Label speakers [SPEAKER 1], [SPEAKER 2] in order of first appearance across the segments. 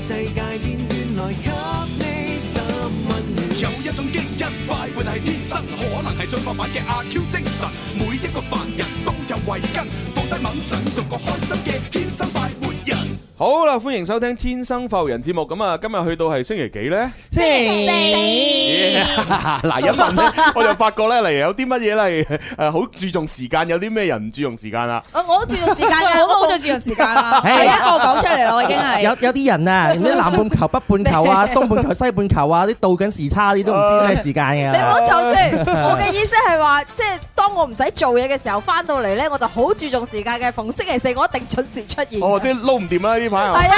[SPEAKER 1] 世界變原來給你十蚊暖。
[SPEAKER 2] 有一種基因快活係天生，可能係進化版嘅阿 Q 精神。每一個凡人都有慧根，放低猛陣，做個開心嘅天生快活人。
[SPEAKER 3] 好啦，歡迎收聽《天生浮人》節目。咁啊，今日去到係星期幾呢？
[SPEAKER 4] 星期四，
[SPEAKER 3] 嗱，一問咧， 我就發覺咧，例如有啲乜嘢咧，誒， 好注重時間，有啲咩人唔注重時間啦。
[SPEAKER 4] 我我都注重時間 嘅，我都好中意注重時間啦。第
[SPEAKER 5] 係
[SPEAKER 4] 一個講出嚟啦，我已經係
[SPEAKER 5] 有有啲人啊，唔知南半球、北半球 啊、東半球、西半球啊，啲倒緊時差啲都唔知咩時間嘅
[SPEAKER 6] 你唔
[SPEAKER 5] 啦
[SPEAKER 6] 好。就 住，我嘅意思係話，即係當我唔使做嘢嘅時候，翻到嚟咧，我就好注重時間嘅。逢星期四我一定準時出現。
[SPEAKER 3] 哦，即係撈唔掂啦呢排啊。
[SPEAKER 6] 係啊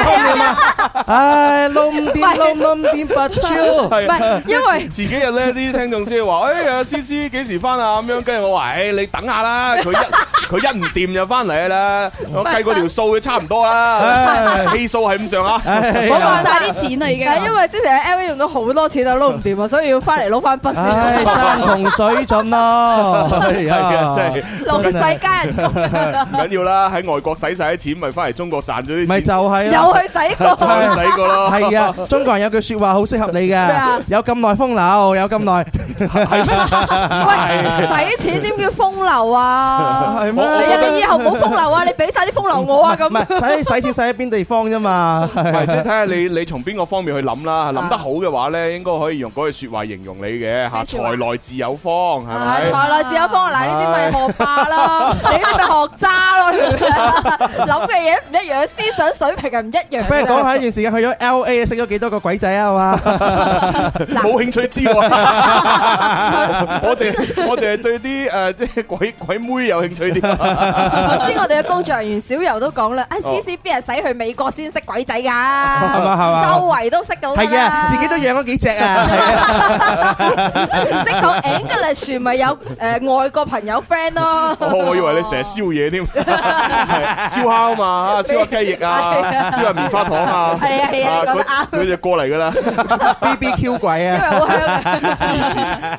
[SPEAKER 6] 係啊，
[SPEAKER 5] 唉，弄唔掂，
[SPEAKER 6] 喂
[SPEAKER 5] 弄唔掂，不 超。
[SPEAKER 3] 係
[SPEAKER 6] 唔係因為
[SPEAKER 3] 自己日咧啲聽眾先話，誒阿思思幾時翻啊？咁樣，跟住我話，誒你等下啦，佢一 佢一唔掂就翻嚟啦。我計過條數，佢差唔多啦， 氣數係咁上下。
[SPEAKER 5] 唉
[SPEAKER 4] 我話晒啲錢啦，已經。
[SPEAKER 6] 係因為之前喺 LV 用咗好多錢啊，撈唔掂啊，所以要翻嚟撈翻筆
[SPEAKER 5] 唉，
[SPEAKER 6] 先。
[SPEAKER 5] 山窮水盡咯。係
[SPEAKER 3] 係啊，真係
[SPEAKER 6] 老細加人工，
[SPEAKER 3] 唔緊要啦，喺外國使晒啲錢，咪翻嚟中國賺咗啲
[SPEAKER 5] 咪
[SPEAKER 3] 錢，
[SPEAKER 5] 就係咯。
[SPEAKER 6] 有去使過。
[SPEAKER 3] 翻嚟使過咯。
[SPEAKER 5] 係啊，中國人有句説話好適合你
[SPEAKER 6] 啊
[SPEAKER 5] 嘅，有咁耐風流，有咁耐。
[SPEAKER 6] 喂，使錢點叫風流啊？
[SPEAKER 5] 係
[SPEAKER 6] 你
[SPEAKER 5] 咩
[SPEAKER 6] 啊，你以後冇風流啊！你俾晒啲風流我啊咁
[SPEAKER 5] 唔。係睇你使錢使喺邊地方啫嘛。
[SPEAKER 3] 唔係，即係睇下你你從邊個方面去諗啦。諗得好嘅話咧，應該可以用嗰句説話形容你嘅嚇，
[SPEAKER 4] 咩説話
[SPEAKER 3] 財來自有方，係
[SPEAKER 6] 啊！
[SPEAKER 3] 咪？
[SPEAKER 6] 財來自有方，嗱呢啲咪學霸 咯，你呢啲咪學渣咯， 明唔明啊諗嘅嘢唔一樣，思想水平係唔一樣。
[SPEAKER 5] 不如講下呢段時間去咗 L A 識咗幾多個鬼仔啊嘛？
[SPEAKER 3] 冇興趣知 喎，我哋我哋係對啲誒即係鬼鬼妹有興趣啲。
[SPEAKER 6] 頭先我哋嘅工作人員小柔都講啦，啊思思邊係使去美國先識鬼仔㗎，係
[SPEAKER 5] 嘛係嘛
[SPEAKER 6] 周圍都識到㗎啦。
[SPEAKER 5] 係啊，自己都養咗幾隻啊。
[SPEAKER 6] 識講 English 咪有誒外國朋友 friend 咯。
[SPEAKER 3] 哦我以為你成日燒嘢 添，係燒烤啊嘛，燒下雞翼啊，燒下棉花糖啊，
[SPEAKER 6] 係啊係啊你講得啱
[SPEAKER 3] 佢佢就過嚟㗎啦。
[SPEAKER 5] B B Q 鬼
[SPEAKER 6] 因為
[SPEAKER 5] 啊！
[SPEAKER 6] 好香 啊，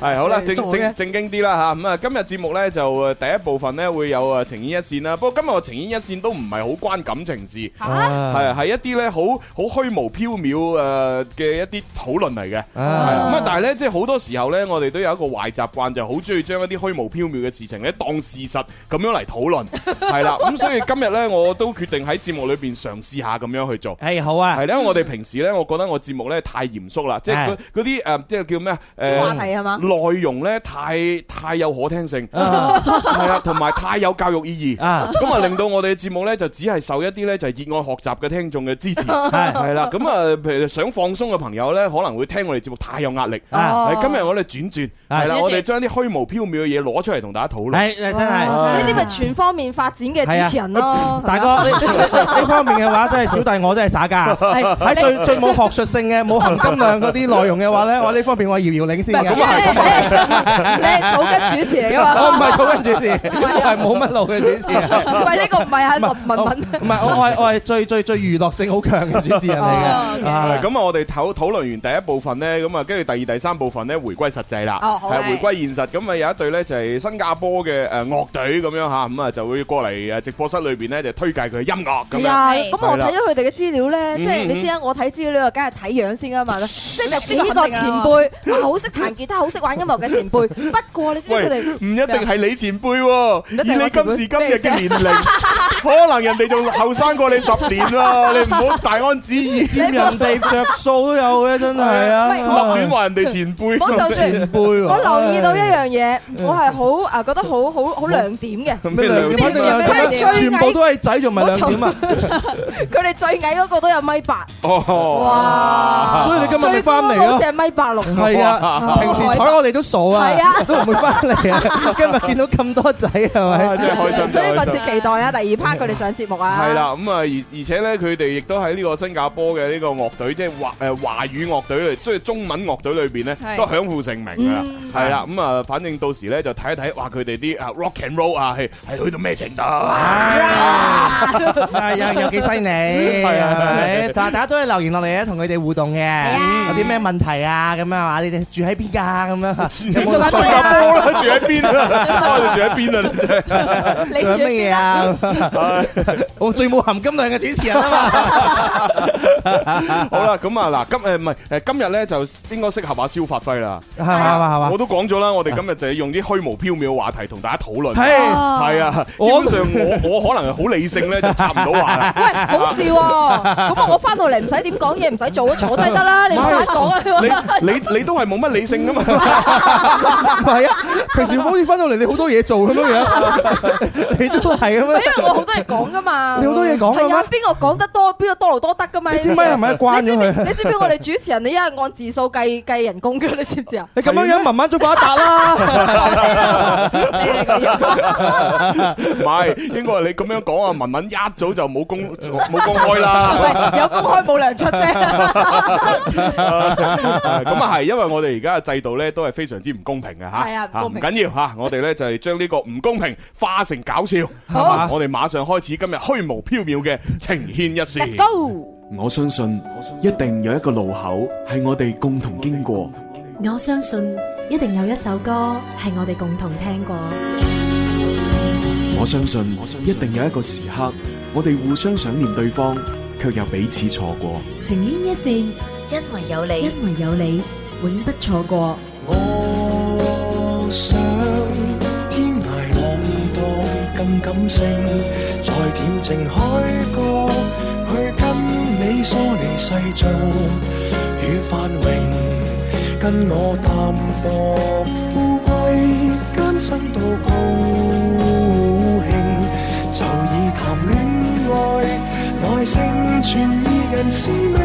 [SPEAKER 3] 係好啦，
[SPEAKER 6] 係
[SPEAKER 3] 正
[SPEAKER 6] 傻
[SPEAKER 3] 正
[SPEAKER 6] 嘅
[SPEAKER 3] 正經啲啦吓，咁啊今日節目咧就誒第一部分咧會有誒情牽一線啦，不過今日我情牽一線都唔係好關感情事，
[SPEAKER 5] 係
[SPEAKER 3] 係係一啲咧好好虛無縹緲誒嘅一啲討論嚟嘅。係
[SPEAKER 5] 啊
[SPEAKER 3] 咁啊，但係咧即係好多時候咧，我哋都有一個壞習慣，就係好中意將一啲虛無縹緲嘅事情咧當事實咁樣嚟 討論，係啦。咁所以今日咧我都決定喺節目裏邊嘗試下咁樣去做。
[SPEAKER 5] 係好啊
[SPEAKER 3] 係！咧，我哋平時咧，我覺得我節目咧太嚴肅啦，即係嗰嗰啲誒，即係叫咩啊？誒
[SPEAKER 6] 話題係嘛？
[SPEAKER 3] 內容咧太太有可聽性，
[SPEAKER 5] 啊
[SPEAKER 3] 係啦，同埋太有教育意義，
[SPEAKER 5] 啊，
[SPEAKER 3] 咁啊令到我哋嘅節目咧就只係受一啲咧就係熱愛學習嘅聽眾嘅支持，
[SPEAKER 5] 係
[SPEAKER 3] 係啦，咁啊譬如想放鬆嘅朋友咧，可能會聽我哋節目太有壓力。
[SPEAKER 5] 啊，
[SPEAKER 6] 哦
[SPEAKER 3] 係今日我哋轉轉，
[SPEAKER 5] 啊
[SPEAKER 3] 係啦，
[SPEAKER 4] 轉一轉
[SPEAKER 3] 我哋將啲虛無縹緲嘅嘢攞出嚟同大家討論。啊
[SPEAKER 5] 係真係
[SPEAKER 6] 哦呢啲咪全方面發展嘅主持人咯。
[SPEAKER 5] 大哥呢呢方面嘅話，真係小弟我真係耍家。
[SPEAKER 6] 係
[SPEAKER 5] 喺最最冇學術性嘅、冇含金量嗰啲內容嘅話咧，我呢方面我係遙遙領先嘅。
[SPEAKER 6] 你係草根主持嚟噶
[SPEAKER 5] 我唔
[SPEAKER 6] 嘛？
[SPEAKER 5] 係做緊主持，我係 冇乜路嘅主持人。
[SPEAKER 6] 喂，呢個唔係係林文文，
[SPEAKER 5] 唔係，我我係我係最最最娛樂性好強嘅主 持人嚟嘅。
[SPEAKER 3] 係
[SPEAKER 5] 啊
[SPEAKER 3] 咁啊，我哋討討論完第一部分呢，咁啊，跟住第二、第三部分呢，回歸實際啦，
[SPEAKER 6] 哦好
[SPEAKER 3] 係
[SPEAKER 6] 係
[SPEAKER 3] 回歸現實。咁啊，有一隊呢，就係新加坡嘅誒樂隊咁樣嚇，咁啊就會過嚟誒直播室裏邊呢，就推介佢嘅音樂咁
[SPEAKER 6] 係
[SPEAKER 3] 樣。
[SPEAKER 6] 啊，
[SPEAKER 4] 樣
[SPEAKER 6] 咁我睇咗佢哋嘅資料咧，即係你知啦，我睇資料梗係睇樣先噶嘛，即係呢個前輩啊，好識彈吉他，好識玩音樂嘅前輩。 不過你知唔知佢
[SPEAKER 3] 喂
[SPEAKER 6] 哋，
[SPEAKER 3] 唔一定係你前輩喎，
[SPEAKER 6] 唔一定
[SPEAKER 3] 以
[SPEAKER 6] 係
[SPEAKER 3] 你
[SPEAKER 6] 我前輩
[SPEAKER 3] 今時今日嘅 年齡，可能人哋仲後生過你十年喎，你唔好大安旨意，
[SPEAKER 5] 佔人哋着數都有嘅，真係啊！
[SPEAKER 6] 喂
[SPEAKER 3] 莫亂話人哋前 輩。
[SPEAKER 6] 唔好就算。
[SPEAKER 5] 前輩喎
[SPEAKER 6] 我留意到一樣嘢，我係好啊，覺得好好好亮點嘅。
[SPEAKER 5] 咩兩點肯定兩
[SPEAKER 6] 咩
[SPEAKER 5] 點
[SPEAKER 6] 兩
[SPEAKER 5] 啦，
[SPEAKER 6] 點
[SPEAKER 5] 全部都係仔，仲唔係兩點啊？
[SPEAKER 6] 佢哋最矮嗰個都有米八，
[SPEAKER 3] 哦，
[SPEAKER 6] 哇！
[SPEAKER 5] 所以你今日咪翻嚟
[SPEAKER 6] 最高嗰個好
[SPEAKER 5] 咯
[SPEAKER 6] 似？係米八六。
[SPEAKER 5] 係啊，平時睬我哋都傻
[SPEAKER 6] 係
[SPEAKER 5] 啊
[SPEAKER 6] 啊，
[SPEAKER 5] 都唔會翻嚟啊。今日見到咁多仔係
[SPEAKER 3] 啊
[SPEAKER 5] 咪？
[SPEAKER 3] 真係開心，
[SPEAKER 6] 所以
[SPEAKER 3] 真係
[SPEAKER 6] 密
[SPEAKER 3] 開心
[SPEAKER 6] 切期待啊！第二 part 佢哋上節目啊。
[SPEAKER 3] 係。啦，咁啊，而而且咧，佢哋亦都喺呢個新加坡嘅呢個樂隊，即係華誒華語樂隊裏，即係中文樂隊裏邊咧，
[SPEAKER 4] 係
[SPEAKER 3] 都享負盛名㗎啦。係啦，咁啊，反正到時咧就睇一睇，哇！佢哋啲啊 rock and roll 啊，係係去到咩程度？
[SPEAKER 5] 啊，有有幾犀利係咪？但係大家都係留言落嚟咧，同佢哋互動嘅。有啲咩問題啊？咁樣啊，你哋住喺邊㗎？咁樣
[SPEAKER 3] 你
[SPEAKER 6] 做緊
[SPEAKER 3] 新
[SPEAKER 6] 咩啊
[SPEAKER 3] 加坡啦，住喺 邊啊？我哋住喺邊啊？你真係
[SPEAKER 5] 仲
[SPEAKER 6] 你
[SPEAKER 5] 有
[SPEAKER 6] 住
[SPEAKER 5] 乜嘢啊？我最冇含金量嘅主持人啊嘛！
[SPEAKER 3] 好啦，咁啊嗱，今誒唔係誒今日咧就應該適合下消發揮啦。
[SPEAKER 5] 係嘛係嘛係嘛
[SPEAKER 3] 啊我，都講咗啦，我哋今日就係用啲虛無縹緲嘅話題同大家討論。
[SPEAKER 5] 係
[SPEAKER 3] 係啊，基
[SPEAKER 5] 我啊
[SPEAKER 3] 本上我 我可能係好理性咧，就插唔到話啦。
[SPEAKER 5] 啊
[SPEAKER 3] 你你你都係冇乜理性噶嘛？
[SPEAKER 5] 唔係啊？平時好似翻到嚟你好多嘢做咁樣樣，你都係咁樣。你好多嘢講嘅咩？你知唔知係咪關咗佢？你咁樣樣慢慢做發 達啦。
[SPEAKER 3] 唔係，應該係你咁樣講啊，文文一早就冇公冇公開啦。咁啊係，因為我哋而家嘅制度咧都係非常之唔公平嘅吓。
[SPEAKER 7] 係啊唔公平
[SPEAKER 3] 唔緊要吓，我哋咧就係將呢個唔公平化成搞笑。
[SPEAKER 7] 好
[SPEAKER 3] 係嘛我哋馬上開始今日虛無縹緲嘅情牽一線。
[SPEAKER 8] 我相信一定有一個路口係我哋共同經過，
[SPEAKER 9] 我相信一定有一首歌係我哋共同聽過。
[SPEAKER 8] 我相信一定有一個時刻，我哋互相想念對方，卻又彼此錯過。
[SPEAKER 9] 情牽一線，
[SPEAKER 6] 因为有你，
[SPEAKER 9] 因為有你，永不錯過。
[SPEAKER 2] 我想天涯浪蕩更感性，在恬靜海角去跟你梳理世俗與繁榮，跟我淡薄富貴艱辛到高興，就以談戀愛耐性全二人使命。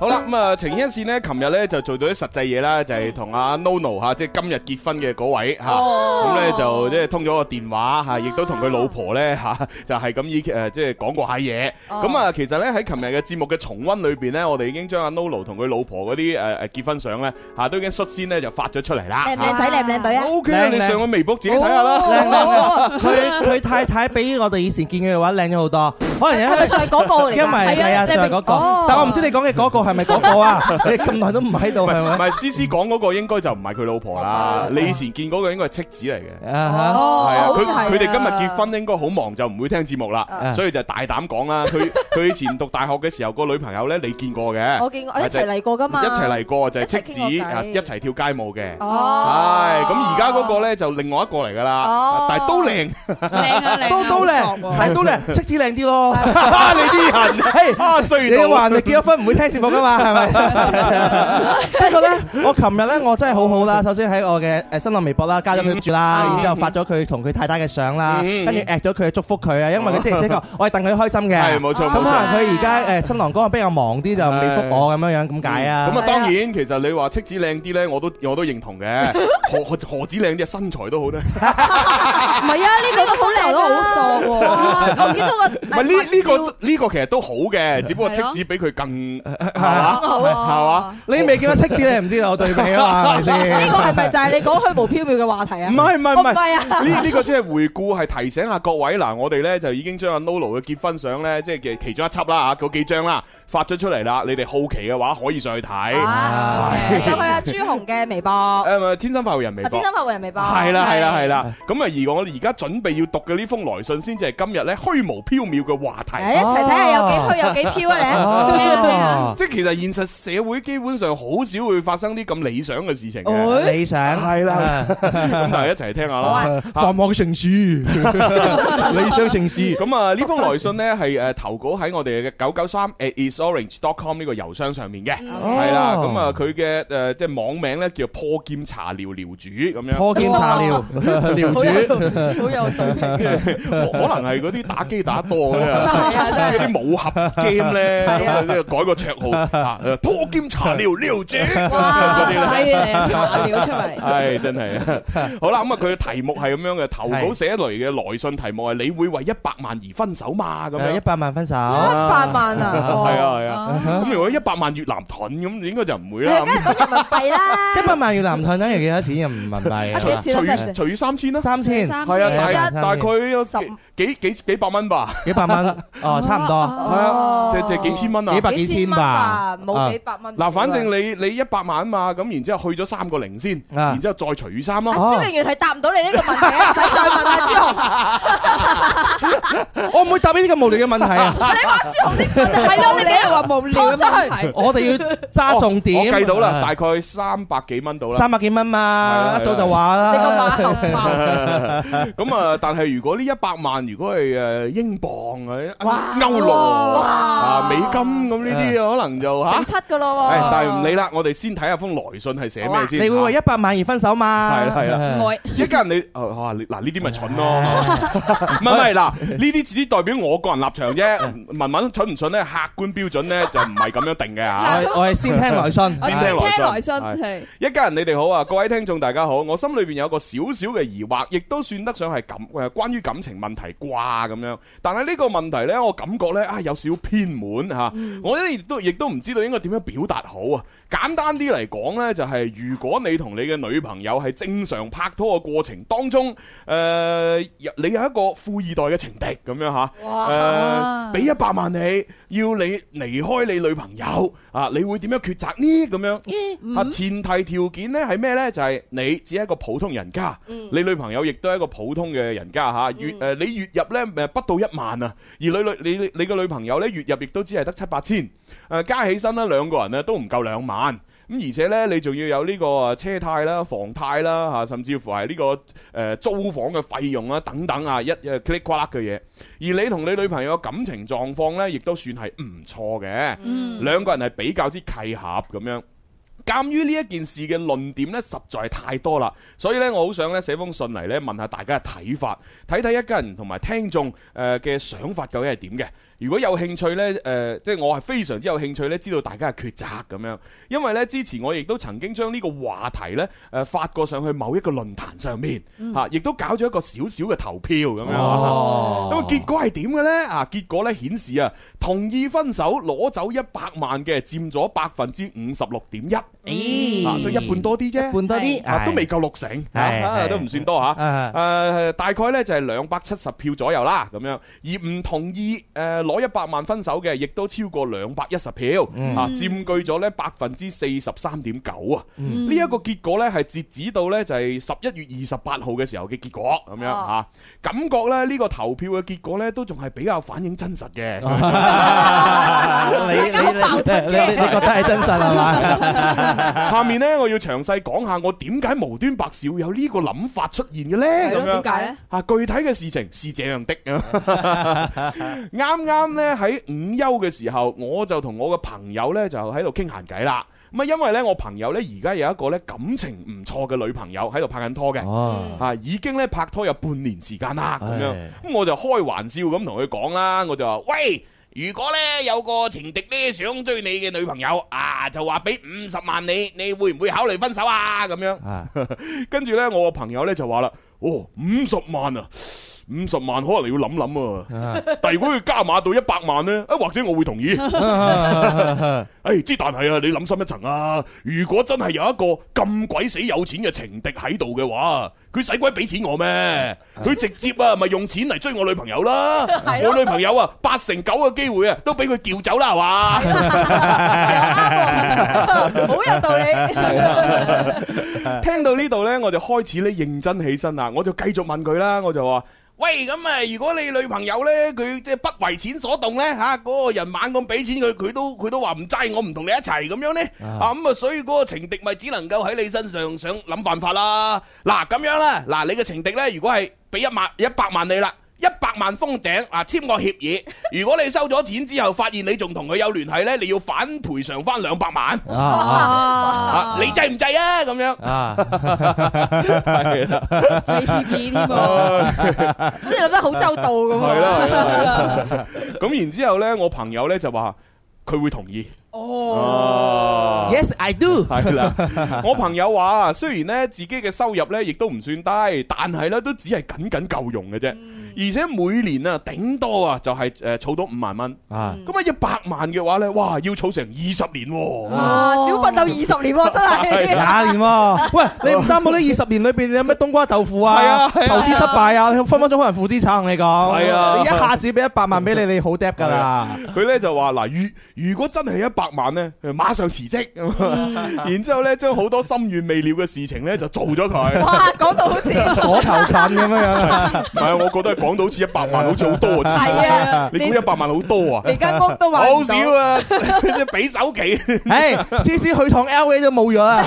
[SPEAKER 3] 好啦，咁啊，情牽一線呢，琴日咧就做到啲實際嘢啦，就
[SPEAKER 5] 嗯
[SPEAKER 3] 係同阿 Nono 吓，即係今日結婚嘅嗰位吓，
[SPEAKER 5] 哦
[SPEAKER 3] 咁咧就即係通咗個電話
[SPEAKER 5] 啊
[SPEAKER 3] 吓，亦都同佢老婆咧吓， 就係咁以誒即係講過下嘢。
[SPEAKER 5] 哦
[SPEAKER 3] 咁啊，其實咧喺琴日嘅節目嘅重温裏邊咧，我哋已經將阿 Nono 同佢老婆嗰啲誒誒結婚相咧吓，都已經率先咧就發咗出嚟啦。O K 啊，
[SPEAKER 5] 靚
[SPEAKER 3] 你
[SPEAKER 5] 靚
[SPEAKER 3] 上個微博自己睇下啦。哦
[SPEAKER 5] 佢佢太太比我哋以前見佢嘅話靚咗好多，可能因為。因為係啊，就係嗰個，但我唔知你講嘅嗰個係咪嗰個 啊？ 你咁耐都唔喺度
[SPEAKER 3] 唔係
[SPEAKER 5] 係
[SPEAKER 3] 唔
[SPEAKER 5] 咪？
[SPEAKER 3] 係思思講嗰個應該就唔係佢老婆啦，你以前見嗰個應該係戚子嚟嘅。
[SPEAKER 5] 啊
[SPEAKER 3] 係啊，佢佢哋今日結婚應該好忙，就唔會聽節目啦，
[SPEAKER 5] 啊
[SPEAKER 3] 所以就大膽講啦。佢佢以前讀大學嘅時候，個女朋友咧你見過嘅，一齊嚟過就係戚
[SPEAKER 10] 一齊傾過
[SPEAKER 3] 子
[SPEAKER 10] 偈
[SPEAKER 3] 啊，一齊跳街舞嘅。係
[SPEAKER 10] Ồ
[SPEAKER 3] 咁而家嗰個咧就另外一個嚟噶啦
[SPEAKER 10] 哦，
[SPEAKER 3] 但係都靚，
[SPEAKER 5] 都都靚，係 都靚，戚子靚啲
[SPEAKER 3] 啊
[SPEAKER 5] 咯。
[SPEAKER 3] 你啲人
[SPEAKER 5] 嘿，
[SPEAKER 3] 啊衰
[SPEAKER 5] 你
[SPEAKER 3] 到
[SPEAKER 5] 話人哋結咗婚唔會聽節 目噶嘛？係咪？不過咧，我琴日咧我真係好好啦。首先喺我嘅誒新浪微博啦，加咗佢住啦，然之後發咗佢同佢太太嘅相啦，
[SPEAKER 3] 嗯
[SPEAKER 5] 跟住 at 咗佢祝福佢啊，因為佢的而 且確我係戥佢開心嘅。
[SPEAKER 3] 係冇錯
[SPEAKER 5] 咁可
[SPEAKER 3] 冇
[SPEAKER 5] 能
[SPEAKER 3] 錯。
[SPEAKER 5] 佢而家誒新郎哥比較忙啲，就未覆我咁樣樣，咁解啊
[SPEAKER 3] 咁。啊，當然其實你話戚子靚啲咧，我都我都認同嘅。何何何止靚啲，身材都好咧。唔係呢呢個呢個其實都好嘅，只不過戚
[SPEAKER 7] 係咯
[SPEAKER 3] 子比佢更係
[SPEAKER 5] 係
[SPEAKER 3] 嘛
[SPEAKER 5] 啊
[SPEAKER 3] 係嘛。
[SPEAKER 5] 你未見過戚子，你唔知道對比啊嘛，係咪先？
[SPEAKER 3] 唔係唔係唔係，呢呢個即係回顧，係提醒下各位嗱，我哋咧就已經將阿 Lolo 嘅結婚相咧，即係其其中一輯啦嚇，嗰幾張啦發咗出嚟啦。你哋好奇嘅話，可以上去睇。誒咪天生發育人微博。係啦係啦係啦，咁啊而我哋而家準備要讀嘅呢封來信，先至係今日咧虛無縹緲嘅話題。
[SPEAKER 5] 哦，
[SPEAKER 3] 即係其實現實社會基本上好少會發生啲咁理想嘅事情嘅，
[SPEAKER 10] 哦
[SPEAKER 5] 理想係 啦，
[SPEAKER 3] 咁大家一齊聽下
[SPEAKER 5] 啊
[SPEAKER 3] 啦。啊
[SPEAKER 5] 繁忙城市， 理想城市。
[SPEAKER 3] 咁啊，呢封來信呢係誒投稿喺我哋嘅九九三呃 isorange.com 呢個郵箱上面嘅，係啦。
[SPEAKER 5] 哦
[SPEAKER 3] 咁啊，佢嘅誒即係網名呢叫破劍茶寮寮主咁樣，
[SPEAKER 5] 破劍茶寮，寮主
[SPEAKER 3] 可能係嗰啲打機打多嘅，嗰啲武俠 game 咧，咁啊改個綽號啊，誒破劍茶寮寮主。 啊唉，真係啊！好啦，咁啊，佢嘅題目係咁樣嘅，投稿
[SPEAKER 5] 係
[SPEAKER 3] 寫嚟嘅來信題目係你會為一百萬而分手嘛？咁
[SPEAKER 5] 誒一
[SPEAKER 3] 樣
[SPEAKER 5] 百萬分手，
[SPEAKER 10] 100萬啊哦
[SPEAKER 3] 係啊係啊。
[SPEAKER 7] 啊
[SPEAKER 3] 咁如果一百萬越南盾咁，應該就唔會啦。
[SPEAKER 5] 一百萬越南盾等於幾多錢人民幣
[SPEAKER 10] 啊幾多
[SPEAKER 5] 啊？
[SPEAKER 10] 錢啊真
[SPEAKER 3] 除
[SPEAKER 10] 係
[SPEAKER 3] 除以三千啦，
[SPEAKER 5] 三千，
[SPEAKER 7] 三千
[SPEAKER 3] 係啊，大
[SPEAKER 5] 三千
[SPEAKER 3] 大概有
[SPEAKER 10] 十
[SPEAKER 3] 幾幾幾幾百蚊吧，
[SPEAKER 5] 幾百蚊，哦，差唔多，
[SPEAKER 3] 係啊，即即幾千蚊啊
[SPEAKER 5] 幾。百幾千吧。
[SPEAKER 6] 啊，冇幾百蚊。
[SPEAKER 3] 嗱，反正你你一百萬嘛，咁然之後去咗三個零先，
[SPEAKER 11] 啊
[SPEAKER 3] 然之後再除以三咯。
[SPEAKER 11] 啊
[SPEAKER 5] 哦
[SPEAKER 6] 蕭敬元係答唔到你呢個問題，唔使再問啦，朱紅。
[SPEAKER 11] 我唔會答呢啲咁無聊嘅問題啊！
[SPEAKER 6] 你話朱紅啲問題係咯，你幾日話無聊嘅問題？
[SPEAKER 11] 我哋要揸重
[SPEAKER 3] 我
[SPEAKER 11] 點。
[SPEAKER 3] 計到啦，大概三百幾蚊到啦。
[SPEAKER 11] 三百幾蚊嘛，
[SPEAKER 3] 係啊
[SPEAKER 11] 一早就話啦。
[SPEAKER 6] 你個馬後炮，
[SPEAKER 3] 咁啊，但係如果呢一百萬，如果係誒英鎊或者
[SPEAKER 6] 哇
[SPEAKER 3] 歐羅
[SPEAKER 6] 哇
[SPEAKER 3] 啊美金咁呢啲，可能就嚇
[SPEAKER 6] 成。七噶咯
[SPEAKER 3] 誒，但係唔
[SPEAKER 6] 喎。
[SPEAKER 3] 理啦，我哋先睇下封來信係寫咩先。
[SPEAKER 11] 你會為一百萬而分手嘛？
[SPEAKER 3] 係啦係啦
[SPEAKER 11] 係
[SPEAKER 12] 愛
[SPEAKER 3] 一家人你哦哇你嗱呢啲咪蠢 咯，唔係唔係嗱呢啲只代表我個人立場啫，文文蠢唔蠢咧，客觀標準咧就唔係咁樣定嘅嚇。
[SPEAKER 11] 我我係先聽來信。
[SPEAKER 3] 先聽
[SPEAKER 12] 聽來
[SPEAKER 3] 來信
[SPEAKER 12] 信
[SPEAKER 3] 係
[SPEAKER 12] 係
[SPEAKER 3] 一家人你哋好啊，各位聽眾大家好，我心裏邊有個少少嘅疑惑，亦都算得上係感誒關於感情問題啩咁樣。但係呢個問題呢，我感覺呢啊有少偏門嚇，我呢亦都亦都唔知道應該點樣表達好啊。簡單啲嚟講呢，就係、如果你同你嘅女朋友係正常拍拖嘅過程當中，誒、有你有一個富二代嘅情敵咁樣嚇，誒、俾一百萬你，要你離開你女朋友啊，你會點樣抉擇呢？咁樣。啊，前提條件呢係咩呢？就係、你只係一個普通人家，你女朋友亦都係一個普通嘅人家嚇。月誒、呃你月入呢誒不到一萬啊，而你女你你你個女朋友呢，月入亦都只係得七八千，誒、加起身呢，兩個人呢都唔夠兩萬。咁而且呢，你仲要有呢個啊車貸啦、房貸啦嚇，甚至乎係呢、個誒、租房嘅費用啦等等啊，一誒 click 呱啦嘅嘢。而你同你女朋友嘅感情狀況呢，亦都算係唔錯嘅。
[SPEAKER 12] 嗯
[SPEAKER 3] 兩個人係比較之契合咁樣。鑑於呢一件事嘅論點呢，實在太多啦，所以呢，我好想呢寫封信嚟呢，問下大家嘅睇法，睇睇一家人同埋聽眾誒嘅想法究竟係點嘅。如果有興趣呢，誒、即係我係非常之有興趣呢，知道大家嘅抉擇咁樣。因為呢，之前我亦都曾經將呢個話題呢誒、發過上去某一個論壇上面嚇，亦、都搞咗一個小小嘅投票咁樣。
[SPEAKER 11] 哦
[SPEAKER 3] 咁啊，結果係點嘅呢？啊，結果呢顯示啊，同意分手攞走一百萬嘅佔咗百分之五十六點一，啊，都一半多啲啫，
[SPEAKER 11] 半多啲，
[SPEAKER 3] 啊，
[SPEAKER 5] À.
[SPEAKER 3] 都未夠六成，啊
[SPEAKER 11] 係
[SPEAKER 3] 啊
[SPEAKER 11] 係
[SPEAKER 3] 都唔算多嚇。
[SPEAKER 11] 啊。
[SPEAKER 3] 誒大概呢就係兩百七十票左右啦，咁樣而唔同意誒攞一百萬分手嘅，亦都超過兩百一十票，
[SPEAKER 11] 嗯
[SPEAKER 3] 啊佔據咗呢百分之四十三點九啊！
[SPEAKER 11] 嗯
[SPEAKER 3] 呢一個結果呢係截止到呢就係十一月二十八號嘅時候嘅結果咁樣嚇，感覺呢呢個投票嘅結果呢都仲係比較反映真實嘅。
[SPEAKER 11] 你你你你你覺得係真實係嘛？
[SPEAKER 3] 下面呢，我要詳細講下我點解無端白事會有呢個諗法出現嘅呢？咁樣
[SPEAKER 6] 點解咧？
[SPEAKER 3] 啊，具體嘅事情是這樣的。 啱啱呢，喺午休嘅時候，我就同我嘅朋友呢，就喺度傾閒偈啦。咁啊，因為呢，我朋友呢，而家有一個呢感情唔錯嘅女朋友喺度拍緊拖嘅，
[SPEAKER 11] 哦，
[SPEAKER 3] 啊已經呢拍拖有半年時間啦咁樣。
[SPEAKER 11] 唉
[SPEAKER 3] 咁我就開玩笑咁同佢講啦，我就話：喂，如果呢有個情敵呢想追你嘅女朋友啊，就話俾五十萬你，你會唔會考慮分手啊？咁樣。
[SPEAKER 11] 啊，
[SPEAKER 3] 跟住呢，我個朋友呢就話啦：，哦，五十萬啊，五十萬可能你要諗諗啊。但如果佢加碼到一百萬呢，啊或者我會 同意。誒，之但係啊，你諗深一層啊，如果真係有一個咁鬼死有錢嘅情敵喺度嘅話，佢使鬼俾錢我咩？佢直接啊，咪用錢嚟追我女朋友啦。我女朋友啊，八成九嘅機會啊，都俾佢叫走啦，係嘛？
[SPEAKER 6] 又啱喎， 好有道理。
[SPEAKER 3] 聽到呢度呢，我就開始咧認真起身啦，我就繼續問佢啦，我就話。喂，咁啊，如果你女朋友呢，佢即係不為錢所動呢，吓、啊嗰、個人猛咁俾錢佢，佢都佢都話唔制，我唔同你一齊咁樣呢。啊咁啊，所以嗰個情敵咪只能夠喺你身上想諗辦法啦。嗱，咁樣啦，嗱，你嘅情敵呢，如果係俾一萬一百萬你啦。一百萬封頂啊！簽個協議，如果你收咗錢之後，發現你仲同佢有聯繫呢，你要反賠償翻兩百萬。
[SPEAKER 11] 啊
[SPEAKER 3] 啊，你制唔制啊？咁樣。
[SPEAKER 11] 啊，
[SPEAKER 3] 係啦，
[SPEAKER 12] 最協議添喎，
[SPEAKER 3] 係
[SPEAKER 6] 你諗得好周到咁啊！
[SPEAKER 3] 啦，哦係啦。咁然之後咧，我朋友咧就話佢會同意。哦
[SPEAKER 11] Yes I do，
[SPEAKER 3] 係啦，我朋友話雖然咧自己嘅收入咧亦都唔算低，但係咧都只係僅僅夠用嘅啫。而且每年啊，頂多啊就係誒儲到五萬蚊。
[SPEAKER 11] 啊，
[SPEAKER 3] 咁啊一百萬嘅話咧，哇，要儲成二十年喎。
[SPEAKER 6] 哇，少奮鬥二十年 喎，真係。
[SPEAKER 5] 啊
[SPEAKER 11] 廿年喎，喂，你唔擔保呢二十年裏邊你有咩冬瓜豆腐
[SPEAKER 3] 係
[SPEAKER 11] 啊，
[SPEAKER 3] 啊係啊
[SPEAKER 11] 投資失敗啊，你分分鐘可能負資產，我同你講，
[SPEAKER 3] 係啊
[SPEAKER 11] 你一下子俾一百萬俾你，你好 debt 㗎啦，
[SPEAKER 3] 佢咧就話嗱，如如果真係一百萬咧，馬上辭職，
[SPEAKER 6] 嗯
[SPEAKER 3] 然之後咧將好多心願未了嘅事情咧就做咗佢。
[SPEAKER 6] 哇，講到好似係
[SPEAKER 11] 我頭近咁樣樣，
[SPEAKER 3] 唔係，我覺得講到好似一百萬好似好多啊，
[SPEAKER 6] 啊，
[SPEAKER 3] 你估一百萬好多啊？
[SPEAKER 6] 連間屋都買
[SPEAKER 3] 好
[SPEAKER 6] 唔到
[SPEAKER 3] 少啊， 即係俾手幾。
[SPEAKER 11] 唉，思思去趟 L A 都冇咗 啦，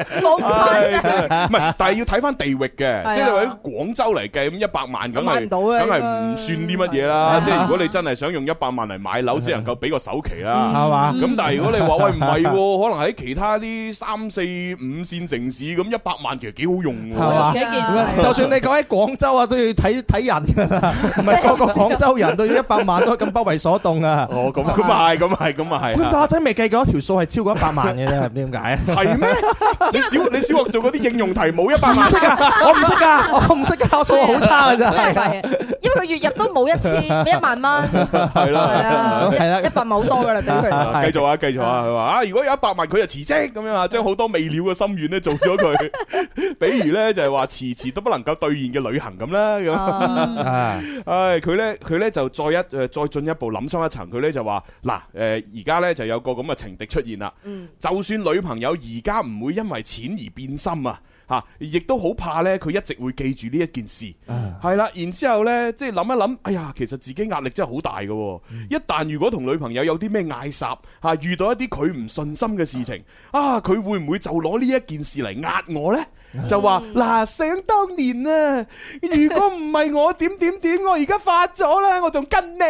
[SPEAKER 6] 冇誇張。
[SPEAKER 3] 唔係，但係要睇翻地域嘅，
[SPEAKER 6] 啊
[SPEAKER 3] 即係你喺廣州嚟計，咁一百萬梗
[SPEAKER 6] 買
[SPEAKER 3] 係
[SPEAKER 6] 唔到
[SPEAKER 3] 梗係
[SPEAKER 6] 啊應該
[SPEAKER 3] 唔算啲乜嘢啦。
[SPEAKER 11] 係
[SPEAKER 3] 即係如果你真係想用一百萬嚟買樓，只能夠俾個首期啦。
[SPEAKER 11] 係嘛？
[SPEAKER 3] 咁但係如果你話喂唔係喎，可能喺其他啲三四五線城市咁一百萬其實幾好用
[SPEAKER 11] 係
[SPEAKER 3] 喎。
[SPEAKER 11] 嘛
[SPEAKER 12] 幾 件事。
[SPEAKER 11] 就算你講喺廣州啊，都要睇睇人㗎啦，唔係個個廣州人都要一百萬都咁不為所動啊。
[SPEAKER 3] 哦，咁咁啊係，咁啊係，咁啊
[SPEAKER 11] 咁但
[SPEAKER 3] 係。
[SPEAKER 11] 我真係未計過一條數係超過一百 萬嘅啫，唔知點解。
[SPEAKER 3] 係咩？你小你小學做嗰啲應用題冇一百啊萬
[SPEAKER 11] 唔識㗎， 我唔識㗎，我唔啊識㗎，我數學好差㗎真
[SPEAKER 6] 真係
[SPEAKER 11] 係。
[SPEAKER 6] 貴啊！因為佢月入都冇一千一萬蚊，
[SPEAKER 3] 係
[SPEAKER 6] 係
[SPEAKER 3] 啦。
[SPEAKER 6] 啊，
[SPEAKER 11] 係啦
[SPEAKER 6] 一一百萬好多噶啦，對佢嚟
[SPEAKER 3] 啊
[SPEAKER 11] 係
[SPEAKER 3] 繼續啊，繼續啊，佢話啊，如果有一百萬，佢就辭職咁樣啊，將好多未了嘅心願咧做咗佢， 比如咧就係話遲遲都不能夠兌現嘅旅行咁啦，
[SPEAKER 6] 講
[SPEAKER 3] 咁，
[SPEAKER 6] 啊
[SPEAKER 11] 啊
[SPEAKER 3] 唉，佢咧佢咧就再一誒再進一步諗深一層，佢咧就話嗱誒而家咧就有個咁嘅情敵出現啦，
[SPEAKER 6] 嗯
[SPEAKER 3] 就算女朋友而家唔會因為錢而變心啊。嚇，亦都好怕咧，佢一直會記住呢一件事，係啦、然之後咧，即係諗一諗，哎呀，其實自己壓力真係好大嘅喎。一旦如果同女朋友有啲咩嗌霎嚇，遇到一啲佢唔順心嘅事情，啊，佢會唔會就攞呢一件事嚟壓我呢？就話嗱，想當年啊，如果唔係我點點點，我而家發咗啦，我仲跟你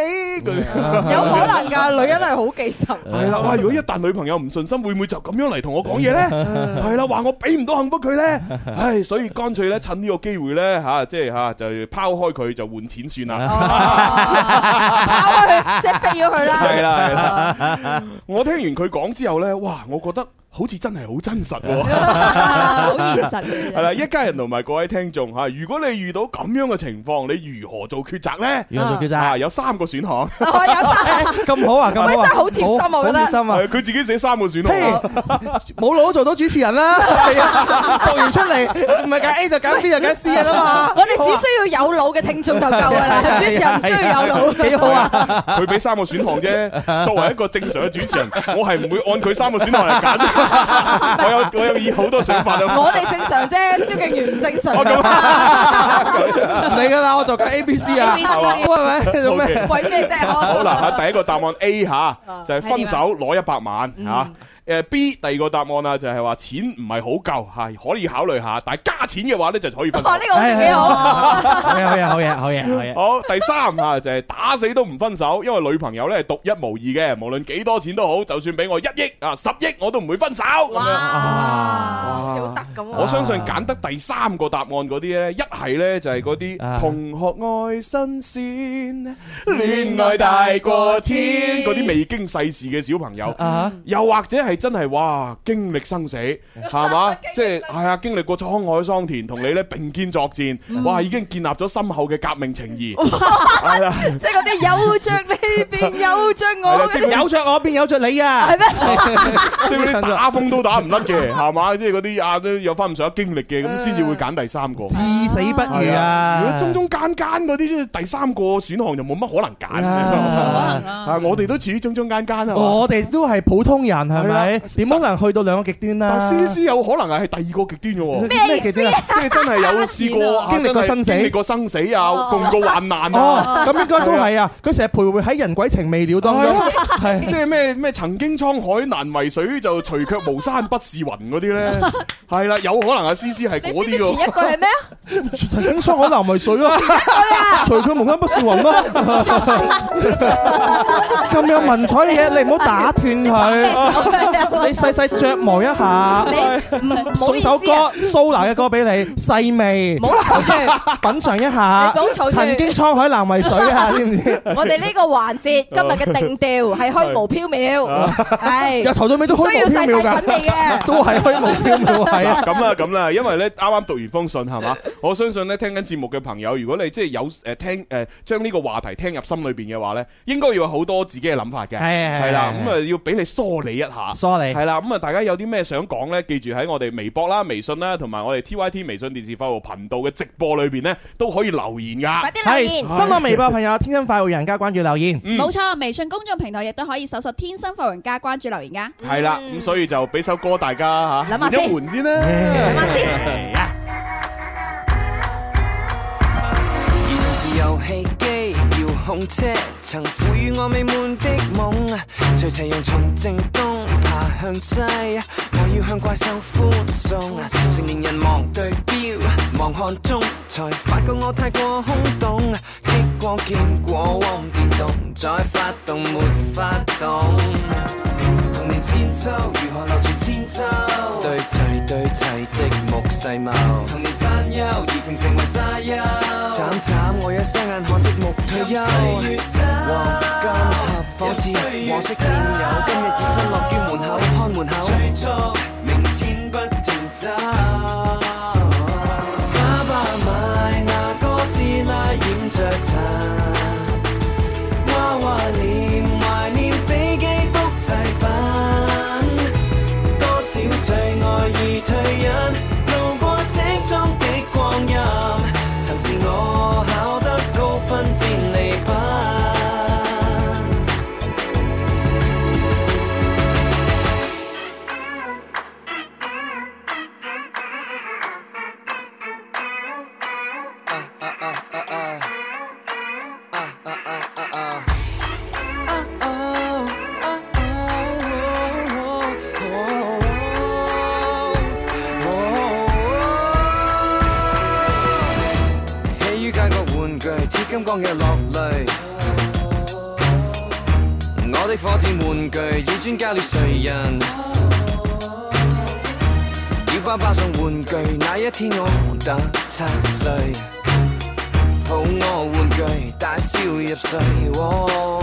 [SPEAKER 3] 佢
[SPEAKER 6] 有可能㗎，女人係好記仇。
[SPEAKER 3] 係啦，啊哇！如果一旦女朋友唔順心，會唔會就咁樣嚟同我講嘢呢？係啦，話我俾唔到幸福佢呢？唉，所以乾脆咧，趁呢個機會呢，吓，即係吓就拋開佢就換錢算啦。
[SPEAKER 6] 跑佢，即係飛咗佢啦。
[SPEAKER 3] 係啦係
[SPEAKER 6] 啦，
[SPEAKER 3] 我聽完佢講之後呢，哇！我覺得好似真係好真實喎。
[SPEAKER 6] 好現實嘅。
[SPEAKER 3] 係啦，一家人同埋各位聽眾吓，如果你遇到咁樣嘅情況，你如何做抉擇呢？
[SPEAKER 11] 原來做決
[SPEAKER 3] 啊，
[SPEAKER 11] 策
[SPEAKER 3] 有三個 選項，
[SPEAKER 6] 我有
[SPEAKER 11] 咁好啊，咁好啊，
[SPEAKER 6] 喂真係好貼心啊我覺得
[SPEAKER 11] 好貼心啊
[SPEAKER 3] 係。佢自己寫三個選
[SPEAKER 11] 嘿
[SPEAKER 3] 項。，
[SPEAKER 11] 冇腦都做到主持人 啦，係啊讀完出嚟唔係揀 A 就揀 B 就揀 C 噶啦嘛，
[SPEAKER 6] 我哋只需要有腦嘅聽眾就夠㗎
[SPEAKER 11] 哎
[SPEAKER 6] 啦， 主持人唔需要有腦。
[SPEAKER 11] 幾好啊！
[SPEAKER 3] 佢俾三個選 項啫。作為一個正常嘅主持人，我係唔會按佢三個選項嚟 揀。我有我有以好多想法啊。
[SPEAKER 6] 我哋正常啫，蕭敬元唔正常。
[SPEAKER 3] 哦 咁
[SPEAKER 11] 唔理噶啦，我就揀 A、B、C 啊，
[SPEAKER 6] ABC
[SPEAKER 11] 係咪 做
[SPEAKER 3] OK
[SPEAKER 11] 咩？
[SPEAKER 6] 為咩啫？哦
[SPEAKER 3] 好
[SPEAKER 6] 好
[SPEAKER 3] 啦，啊嚇第一個答案 A 吓，就係分手
[SPEAKER 6] 啊
[SPEAKER 3] 攞一百萬
[SPEAKER 6] 嗯
[SPEAKER 3] 嚇。誒 B 第二個答案啊，就係話錢唔係好夠嚇，可以考慮下，但係加錢嘅話咧就可以分手
[SPEAKER 6] 哇！。呢個好似幾好。
[SPEAKER 11] 好嘢，好嘢，好嘢，好嘢，好嘢。
[SPEAKER 3] 好，第三啊就係打死都唔分手，因為女朋友咧係獨一無二嘅，無論幾多錢都好，就算俾我一億啊十億我都唔會分手咁樣。
[SPEAKER 6] 哇，有得咁
[SPEAKER 3] 我
[SPEAKER 6] 喎。
[SPEAKER 3] 相信揀得第三個答案嗰啲咧，一係咧就係嗰啲
[SPEAKER 11] 啊
[SPEAKER 3] 同學愛新鮮，戀愛大過天嗰啲未經世事嘅小朋友，
[SPEAKER 11] 啊！
[SPEAKER 3] 又或者係真係哇經歷生死係嘛，即係係啊經歷過滄海桑田，同你咧並肩作戰，哇已經建立咗深厚嘅革命情誼，係啦，
[SPEAKER 6] 即係嗰啲有着呢邊，有着
[SPEAKER 3] 係啦
[SPEAKER 6] 我
[SPEAKER 3] 即
[SPEAKER 6] 嗰
[SPEAKER 3] 係
[SPEAKER 6] 啲，
[SPEAKER 11] 有着我邊有着你啊！ 係
[SPEAKER 3] 即係嗰啲
[SPEAKER 11] 唱咗
[SPEAKER 3] 打風都打唔甩嘅係嘛，即係嗰啲啊都有翻唔上下經歷嘅，咁先至會揀第三個。
[SPEAKER 11] 至死不渝啊！
[SPEAKER 3] 如果中中間間嗰啲第三個選項就冇乜可能揀
[SPEAKER 11] 啊
[SPEAKER 3] 啊！我哋都處於中中間間啊嘛。
[SPEAKER 11] 我哋都係普通人係咪？點可能去到兩個極端
[SPEAKER 3] 但
[SPEAKER 11] 啊？
[SPEAKER 3] 思思有可能係第二個極端嘅喎，
[SPEAKER 11] 咩極端啊？
[SPEAKER 3] 即係真係有試 過啊
[SPEAKER 11] 經歷過生死
[SPEAKER 3] 真係經歷過生死
[SPEAKER 5] 哦
[SPEAKER 3] 啊，共過患難啊，
[SPEAKER 11] 哦，咁應該都係啊！佢成日徘徊喺人鬼情未了當中，係
[SPEAKER 3] 啊即係咩咩曾經滄海難為水，就除卻巫山不是雲嗰啲咧，係啦，有可能啊，思思係
[SPEAKER 6] 你
[SPEAKER 3] 嗰
[SPEAKER 6] 知唔知
[SPEAKER 3] 啲
[SPEAKER 6] 前一
[SPEAKER 3] 嘅。
[SPEAKER 6] 句 係咩啊？
[SPEAKER 11] 曾經滄海難為水啊！ 除佢無間不是雲 咯，咁有文采嘅嘢，你唔好打斷佢。你細細琢磨一下，
[SPEAKER 6] 你唔
[SPEAKER 11] 送首歌蘇娜嘅歌俾你，細味，
[SPEAKER 6] 啊唔好嘈住
[SPEAKER 11] 品嚐一下
[SPEAKER 6] 你唔好嘈，住
[SPEAKER 11] 曾經滄海難為水 啊， 知唔知？
[SPEAKER 6] 我哋呢個環節今日嘅定調係虛無縹緲， 係
[SPEAKER 11] 由頭到尾都虛無
[SPEAKER 6] 需要細
[SPEAKER 11] 縹緲㗎
[SPEAKER 6] 細品味嘅。
[SPEAKER 11] 都係虛無縹緲，係啊。
[SPEAKER 3] 咁啦，咁啦，因為咧啱啱讀完封信 係嘛，我相信咧聽緊節目嘅朋友，如果你即係有誒聽誒將呢個話題聽入心裏邊嘅話咧，應該要有好多自己嘅諗法嘅，
[SPEAKER 11] 係係
[SPEAKER 3] 係啦，
[SPEAKER 11] 係
[SPEAKER 3] 咁啊要俾你梳理一下，
[SPEAKER 11] 梳理
[SPEAKER 3] 係啦，咁啊大家有啲咩想講咧，記住喺我哋微博啦、微信啦，同埋我哋 T Y T 微信電視服務頻道嘅直播裏邊咧，都可以留言噶。
[SPEAKER 6] 快啲
[SPEAKER 11] 係
[SPEAKER 6] 留言
[SPEAKER 11] 新，浪微博嘅朋友，天生快活人家關注留言。
[SPEAKER 3] 嗯
[SPEAKER 4] 冇錯，微信公眾平台亦都可以搜索「天生快活人家」關注留言噶。
[SPEAKER 3] 係啦，咁所以就俾首歌大家嚇
[SPEAKER 6] 諗下
[SPEAKER 11] 嗯
[SPEAKER 3] 換一
[SPEAKER 6] 先
[SPEAKER 3] 換先啦。
[SPEAKER 6] 諗下先。
[SPEAKER 1] 現時遊戲機遙控車，曾賦予我美滿的夢。隨斜陽從正東爬向西，我要向怪獸歡送。成年人望對錶，望看鐘，才發覺我太過空洞。激光劍過往電動，再發動沒發動。童年千秋，如何流傳千秋？對砌對砌，積木細貌。童年山丘，移平成為沙丘。斬斬，我有雙眼看積木退休。黃金盒仿似黃色戰友，今日已身落於門口，看門口。明天不停找。爸爸買牙膏，師奶染着塵。娃娃臉懷念飛機 book 製品，多少最愛已退隱，路過青葱的光陰，曾是我考得高分戰利品。
[SPEAKER 13] 起於街角玩具，鐵金剛嘅落淚。我的火箭玩具已專加了誰人？要包包上玩具，那一天我得七歲，抱我玩具大笑入睡。哦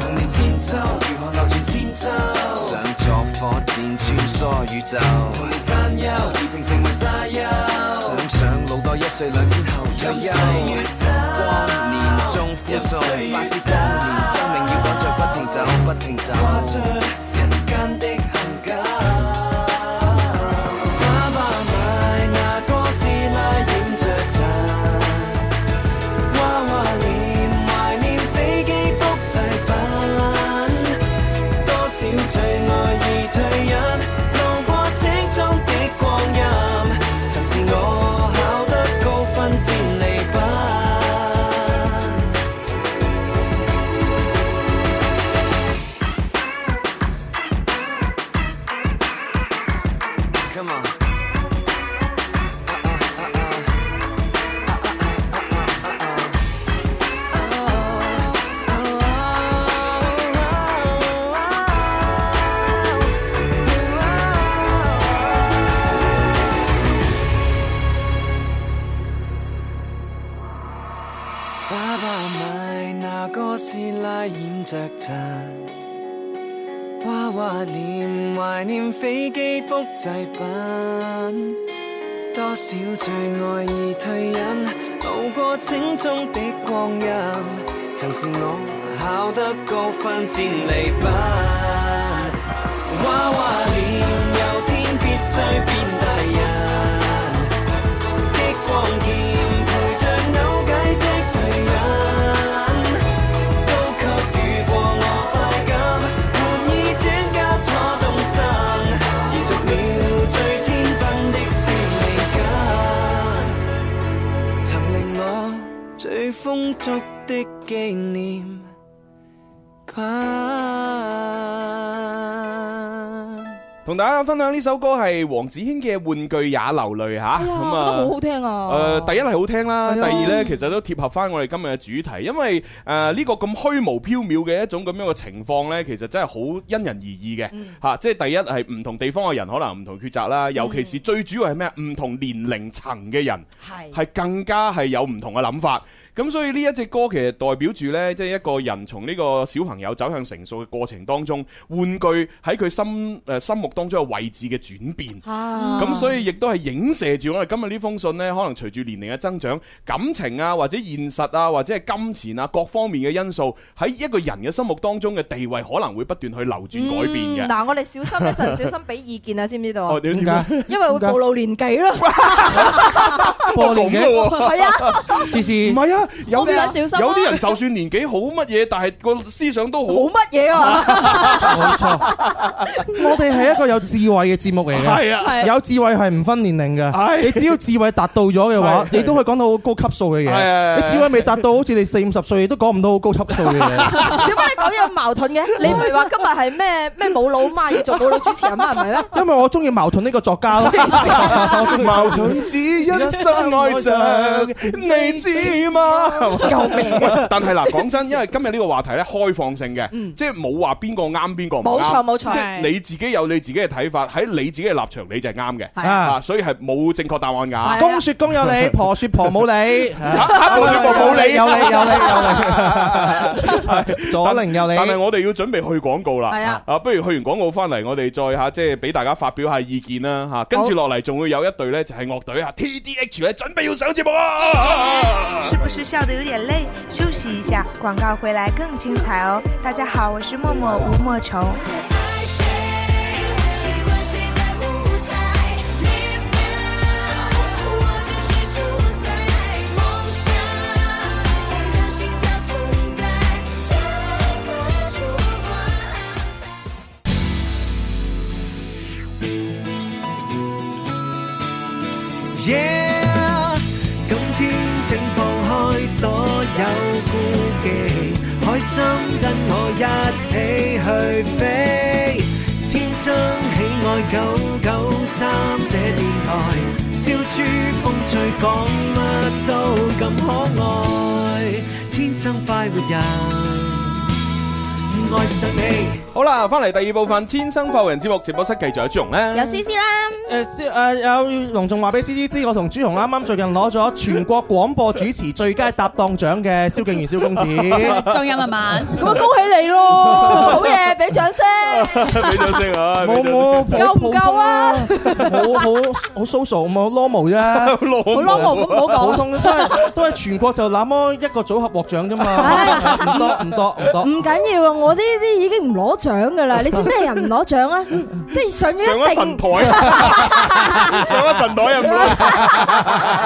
[SPEAKER 13] 童年千秋，如何流傳千秋？想坐火箭穿梭宇宙。童年山丘，移平成為沙丘。想想老多一歲兩天後退休。光年中歡送，巴士光年，生命要趕在不停走，不停走。跨出人間的行家。爸爸買牙膏，師奶染着塵。娃娃臉懷念飛機複製品，多少最愛已退隱，路過青蔥的光陰，曾是我考得高分戰利品。Come on.
[SPEAKER 3] 同大家分享呢首歌係黃子軒嘅《玩具也流淚》吓，
[SPEAKER 6] 哎呀
[SPEAKER 3] 咁
[SPEAKER 6] 覺得
[SPEAKER 3] 啊
[SPEAKER 6] 好好。聽
[SPEAKER 3] 誒、
[SPEAKER 6] 啊！
[SPEAKER 3] 第一係好聽啦，第
[SPEAKER 6] 係啊
[SPEAKER 3] 二呢，其實都貼合翻我哋今日嘅主題，因為誒呢、
[SPEAKER 6] 嗯
[SPEAKER 3] 個咁虛無縹緲嘅一種咁樣嘅情況呢，其實真係好因人而異嘅嚇、
[SPEAKER 6] 嗯
[SPEAKER 3] 即係第一係唔同地方嘅人可能唔同抉擇啦，尤其是最主要係咩啊？唔同年齡層嘅人
[SPEAKER 6] 係
[SPEAKER 3] 係更加係有唔同嘅諗法。咁所以呢一隻歌其實代表住呢，即係一個人從呢個小朋友走向成熟嘅過程當中，玩具喺佢心誒、呃心目當中嘅位置嘅轉變。
[SPEAKER 6] 啊
[SPEAKER 3] 咁所以亦都係影射住我哋今日呢封信呢，可能隨住年齡嘅增長，感情啊，或者現實啊，或者係金錢啊，各方面嘅因素喺一個人嘅心目當中嘅地位可能會不斷去流轉改變
[SPEAKER 6] 嗯
[SPEAKER 3] 嘅。
[SPEAKER 6] 嗱，我哋小心一陣，小心俾意見啊，知唔知道啊
[SPEAKER 3] 哦，？你點啊？
[SPEAKER 6] 因為會暴露年 紀咯。
[SPEAKER 5] 破年
[SPEAKER 3] 咁咯喎
[SPEAKER 5] 嘅，
[SPEAKER 6] 係啊，
[SPEAKER 5] 試
[SPEAKER 3] 唔
[SPEAKER 5] 試
[SPEAKER 3] 係啊，有啲
[SPEAKER 4] 我唔想小心啊
[SPEAKER 3] 有啲人就算年紀好乜嘢，但係個思想都
[SPEAKER 6] 冇
[SPEAKER 3] 好
[SPEAKER 6] 乜 嘢啊，
[SPEAKER 5] 冇錯。我哋係一個有智慧嘅節目嚟嘅。
[SPEAKER 3] 係啊。
[SPEAKER 5] 有智慧係唔分年齡
[SPEAKER 3] 係
[SPEAKER 5] 嘅，你只要智慧達到咗嘅 話
[SPEAKER 3] 係，
[SPEAKER 5] 你都可以講到好高級數嘅
[SPEAKER 3] 係係
[SPEAKER 5] 嘢。
[SPEAKER 3] 係
[SPEAKER 5] 你智慧未達到，好似你四五十歲，你都講唔到好高級數 嘅嘢。
[SPEAKER 6] 點解你講嘢咁矛盾嘅？你唔係話今日係咩咩冇腦嘛，要做冇腦主持人嘛，係咪 咩？
[SPEAKER 5] 因為我中意矛盾呢個作家咯。
[SPEAKER 3] 矛盾只因深愛着，你知嗎？
[SPEAKER 6] 救命啊！
[SPEAKER 3] 但係嗱，講 真，因為今日呢個話題咧開放性嘅，
[SPEAKER 6] 嗯
[SPEAKER 3] 即係冇話邊個啱邊個唔
[SPEAKER 6] 冇
[SPEAKER 3] 啱。
[SPEAKER 6] 錯冇錯
[SPEAKER 3] 即，係你自己有你自己嘅睇法，喺你自己嘅立場你就係啱嘅，
[SPEAKER 6] 係啊
[SPEAKER 5] 啊
[SPEAKER 3] 啊，所以係冇正確答案㗎。
[SPEAKER 5] 公說公有 理，婆說婆冇理。
[SPEAKER 3] 嚇嚇我呢個冇理
[SPEAKER 5] 有理有 理有理，左零右理。
[SPEAKER 3] 但係我哋要準備去廣告啦。
[SPEAKER 6] 啊係啊
[SPEAKER 3] 不如去完廣告翻嚟，我哋再嚇即係俾大家發表下意見啦嚇。跟住落嚟仲會有一隊咧就係樂隊啊 TDH 咧準備要上節目啊！
[SPEAKER 14] 是不是笑得有点累？休息一下，广告回来更精彩哦。大家好，我是默默吴莫愁。
[SPEAKER 2] Yeah，今天請放開所有顧忌，開心跟我一起去飛。天生喜愛九九三這電台，笑豬風趣講乜都咁可愛，天生快活人，愛上你。
[SPEAKER 3] 好啦，翻嚟第二部分《天生快活人》節目直播室繼續有朱容咧
[SPEAKER 4] 有。思思啦，
[SPEAKER 5] 誒先誒有隆重話俾 C C 知，我同朱紅啱啱最近攞咗全國廣播主持最佳搭檔獎嘅蕭敬元蕭公子，
[SPEAKER 4] 仲有文文，
[SPEAKER 6] 咁啊，恭喜你咯！好嘢，俾掌聲。
[SPEAKER 3] 俾咗聲啊！
[SPEAKER 5] 冇冇
[SPEAKER 6] 夠唔夠啊？
[SPEAKER 5] 冇好好 social 冇 normal 啫，
[SPEAKER 6] 好
[SPEAKER 3] 攞
[SPEAKER 6] 攞毛咁唔好
[SPEAKER 5] 普
[SPEAKER 6] 講，
[SPEAKER 5] 通都係都係全國就那麼一個組合獲獎啫嘛，唔多唔多唔多。
[SPEAKER 6] 唔緊要啊！我呢啲已經唔攞獎 噶啦，你知咩人唔攞獎啊？即係上咗
[SPEAKER 3] 上咗
[SPEAKER 6] 一
[SPEAKER 3] 神
[SPEAKER 6] 定
[SPEAKER 3] 台，上咗神台有冇？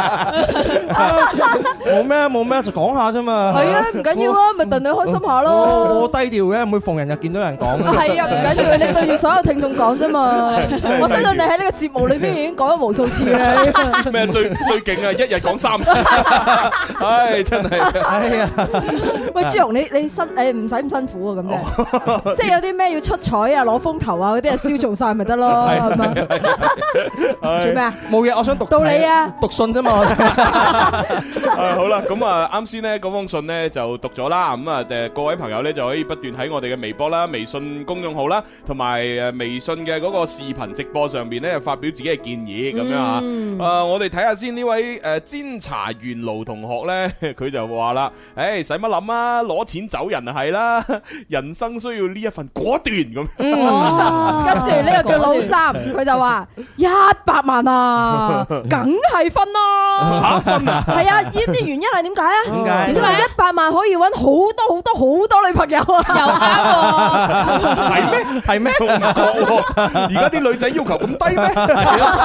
[SPEAKER 5] 冇咩冇咩，就講下啫嘛。
[SPEAKER 6] 係啊，唔緊要啊，咪戥你開心下
[SPEAKER 5] 我我
[SPEAKER 6] 咯。
[SPEAKER 5] 低調嘅，唔會逢人就見到人講。
[SPEAKER 6] 係啊，唔緊要，你對住所有聽眾講啫嘛。我相信你喺呢個節目裏邊已經講咗無數
[SPEAKER 5] 啊
[SPEAKER 6] 次啦。
[SPEAKER 3] 咩最最勁啊！一日講 三次，唉，真係
[SPEAKER 5] 哎呀，
[SPEAKER 3] 啊
[SPEAKER 6] 喂，朱容，你你辛誒唔使咁辛苦啊，咁
[SPEAKER 2] 哦
[SPEAKER 6] 嘅， 即係有啲咩要出彩啊、攞風頭啊嗰啲啊，蕭做晒咪得咯，
[SPEAKER 5] 啊
[SPEAKER 6] 係嘛？做咩啊？
[SPEAKER 5] 冇嘢，我想讀
[SPEAKER 6] 到你啊
[SPEAKER 5] 讀信啫嘛。我哋
[SPEAKER 3] 啊好啦，咁啊，啱先呢嗰封信呢就讀咗啦，咁啊誒各位朋友呢就可以不斷喺我哋嘅微博啦、微信公眾號啦，同埋誒微信嘅嗰個視頻直播上邊呢發表自己嘅建議咁樣啊。
[SPEAKER 6] 嗯
[SPEAKER 3] 啊，我哋睇下先呢位誒煎茶元爐同學呢， 佢就話啦：，誒使乜諗啊，攞錢走人就係啦， 人生需要呢一份果斷咁。
[SPEAKER 6] 哦跟住呢個叫老三，佢就話一百萬啊，梗係分啦，係啊，知唔知原因係點解啊？
[SPEAKER 5] 點解
[SPEAKER 6] 因為一百萬可以揾好多好多好多女朋友
[SPEAKER 4] 又
[SPEAKER 6] 啊！
[SPEAKER 4] 啱喎。
[SPEAKER 3] 係咩？ 係咩？我唔覺喎，而家啲女仔要求咁低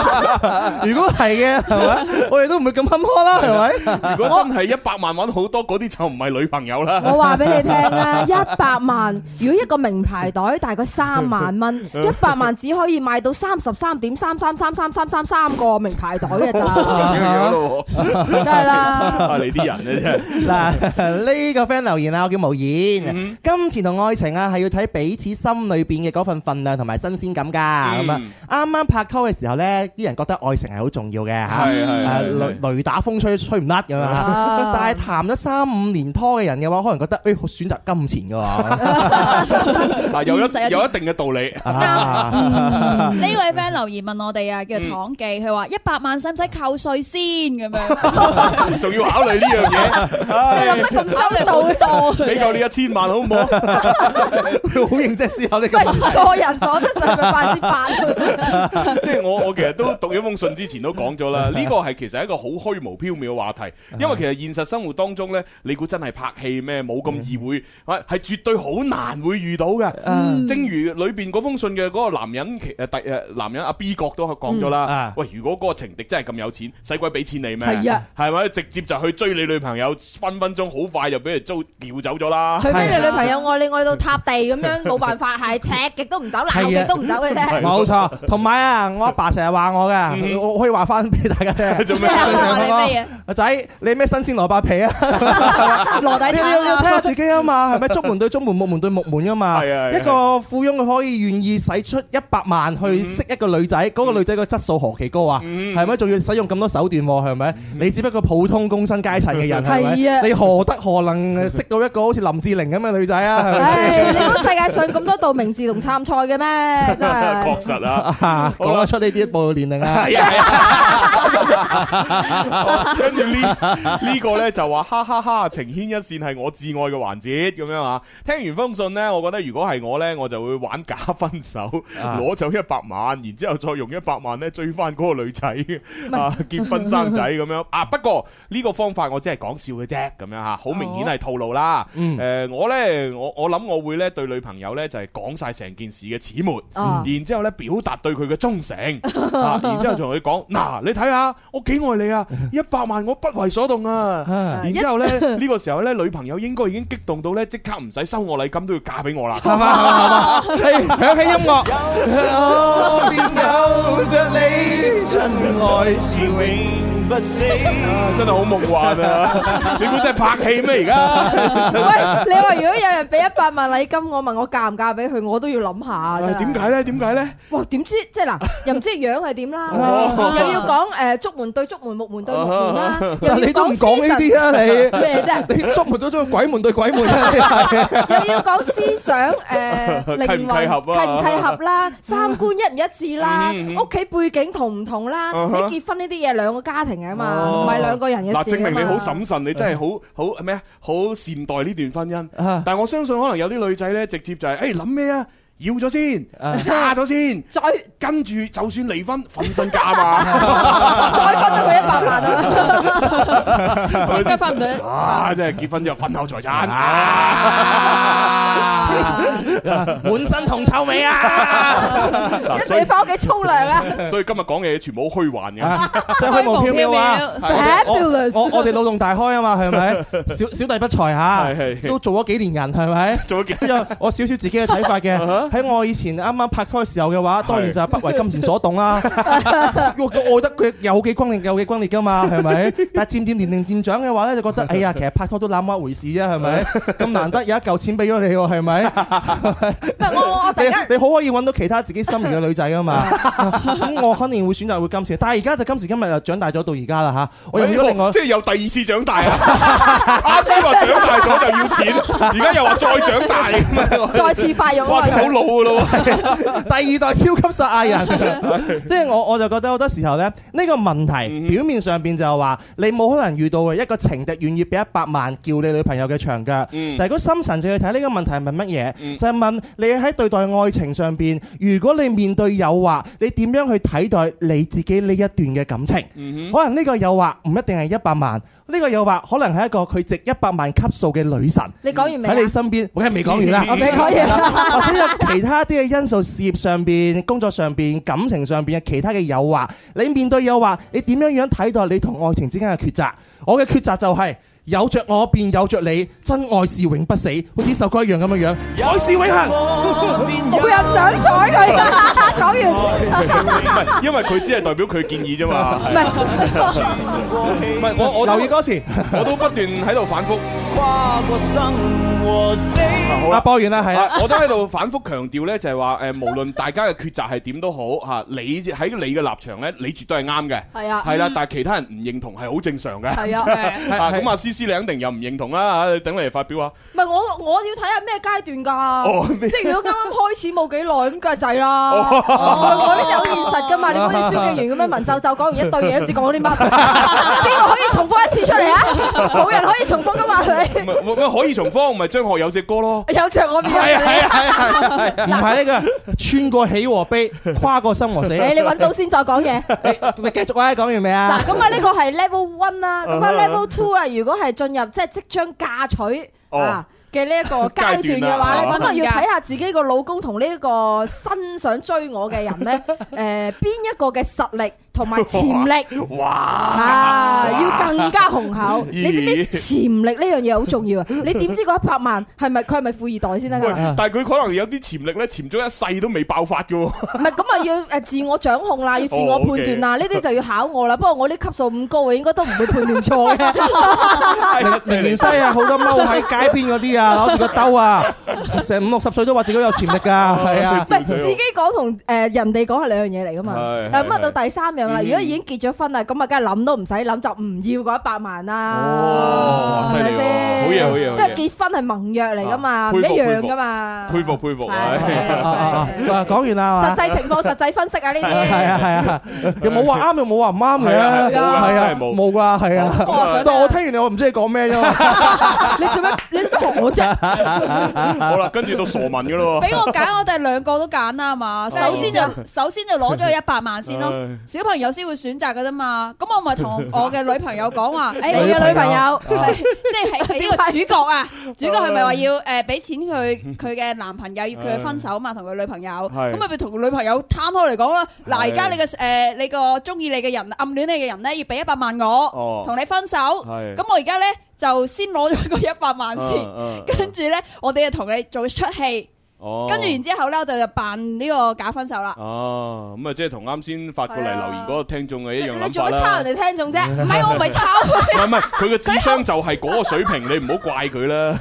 [SPEAKER 5] 如果係嘅，係咪？我哋都唔會咁坎坷啦，係咪？
[SPEAKER 3] 咩？啊如果真係一百萬揾好多嗰啲就唔係女朋友啦。
[SPEAKER 6] 我話俾你聽 啊，一百萬如果一個名牌袋大概三萬蚊，一百萬只可以買到三十三點三三三三三三三個名牌袋嘅咋，
[SPEAKER 3] 咁樣 樣咯
[SPEAKER 6] 梗係啦。
[SPEAKER 11] 啊
[SPEAKER 3] 喎，你啲人咧
[SPEAKER 5] 嗱，
[SPEAKER 11] 嗯
[SPEAKER 5] 呢個 friend 留言啊，我叫無言。金錢同愛情啊，係要睇彼此心裏邊嘅嗰份份量同埋新鮮感㗎。咁啊
[SPEAKER 11] 嗯，
[SPEAKER 5] 啱啱拍拖嘅時候咧，啲人覺得愛情係好重要嘅嚇，
[SPEAKER 11] 係係
[SPEAKER 5] 啊
[SPEAKER 11] 係
[SPEAKER 5] 雷雷打風吹吹唔甩咁啊
[SPEAKER 11] 啊。
[SPEAKER 5] 但係談咗三五年拖嘅人嘅話，可能覺得誒選擇金錢㗎喎。
[SPEAKER 3] 啊，有一
[SPEAKER 4] 現實一啲
[SPEAKER 3] 有一定嘅道理。
[SPEAKER 6] 啊嗯
[SPEAKER 5] 啊
[SPEAKER 4] 呢位 friend 留言問我哋啊，叫唐記，佢話一百萬使唔使扣税先咁 樣？
[SPEAKER 3] 仲要考慮呢樣嘢，唉
[SPEAKER 4] 你諗得咁周到
[SPEAKER 3] 俾夠你一千萬好唔好？
[SPEAKER 5] 佢好認真思考呢
[SPEAKER 3] 個問題。
[SPEAKER 6] 個人所得上嘅百分之八，
[SPEAKER 3] 即係我我其實都讀咗封信之前都講咗啦，呢個係其實係一個好虛無縹緲嘅話題，
[SPEAKER 5] 嗯
[SPEAKER 3] 因為其實現實生活當中呢，你估真係拍戲咩？冇
[SPEAKER 5] 嗯
[SPEAKER 3] 咁易會，係係絕對好難會遇到嘅。
[SPEAKER 5] 嗯
[SPEAKER 3] 正如裏邊嗰封信嘅嗰個男人其誒第誒呃男人阿 B 角都講咗
[SPEAKER 5] 嗯
[SPEAKER 3] 啦
[SPEAKER 5] 啊，
[SPEAKER 3] 喂，如果嗰個情敵真係咁有錢，使鬼俾錢你咩？
[SPEAKER 5] 係啊
[SPEAKER 3] 係咪直接就去追你女朋友，分分鐘好快就俾人租撬走咗啦。
[SPEAKER 6] 除非你女朋友愛你愛到塌地咁樣，冇辦法，係踢極都唔走，鬧極都唔走嘅啫。
[SPEAKER 5] 冇錯。同埋啊，我阿爸成日話我
[SPEAKER 11] 嗯
[SPEAKER 5] 㗎，我我可以話翻俾大 家聽。做
[SPEAKER 6] 咩啊話你咩嘢
[SPEAKER 5] 阿仔，你咩新鮮蘿蔔皮啊？
[SPEAKER 4] 羅底
[SPEAKER 5] 你
[SPEAKER 4] 橙啊
[SPEAKER 5] 要要睇下自己啊嘛，係咪竹門對竹門，木門對木門啊嘛？
[SPEAKER 11] 啊係啊
[SPEAKER 5] 一個富翁佢可以願意使出一百萬
[SPEAKER 11] 嗯
[SPEAKER 5] 去識一個女仔，嗰個女仔個質素何其高啊？係咪？仲要使用咁多手段喎？係咪？
[SPEAKER 11] 嗯
[SPEAKER 5] 你只不過普通工薪階層嘅人係
[SPEAKER 6] 係啊
[SPEAKER 5] 咪？你何德何能呃識到一個好似林志玲咁嘅女仔啊？係
[SPEAKER 6] 唉，
[SPEAKER 5] 咪
[SPEAKER 6] 你估世界上咁多道明自動參賽嘅咩？真係。
[SPEAKER 3] 確實啊。
[SPEAKER 5] 啊 講得出呢啲暴露年齡啊！
[SPEAKER 3] 係啊係啊，跟住呢呢個呢就話哈哈哈，情牽一線係我至愛嘅環節咁樣啊。聽完封信呢，我覺得如果係我呢，我就會玩假分手，
[SPEAKER 11] 啊
[SPEAKER 3] 攞走一百萬，然之後再用一百萬呢追翻嗰個女仔
[SPEAKER 11] 係
[SPEAKER 3] 啊，結婚生仔咁樣啊。不過呢個方法我只係講笑嘅啫，咁樣吓，好明顯係套路啦。誒，我呢，我我諗我會呢對女朋友呢，就係講晒成件事嘅始末，
[SPEAKER 11] 啊
[SPEAKER 3] 然之後咧表達對佢嘅忠 誠，啊然之後同佢 講嗱，你睇下我幾愛你啊，一百萬我不為所動 啊。然之後咧呢個時候咧，女朋友應該已經激動到咧即刻唔使收我禮金都要嫁俾我啦。
[SPEAKER 5] 係嘛係 嘛係哎響起音樂
[SPEAKER 11] 我便有着你，真愛是
[SPEAKER 3] 永不死。啊真係好夢幻 啊！你估真係拍戲咩而家？
[SPEAKER 6] 你 話如果有人俾一百萬禮金我，問我嫁唔嫁俾佢，我都要諗下。真係
[SPEAKER 3] 啊點解咧？點解咧？
[SPEAKER 6] 哇！點知即 係嗱，又唔知樣係點啦，
[SPEAKER 5] 哦
[SPEAKER 6] 又要講誒竹門對竹門，木門對木門啦，又 要
[SPEAKER 5] 但你都唔講呢啲啊！你
[SPEAKER 6] 思想 咩啫？
[SPEAKER 5] 你捉門都捉鬼門對鬼門啊！你係
[SPEAKER 6] 又要講思 想誒靈
[SPEAKER 5] 契唔契
[SPEAKER 6] 魂
[SPEAKER 5] 合啊
[SPEAKER 6] 契唔契合啦，三觀一唔一致啦，
[SPEAKER 3] 嗯嗯
[SPEAKER 6] 屋企背景同唔同啦，
[SPEAKER 3] 嗯哼
[SPEAKER 6] 你結婚呢啲嘢兩個家庭嘅嘛，唔係兩個人嘅
[SPEAKER 3] 嗱，
[SPEAKER 6] 事
[SPEAKER 3] 證
[SPEAKER 6] 㗎
[SPEAKER 3] 明你好
[SPEAKER 6] 嘛。
[SPEAKER 3] 審慎，你真係好好咩啊？好善待呢段婚姻。但係我相信可能有啲女仔咧，直接就係誒諗咩啊？要咗先，嫁咗先，
[SPEAKER 6] 再
[SPEAKER 3] 跟住就算離婚，份身嫁嘛，再
[SPEAKER 6] 分得佢一百萬
[SPEAKER 3] 啊
[SPEAKER 6] 真係分唔到
[SPEAKER 3] 啊！真係結婚之後婚後財產啊！
[SPEAKER 5] 滿身銅臭味啊！
[SPEAKER 3] 嗱
[SPEAKER 6] 一定要翻屋企沖涼啊！
[SPEAKER 3] 所以今日講嘅嘢全部好虛幻嘅，
[SPEAKER 5] 真啊係虛無縹緲啊！
[SPEAKER 6] Fabulous
[SPEAKER 5] 我我我哋腦洞大開啊嘛，係咪？小小弟不才
[SPEAKER 3] 係
[SPEAKER 5] 嚇，都做咗幾年人係咪？
[SPEAKER 3] 做咗幾 Uh-huh。
[SPEAKER 5] 都有我少少自己嘅睇 法嘅。喺我以前啱啱拍拖嘅時候嘅話，當然就係不為金錢所 動啦。我我覺得佢有幾轟烈有幾轟烈㗎嘛，係咪？但係漸漸年齡漸長嘅話咧， 就覺得哎呀，其實拍拖都那麼一回事啫，係咪？咁難得有一嚿錢俾咗你喎，係咪？你你好可以揾到其他自己心儀嘅女仔啊 嘛，咁我肯定會選擇會今次，但係而家就今時今日就長大咗到而家啦吓，我用咗另外
[SPEAKER 3] 即係有第二次長大啊！啱先話長大咗就要錢， 而家又話再長大咁啊！
[SPEAKER 6] 再次發育啊
[SPEAKER 3] 哇！咁好老噶咯喎！
[SPEAKER 5] 第二代超級殺亞 人，即係我我就覺得好多時候咧，呢個問
[SPEAKER 11] 嗯
[SPEAKER 5] 題表面上邊就係話你冇可能遇到嘅一個情敵願意俾一百萬叫你女朋友嘅長腳，
[SPEAKER 11] 嗯
[SPEAKER 5] 但係如果深層次去睇呢個問題係問乜嘢？
[SPEAKER 11] 嗯
[SPEAKER 5] 就係問你喺對待愛情上邊，如果你面對誘惑，你點樣去睇待你自己呢一段嘅感情？
[SPEAKER 11] 嗯
[SPEAKER 5] 可能呢個誘惑唔一定係一百萬，呢、個誘惑可能係一個佢值一百萬級數嘅女神。
[SPEAKER 6] 你講完未啊
[SPEAKER 5] 喺你身邊，我梗係未講完啦。
[SPEAKER 6] 我未講完
[SPEAKER 5] 或者有其他啲嘅因素，事業上邊、工作上邊、感情上邊嘅其他嘅誘惑，你面對誘惑，你點樣樣睇待你同愛情之間嘅抉擇？我嘅抉擇就係、有着我便有着你，真愛是永不死，好似呢首歌一樣咁樣樣， 愛是永恆。
[SPEAKER 6] 我又唔想睬 佢
[SPEAKER 3] 唔
[SPEAKER 6] 講完。
[SPEAKER 3] 係，因為佢只係代表佢建議啫嘛。
[SPEAKER 6] 唔係
[SPEAKER 3] 唔係我我
[SPEAKER 5] 留意歌詞，
[SPEAKER 3] 我都不斷喺度反覆。
[SPEAKER 2] 跨過生和死。
[SPEAKER 5] 啊播完啦係啊
[SPEAKER 3] 我都喺度反覆強調咧，就係話誒，無論大家嘅抉擇係點都好嚇，你喺你嘅立場咧，你絕對係啱嘅。
[SPEAKER 6] 係啊
[SPEAKER 3] 係啦
[SPEAKER 6] 嗯，
[SPEAKER 3] 但係其他人唔認同係好正常嘅。
[SPEAKER 6] 係啊
[SPEAKER 3] 啊咁啊，思思你肯定又唔認同啦，啊等你嚟發表下。
[SPEAKER 6] 唔係我我要睇下咩階段
[SPEAKER 3] 哦
[SPEAKER 6] 㗎，
[SPEAKER 3] 咩
[SPEAKER 6] 即係如果啱啱開始冇幾耐咁，梗係滯 啦。
[SPEAKER 3] 哦
[SPEAKER 6] 我呢啲好現實㗎嘛，你好似蕭敬元咁樣文縐縐講完一堆嘢，唔知 講啲乜，邊個可以重複一次出嚟啊？冇人可以重複㗎嘛，哎係咪？
[SPEAKER 3] 咪咪咪可以重方，咪張學友隻歌 咯。
[SPEAKER 6] 有着我邊有
[SPEAKER 5] 係啊係啊係啊係啊
[SPEAKER 6] 你
[SPEAKER 5] 唔係呢個穿過喜和悲，跨過生和死。
[SPEAKER 6] 誒，你揾到先再講嘢。
[SPEAKER 5] 你繼續啊，講完未啊
[SPEAKER 6] 嗱，？咁啊呢個係 level one 啦，咁啊
[SPEAKER 5] 嗯
[SPEAKER 6] level two 啦，如果係進入即係即將嫁娶
[SPEAKER 5] 哦
[SPEAKER 6] 啊。嘅呢一 個階
[SPEAKER 5] 階
[SPEAKER 6] 段嘅
[SPEAKER 5] 段
[SPEAKER 6] 話
[SPEAKER 5] 啊
[SPEAKER 6] 咧，咁啊
[SPEAKER 5] 啊
[SPEAKER 6] 要睇下自己個老公同呢一個新想追我嘅人 咧，誒邊一個嘅實力同埋潛力，
[SPEAKER 3] 哇
[SPEAKER 6] 啊要更加 雄厚。
[SPEAKER 3] 咦
[SPEAKER 6] 你知唔知潛力呢樣嘢好重要啊？你點知嗰一百萬係咪佢係咪富二代先
[SPEAKER 5] 啊
[SPEAKER 6] 得
[SPEAKER 3] 喂
[SPEAKER 6] 㗎？
[SPEAKER 3] 但係佢可能有啲潛力咧，潛咗一世都未爆發嘅喎。
[SPEAKER 6] 唔係咁啊，要誒自我掌控啦，要自我判斷啦，
[SPEAKER 3] 哦
[SPEAKER 6] 呢
[SPEAKER 3] ，OK
[SPEAKER 6] 啲就要考我啦。不過我啲級數咁高，應該都唔會判斷錯 嘅。
[SPEAKER 5] 明年西啊，好多踎喺街邊嗰啲啊，攞住個兜啊，成五六十歲都話自己有潛力㗎，係啊。
[SPEAKER 6] 唔係自己講同誒人哋講係兩樣嘢嚟噶嘛。
[SPEAKER 5] 係
[SPEAKER 6] 嗱咁啊
[SPEAKER 5] 係
[SPEAKER 6] 到第三樣啦，
[SPEAKER 5] 嗯
[SPEAKER 6] 如果已經結咗婚啦，咁啊梗係諗都唔使諗，就唔要嗰一百萬啦，
[SPEAKER 3] 哦
[SPEAKER 6] 係咪
[SPEAKER 3] 犀利喎好嘢好嘢
[SPEAKER 6] 先？
[SPEAKER 3] 好
[SPEAKER 6] 因
[SPEAKER 3] 嘢
[SPEAKER 6] 為結婚係盟約嚟噶嘛，
[SPEAKER 3] 啊
[SPEAKER 6] 唔一
[SPEAKER 3] 佩服
[SPEAKER 6] 樣噶嘛。
[SPEAKER 3] 佩服佩服。
[SPEAKER 5] 啊講完啦，係
[SPEAKER 6] 實
[SPEAKER 5] 嘛
[SPEAKER 6] 際情況實際分析啊呢啲。
[SPEAKER 5] 係啊係啊，又冇話啱又冇話唔啱嘅，
[SPEAKER 3] 係啊
[SPEAKER 6] 係
[SPEAKER 5] 係
[SPEAKER 6] 啊真
[SPEAKER 5] 啊
[SPEAKER 6] 係冇
[SPEAKER 5] 冇㗎，係啊。但我聽完你我唔知你講咩啫嘛。
[SPEAKER 6] 你做咩？你做咩學我
[SPEAKER 3] 啫？好啦，跟住到傻文嘅
[SPEAKER 6] 哦
[SPEAKER 3] 咯喎。
[SPEAKER 4] 俾我揀，我哋兩個都揀啦係嘛。
[SPEAKER 3] 係
[SPEAKER 4] 首先就首先就攞 咗一百萬先咯
[SPEAKER 3] 唉，
[SPEAKER 4] 小朋友先會選擇嘅啫嘛。咁我咪同 我嘅女朋友講話，誒
[SPEAKER 6] 你嘅女朋友哦
[SPEAKER 4] 係 即 係係呢個主角啊，主角係咪話要誒俾錢 佢佢嘅男朋友要佢分手嘛，同佢女朋友，
[SPEAKER 6] 係
[SPEAKER 4] 咁咪咪同佢女朋友攤開嚟講啦。嗱，
[SPEAKER 6] 係
[SPEAKER 4] 而家你嘅誒你個中意你嘅人暗戀你嘅人咧，要俾一百萬我
[SPEAKER 6] 哦，
[SPEAKER 4] 同你分手。
[SPEAKER 6] 係嗯
[SPEAKER 4] 咁我而家咧就先攞咗個一百萬先。跟住咧，我哋就同佢做出戲，
[SPEAKER 3] 哦
[SPEAKER 4] 跟住然之後咧，我哋就扮呢個假分手啦。
[SPEAKER 3] 哦，咁啊，即係同啱先發過嚟留言嗰個聽眾嘅一樣諗法啦
[SPEAKER 6] 你做乜抄人哋聽眾啫？
[SPEAKER 3] 唔係我唔係
[SPEAKER 4] 抄
[SPEAKER 3] 唔係唔係，佢嘅智商就係嗰個水平，你唔好怪佢啦。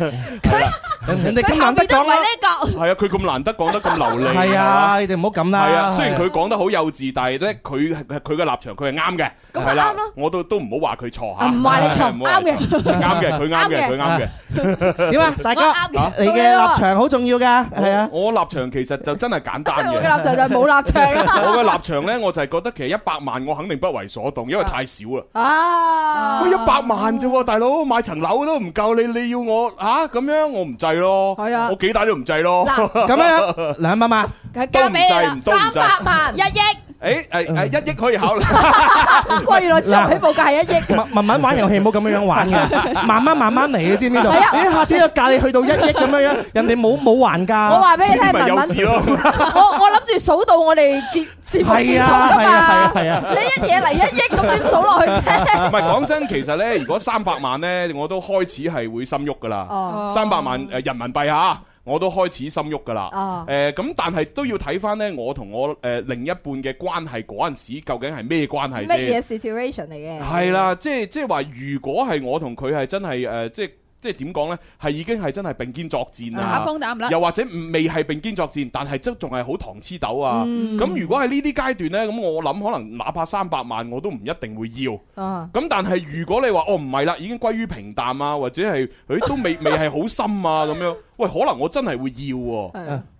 [SPEAKER 5] 人哋
[SPEAKER 4] 咁
[SPEAKER 5] 難得
[SPEAKER 4] 講啦，
[SPEAKER 3] 係啊，佢咁難得講得咁流利。
[SPEAKER 5] 係啊，你哋唔好咁啦。
[SPEAKER 3] 係啊，雖然佢講得好幼稚，但係咧，佢佢嘅立場佢係啱嘅，係啦，我都都唔好話佢錯嚇，
[SPEAKER 5] 啊唔話你錯
[SPEAKER 3] 係唔好話你
[SPEAKER 5] 啱嘅
[SPEAKER 3] 啱嘅，佢啱嘅，佢啱嘅。
[SPEAKER 5] 點啊？大家
[SPEAKER 3] 啊
[SPEAKER 5] 你嘅立場好重要㗎，係啊。
[SPEAKER 3] 我立場其實就真係簡單嘅。
[SPEAKER 6] 我嘅立場就係冇立場啊
[SPEAKER 3] 我嘅立場咧，我就係覺得其實一百萬我肯定不為所動，因為太少啦。
[SPEAKER 6] 啊！
[SPEAKER 3] 喂，一百萬啫喎，大佬買層樓都唔夠，你你要我嚇咁樣，我唔制咯。
[SPEAKER 6] 係啊
[SPEAKER 3] 我幾大都唔制咯。
[SPEAKER 6] 嗱
[SPEAKER 5] 咁樣兩百萬，
[SPEAKER 4] 交俾你啦，
[SPEAKER 3] 都唔制唔制
[SPEAKER 4] 300萬 一億。
[SPEAKER 3] 誒誒誒，一億可以考慮。
[SPEAKER 6] 喂，原來最後起步價係一億。
[SPEAKER 5] 慢慢慢玩遊戲，唔好咁樣樣玩嘅，慢慢慢慢嚟嘅，知唔知道？
[SPEAKER 6] 係啊
[SPEAKER 5] 你一下子個價你去到一億咁樣樣，人哋冇冇還價。
[SPEAKER 6] 我話俾你聽，文文，我我諗住數到我哋結節目結
[SPEAKER 5] 係
[SPEAKER 6] 束
[SPEAKER 5] 啊
[SPEAKER 6] 噶
[SPEAKER 5] 係啊係啊係
[SPEAKER 6] 嘛，
[SPEAKER 5] 啊
[SPEAKER 6] 你一嘢嚟一億咁點數 落去啫？
[SPEAKER 3] 唔係講真，其實 咧，如果三百萬咧，我都開始係會心喐噶啦
[SPEAKER 6] 哦。
[SPEAKER 3] 三百萬誒人民幣嚇，我都開始心喐噶啦。
[SPEAKER 6] 哦
[SPEAKER 3] 誒咁，但係都要睇翻咧，我同我誒另一半嘅關係嗰陣時，究竟係咩關係
[SPEAKER 6] 乜嘢
[SPEAKER 3] 先？
[SPEAKER 6] situation 嚟嘅？
[SPEAKER 3] 係啦，即係即係話，如果係我同佢係真係誒，即係。即係點講呢？係已經係真係並肩作戰啊！
[SPEAKER 4] 打風打唔甩
[SPEAKER 3] 又或者未係並肩作戰，但係即仲係好糖黐豆啊！
[SPEAKER 4] 嗯
[SPEAKER 3] 咁、如果係呢啲階段呢，咁我諗可能哪怕三百萬我都唔一定會要。
[SPEAKER 6] 啊，
[SPEAKER 3] 咁但係如果你話哦唔係啦，已經歸於平淡啊，或者係佢都 未未係好深啊咁樣，喂，可能我真係會要喎，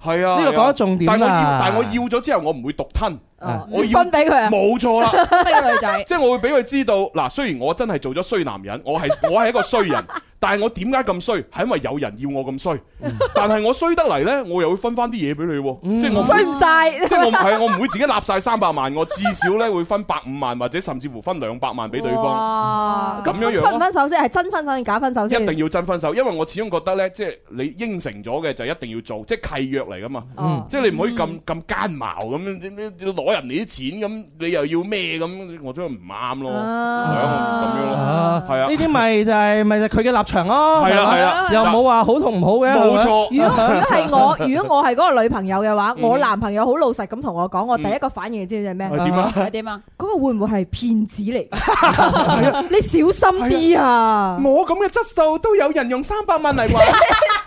[SPEAKER 3] 係啊，
[SPEAKER 5] 呢個講得重點
[SPEAKER 3] 但我要
[SPEAKER 5] 啦
[SPEAKER 3] 但我要咗之後，我唔會獨吞，我
[SPEAKER 6] 要分俾佢啊
[SPEAKER 3] 冇錯啦，
[SPEAKER 4] 俾個女仔，
[SPEAKER 3] 即係我會俾佢知道嗱，雖然我真係做咗衰男人， 我係我係一個衰人，但係我點解咁衰？係因為有人要我咁衰，但係我衰得嚟呢，我又會分翻啲嘢俾你喎，即係我會
[SPEAKER 6] 衰唔晒，
[SPEAKER 3] 即係我唔係，我唔會自己立晒三百萬，我至少咧會分百五萬或者甚至乎分兩百萬俾對方，
[SPEAKER 6] 哇！咁
[SPEAKER 3] 咁樣樣咯
[SPEAKER 6] 分唔分手先？係真分手定假分手
[SPEAKER 3] 一
[SPEAKER 6] 先？
[SPEAKER 3] 定要真分手，因為我始終覺得咧，即係你應應承咗嘅就一定要做，即係契約嚟噶嘛。
[SPEAKER 15] 嗯
[SPEAKER 3] 即係你唔可以咁咁奸茅咁樣點點點攞人哋啲錢咁，你又要咩咁？我真係唔啱咯，係啊咁樣咯，係啊。
[SPEAKER 5] 呢啲咪就係咪就係佢嘅立場咯，
[SPEAKER 3] 係啦
[SPEAKER 5] 係嘛
[SPEAKER 3] 係啦
[SPEAKER 5] 又冇話好同唔好嘅，
[SPEAKER 3] 冇錯
[SPEAKER 6] 如果如果 係我，如果我係嗰個女朋友嘅話，我男朋友好老實咁同我講，我第一個反應你知唔知係咩？
[SPEAKER 3] 係點啊
[SPEAKER 6] 係點啊？嗰個會唔會係騙子嚟？你小心啲啊！
[SPEAKER 3] 我咁嘅質素都有人用三百萬嚟
[SPEAKER 6] 玩，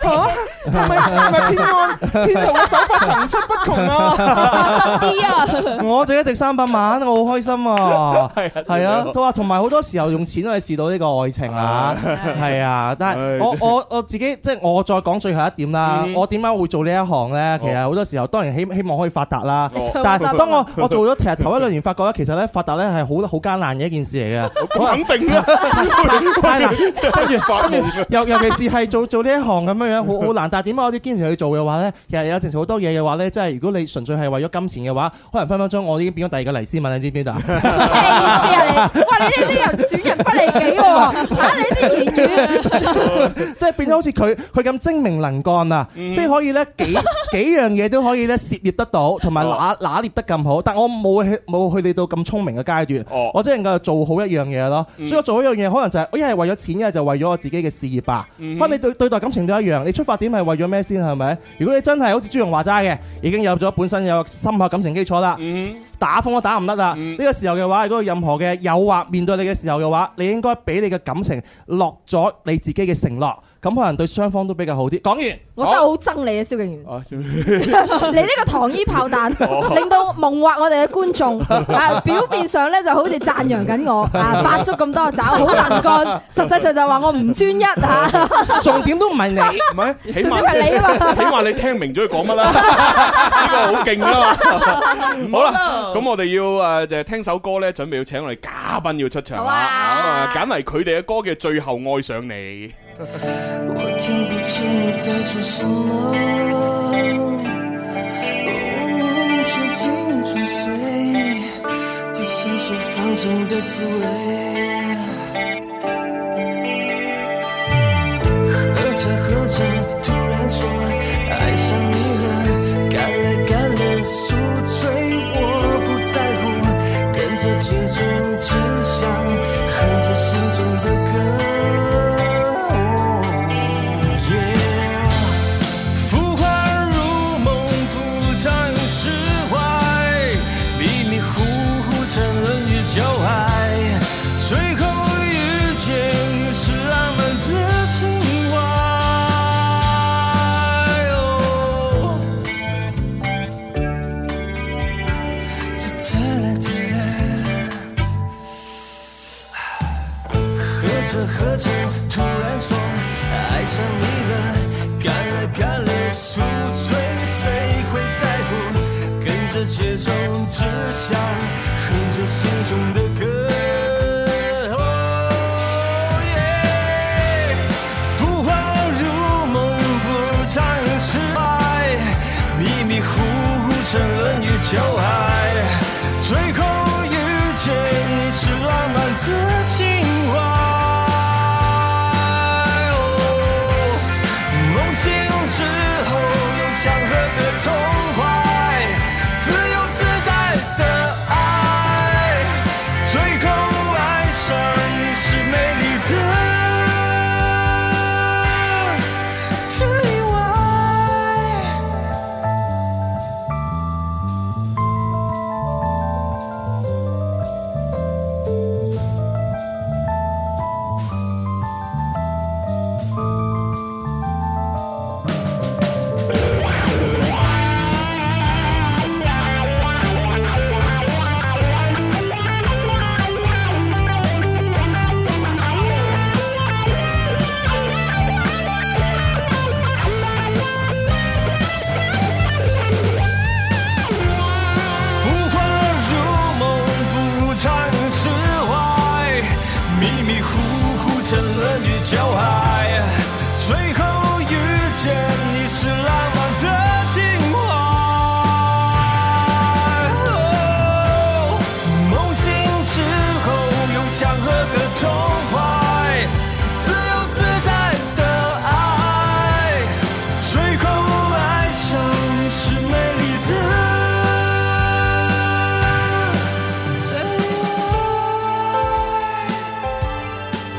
[SPEAKER 3] 嚇係咪係咪騙 案騙徒嘅手法層出不窮
[SPEAKER 5] 啊
[SPEAKER 6] 啲啊！
[SPEAKER 5] 我就一直三百萬，我好開心啊！
[SPEAKER 3] 係啊
[SPEAKER 5] 係啊
[SPEAKER 3] 呢，個
[SPEAKER 5] 都話同埋好多時候用錢可以試到呢個愛情啊，係啊！但係我我我自己即係我再講最後一點啦
[SPEAKER 11] 嗯，
[SPEAKER 5] 我點解會做呢一行呢？
[SPEAKER 3] 哦
[SPEAKER 5] 其實好多時候當然希希望可以發達啦
[SPEAKER 11] 哦，
[SPEAKER 5] 但係當 我我做咗其實頭一兩年發覺咧，其實咧發達咧係好好艱難嘅一件事嚟嘅。
[SPEAKER 3] 肯 定啊！
[SPEAKER 5] 太難，跟
[SPEAKER 3] 真係
[SPEAKER 5] 住
[SPEAKER 3] 發夢
[SPEAKER 5] 跟住，尤尤其是係做做呢一行咁樣樣，好好難。但係點解我哋堅持去做嘅話咧？其實有陣時好多嘢嘅話咧，即係如果你純粹係為咗金錢嘅話，可能分分鐘我已經變咗第二個黎思敏，你知唔知道？啊
[SPEAKER 6] 哇！你呢啲人損人不利己喎，啊！你啲言語
[SPEAKER 5] 即係變咗好似佢佢咁精明能幹啊！即係可以咧幾幾樣嘢都可以咧涉獵得到，同埋拿拿捏得咁好。但我冇去冇去你到咁聰明嘅階段，我只能夠做好一樣嘢咯。所
[SPEAKER 11] 嗯
[SPEAKER 5] 以我做一樣嘢，可能就係我一係為咗錢，一係就為咗我自己嘅事業吧。
[SPEAKER 11] 嗯
[SPEAKER 5] 乜你對對待感情都一樣，你出發點係為咗咩先係咪？如果你真係好似朱容話齋嘅，已經有咗本身有深厚感情基礎啦，打風都打唔甩啦。呢個時候嘅話，如果有任何嘅誘惑面對你嘅時候嘅話，你應該俾你嘅感情落咗你自己嘅承諾，咁可能對雙方都比較好啲。講完，
[SPEAKER 6] 我真係好憎你啊，蕭敬 元！
[SPEAKER 5] 好
[SPEAKER 6] 你呢個糖衣 炮彈
[SPEAKER 5] 哦，
[SPEAKER 6] 令到夢惑我哋嘅觀眾。啊，表面上咧就好似讚揚緊我，啊，發足咁多爪，好能幹，實際上就話我唔專一啊嚇。
[SPEAKER 5] 重點都唔係你，
[SPEAKER 3] 唔係，起
[SPEAKER 6] 重點係你啊嘛
[SPEAKER 3] 碼 起碼你聽明咗佢講乜啦，呢個好勁啊嘛！好啦，咁我哋要誒就係聽首歌咧，準備要請我哋嘉賓要出場啦，咁啊揀嚟佢哋嘅歌嘅《最後愛上你》。
[SPEAKER 13] 我听不清你在说什么，无处境追随，只享受放纵的滋味。喝着喝着，突然说爱上你了，干了干了，宿醉我不在乎，跟着节奏只想哼着心中的歌。
[SPEAKER 2] ，Oh 浮华如梦，不彰世外，迷迷糊糊沉沦于旧爱，最后遇见是浪漫的情怀。哦
[SPEAKER 13] 喝着喝着，突然说爱上你了，干了干了，宿醉谁会在乎？跟着节奏只想哼着心中的歌。哦耶
[SPEAKER 2] 浮华如梦，不再是爱，迷迷糊糊沉沦于旧爱，最后遇见你是浪漫的情怀。哦梦醒之后又想喝个痛快，自由自在的爱，最后爱上你是美丽的最外。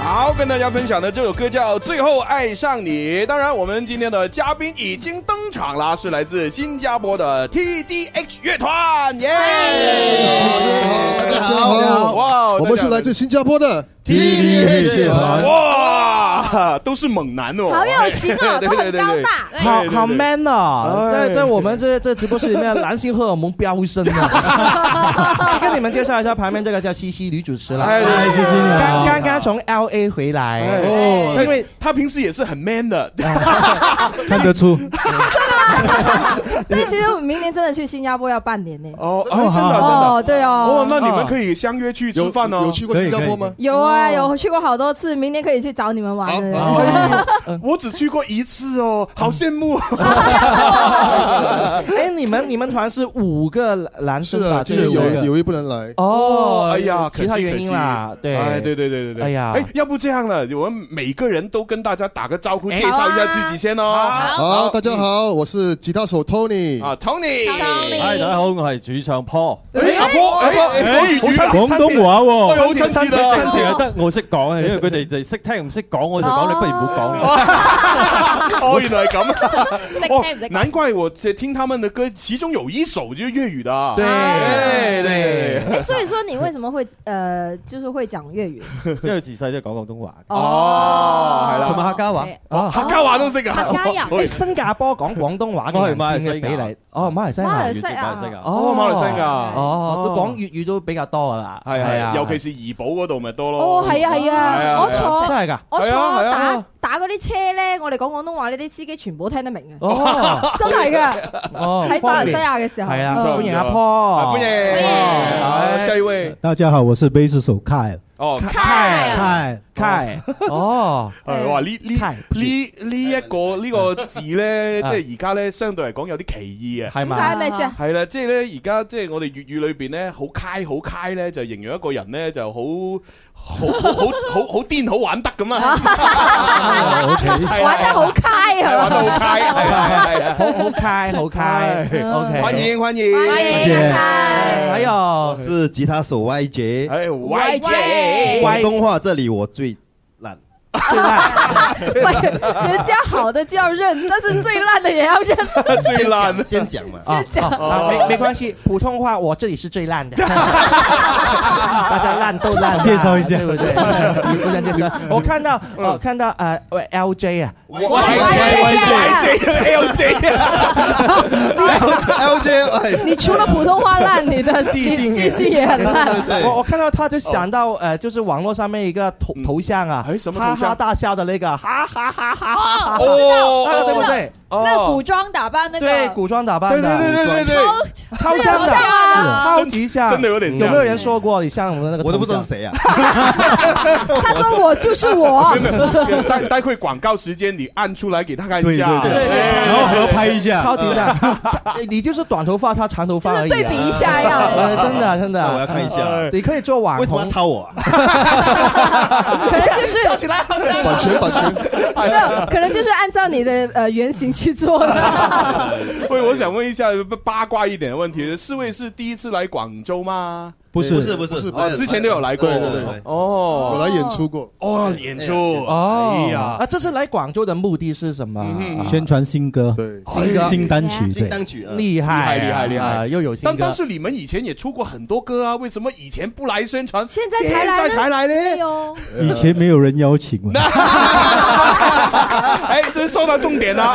[SPEAKER 2] 哦
[SPEAKER 3] 跟大家分享的这首歌叫《最后爱上你》。当然，我们今天的嘉宾已经登场啦，是来自新加坡的 TDH 乐团，耶！主持人好，
[SPEAKER 16] 大家好，
[SPEAKER 3] 哇，
[SPEAKER 16] 我们是
[SPEAKER 3] 大家
[SPEAKER 16] 来自新加坡的 T 啊 D H
[SPEAKER 3] 谢
[SPEAKER 16] 乐
[SPEAKER 3] 谢
[SPEAKER 16] 团，
[SPEAKER 3] 哇，都是猛男哦，
[SPEAKER 6] 好有型哦
[SPEAKER 3] 对
[SPEAKER 6] 都
[SPEAKER 3] 对
[SPEAKER 6] 很高大
[SPEAKER 3] 对对
[SPEAKER 5] 好
[SPEAKER 3] 对对
[SPEAKER 5] 好
[SPEAKER 3] 对
[SPEAKER 5] man 啊！
[SPEAKER 3] 哎
[SPEAKER 5] 在在我们这这直播室里面，男性荷尔蒙飙升啊！跟你们介绍一下，旁边这个叫西西女主持了，
[SPEAKER 3] 哎对西西你好
[SPEAKER 5] 刚刚刚从 L A 回来哦，
[SPEAKER 3] 哎
[SPEAKER 5] 因为
[SPEAKER 3] 他平时也是很 man 的，
[SPEAKER 5] 看 得出
[SPEAKER 6] 但其实我们明年真的去新加坡要半年呢。
[SPEAKER 3] 哦，哎真的真的
[SPEAKER 6] 哦，对哦
[SPEAKER 3] 哦，那你们可以相约去吃饭哦。有去
[SPEAKER 16] 过新加坡吗？
[SPEAKER 6] 有啊，有去过好多次，明年可以去找你们玩的。
[SPEAKER 5] 嗯
[SPEAKER 3] 我只去过一次哦，好羡慕。
[SPEAKER 5] 哎，你们你们团是五个男
[SPEAKER 16] 是
[SPEAKER 5] 生吧
[SPEAKER 16] 啊，？今年有有一不能来
[SPEAKER 5] 哦，
[SPEAKER 3] 哎呀，
[SPEAKER 5] 其他
[SPEAKER 3] 可惜
[SPEAKER 5] 原因啦
[SPEAKER 3] 可惜，
[SPEAKER 5] 对，
[SPEAKER 3] 哎，对对对对对，
[SPEAKER 5] 哎呀
[SPEAKER 3] 哎，要不这样了，我们每个人都跟大家打个招呼，介绍一下自己先哦。
[SPEAKER 16] 好，大家好，我是吉他手 Tony
[SPEAKER 3] 啊，Tony，
[SPEAKER 17] 嗨，大家好，我係主唱 Paul。
[SPEAKER 3] 哎阿波哎哎好粵語啊
[SPEAKER 17] 廣東話喎，
[SPEAKER 3] 好親切啊哎
[SPEAKER 17] 親切啊，得我識講啊，因為佢哋就識聽唔識講，我就講你不如唔好講啦。
[SPEAKER 3] 哦，原 来咁，哦
[SPEAKER 17] 聽唔識講
[SPEAKER 3] 难怪我这听他们的歌，其中有一首就是粤语的，
[SPEAKER 5] 对
[SPEAKER 3] 啊哎对
[SPEAKER 6] 哎，所以说你为什么会呃，就是会讲粤语？
[SPEAKER 17] 因為自細都係講廣東話嘅。
[SPEAKER 3] 哦係啦
[SPEAKER 17] 同埋客家話。
[SPEAKER 3] 哦客家話都識啊客家人
[SPEAKER 5] 喺新加坡講廣東話嘅人佔嘅比例，哦，馬來西亞，
[SPEAKER 6] 馬來西亞馬來西亞
[SPEAKER 3] 哦馬來西亞
[SPEAKER 5] 哦，都講粵語都比較多噶啦，
[SPEAKER 3] 系啊，尤其是怡寶嗰度咪多咯。
[SPEAKER 6] 哦，係啊，係
[SPEAKER 3] 係
[SPEAKER 6] 啊，我坐
[SPEAKER 5] 真係㗎
[SPEAKER 6] 我坐
[SPEAKER 3] 係啊係啊
[SPEAKER 6] 打打嗰啲車咧，我哋講廣東話呢啲司機全部聽得明嘅，
[SPEAKER 5] 哦
[SPEAKER 6] 真係嘅。
[SPEAKER 5] 哦
[SPEAKER 6] 喺馬來西亞嘅時候
[SPEAKER 5] 係啊，
[SPEAKER 6] 嗯
[SPEAKER 5] 歡迎阿 Paul，
[SPEAKER 3] 啊
[SPEAKER 5] 啊
[SPEAKER 3] 歡迎
[SPEAKER 9] 哎
[SPEAKER 3] 啊好下一位，
[SPEAKER 9] 大家好，我是贝斯手 Kyle。
[SPEAKER 3] 哦，
[SPEAKER 9] Kyle
[SPEAKER 5] Kyle 哦，
[SPEAKER 3] 係哇！呢呢呢呢一個呢個字咧，即
[SPEAKER 5] 啊
[SPEAKER 3] 係而家咧，相對嚟講有啲歧義啊。
[SPEAKER 5] 係嘛點解咩事啊
[SPEAKER 3] 係啦，即係咧，而家即係我哋粵語裏邊咧，好揩好揩咧，就形容一個人咧就好好好好好好癲好玩得咁啊！係啊
[SPEAKER 6] 玩得好開
[SPEAKER 3] 係玩得好
[SPEAKER 6] 啊！
[SPEAKER 3] 揩，係啊係啊係啊！
[SPEAKER 5] 好開好 開，OK，哎
[SPEAKER 3] 歡迎歡迎
[SPEAKER 5] 歡
[SPEAKER 18] 迎
[SPEAKER 5] 謝
[SPEAKER 18] 哎
[SPEAKER 5] 還有
[SPEAKER 18] 我是吉他手 YJ，
[SPEAKER 3] 哎
[SPEAKER 6] YJ
[SPEAKER 18] 广东话这里我最烂，
[SPEAKER 6] 喂，人家好的就要认，但是最烂的也要 认。
[SPEAKER 18] 最烂先讲 嘛，
[SPEAKER 5] 啊
[SPEAKER 6] 講
[SPEAKER 5] 啊
[SPEAKER 3] 哦
[SPEAKER 5] 啊没没关系，普通话我这里是最烂 的，大家烂都烂
[SPEAKER 3] 嗯
[SPEAKER 5] 啦，
[SPEAKER 9] 介绍一下
[SPEAKER 5] 对不对？不然介绍，我看到
[SPEAKER 3] 嗯
[SPEAKER 5] 我看到呃喂 LJ 啊
[SPEAKER 3] 啊
[SPEAKER 18] ，LJ，LJ，
[SPEAKER 6] 你除了普通话烂，你的
[SPEAKER 5] 记性
[SPEAKER 6] 记性也很烂。
[SPEAKER 5] 我我看到他就想到呃，就是网络上面一个头头像啊，
[SPEAKER 3] 么头
[SPEAKER 5] 哈
[SPEAKER 3] 像
[SPEAKER 5] 哈大笑的那个哈。
[SPEAKER 4] 哈哈哈哈哈！
[SPEAKER 5] 我知道
[SPEAKER 4] 哦，
[SPEAKER 5] 那个对不对哦
[SPEAKER 4] 那个古装打扮那个，
[SPEAKER 5] 对，古装打扮啊的，
[SPEAKER 3] 对对对对对
[SPEAKER 5] 超超像
[SPEAKER 4] 是有像
[SPEAKER 5] 的，
[SPEAKER 4] 啊
[SPEAKER 5] 超级像，
[SPEAKER 3] 真真的有点像
[SPEAKER 5] 有没有人说过你像我们那个？
[SPEAKER 18] 我都不知道
[SPEAKER 5] 是
[SPEAKER 18] 谁啊。
[SPEAKER 6] 他说我就是我
[SPEAKER 3] 没。有没有待待会广告时间你按出来给他看一下，
[SPEAKER 18] 对
[SPEAKER 5] 对对
[SPEAKER 3] 哎
[SPEAKER 5] 然后合
[SPEAKER 18] 拍一下
[SPEAKER 5] 超级像， 他你就是短头发，他长头发而已啊。
[SPEAKER 6] 就是对比一下呀
[SPEAKER 5] 呃 真的真的，
[SPEAKER 18] 那我要看一下
[SPEAKER 5] 你可以做网红。
[SPEAKER 18] 为什么要抄我 啊？
[SPEAKER 6] 可能 就是笑起来好像
[SPEAKER 16] 版权版权，
[SPEAKER 6] 没有，可能就是按照你的呃原型去 做
[SPEAKER 3] 哎
[SPEAKER 6] 的。
[SPEAKER 3] 喂，我想问一下八卦一点的问题，四位是第一次来广州吗？
[SPEAKER 9] 不是
[SPEAKER 18] 嗯不是不是啊
[SPEAKER 3] 哦，之前都有来过，
[SPEAKER 18] 对对对哎
[SPEAKER 3] 哦，
[SPEAKER 16] 我来演出过
[SPEAKER 3] 哦，演出
[SPEAKER 5] 哦，
[SPEAKER 3] 哎呀
[SPEAKER 5] 啊，这次来广州的目的是什么？啊
[SPEAKER 9] 宣传新歌，对
[SPEAKER 5] 新歌
[SPEAKER 18] 哎
[SPEAKER 9] 新单曲，对，
[SPEAKER 18] 嗯
[SPEAKER 5] 厉害啊
[SPEAKER 3] 厉害厉害
[SPEAKER 5] 啊又有新
[SPEAKER 3] 但
[SPEAKER 5] 歌
[SPEAKER 3] 但。是你们以前也出过很多歌啊，为什么以前不来宣传，现
[SPEAKER 6] 在才来呢
[SPEAKER 3] 在
[SPEAKER 6] 哎
[SPEAKER 3] 才来
[SPEAKER 6] 对
[SPEAKER 3] 呢？
[SPEAKER 6] 哟，
[SPEAKER 9] 以前没有人邀请嘛，
[SPEAKER 3] 哎，真说到重点了。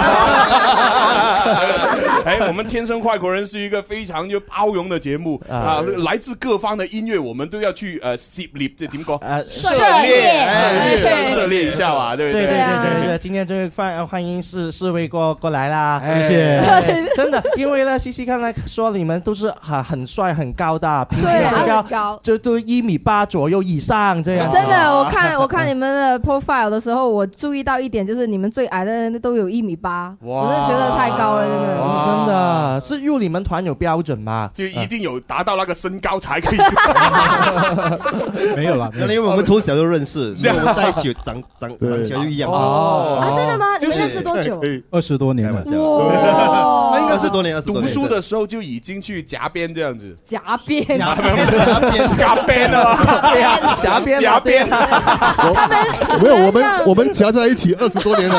[SPEAKER 3] 哎，我们天生快活人是一个非常就包容的节目啊，来自各方的音乐，我们都要去呃涉猎，这点讲
[SPEAKER 5] 呃
[SPEAKER 3] 涉
[SPEAKER 5] 涉
[SPEAKER 3] 猎
[SPEAKER 5] 猎
[SPEAKER 3] 哎
[SPEAKER 5] 对
[SPEAKER 3] 涉猎一下嘛，对
[SPEAKER 5] 对
[SPEAKER 3] 不
[SPEAKER 5] 对
[SPEAKER 3] 对
[SPEAKER 5] 对对对，今天这个欢欢迎四四位过过来啦，
[SPEAKER 9] 谢谢
[SPEAKER 5] 哎真的，因为呢，西西刚才说你们都是很很帅很高大，平均
[SPEAKER 6] 对
[SPEAKER 5] 身
[SPEAKER 6] 很高
[SPEAKER 5] 高就都一米八左右以上这样。
[SPEAKER 6] 真的，我看我看你们的 profile 的时候，我注意到一点，就是你们最矮的人都有一米八，我真的觉得太高了，真的。
[SPEAKER 5] 哇真的是入你们团有标准吗？
[SPEAKER 3] 就一定有达到那个身高才可以。
[SPEAKER 9] 没有啦，没
[SPEAKER 18] 因
[SPEAKER 9] 有
[SPEAKER 18] 为我们从小就认识，所以我们在一起长长长起来就一样。
[SPEAKER 9] 哦
[SPEAKER 6] 啊，真的吗？你
[SPEAKER 9] 就
[SPEAKER 6] 们
[SPEAKER 9] 是
[SPEAKER 6] 认识多久？
[SPEAKER 9] 二十多年了，
[SPEAKER 6] 哇，
[SPEAKER 3] 那应该
[SPEAKER 18] 二十多年，二十多
[SPEAKER 3] 读
[SPEAKER 18] 年。
[SPEAKER 3] 书的时候就已经去夹边这样子，
[SPEAKER 6] 假变，
[SPEAKER 3] 夹边了，
[SPEAKER 6] 夹边
[SPEAKER 3] 夹边，
[SPEAKER 16] 没有，我们我们夹在一起二十多年了，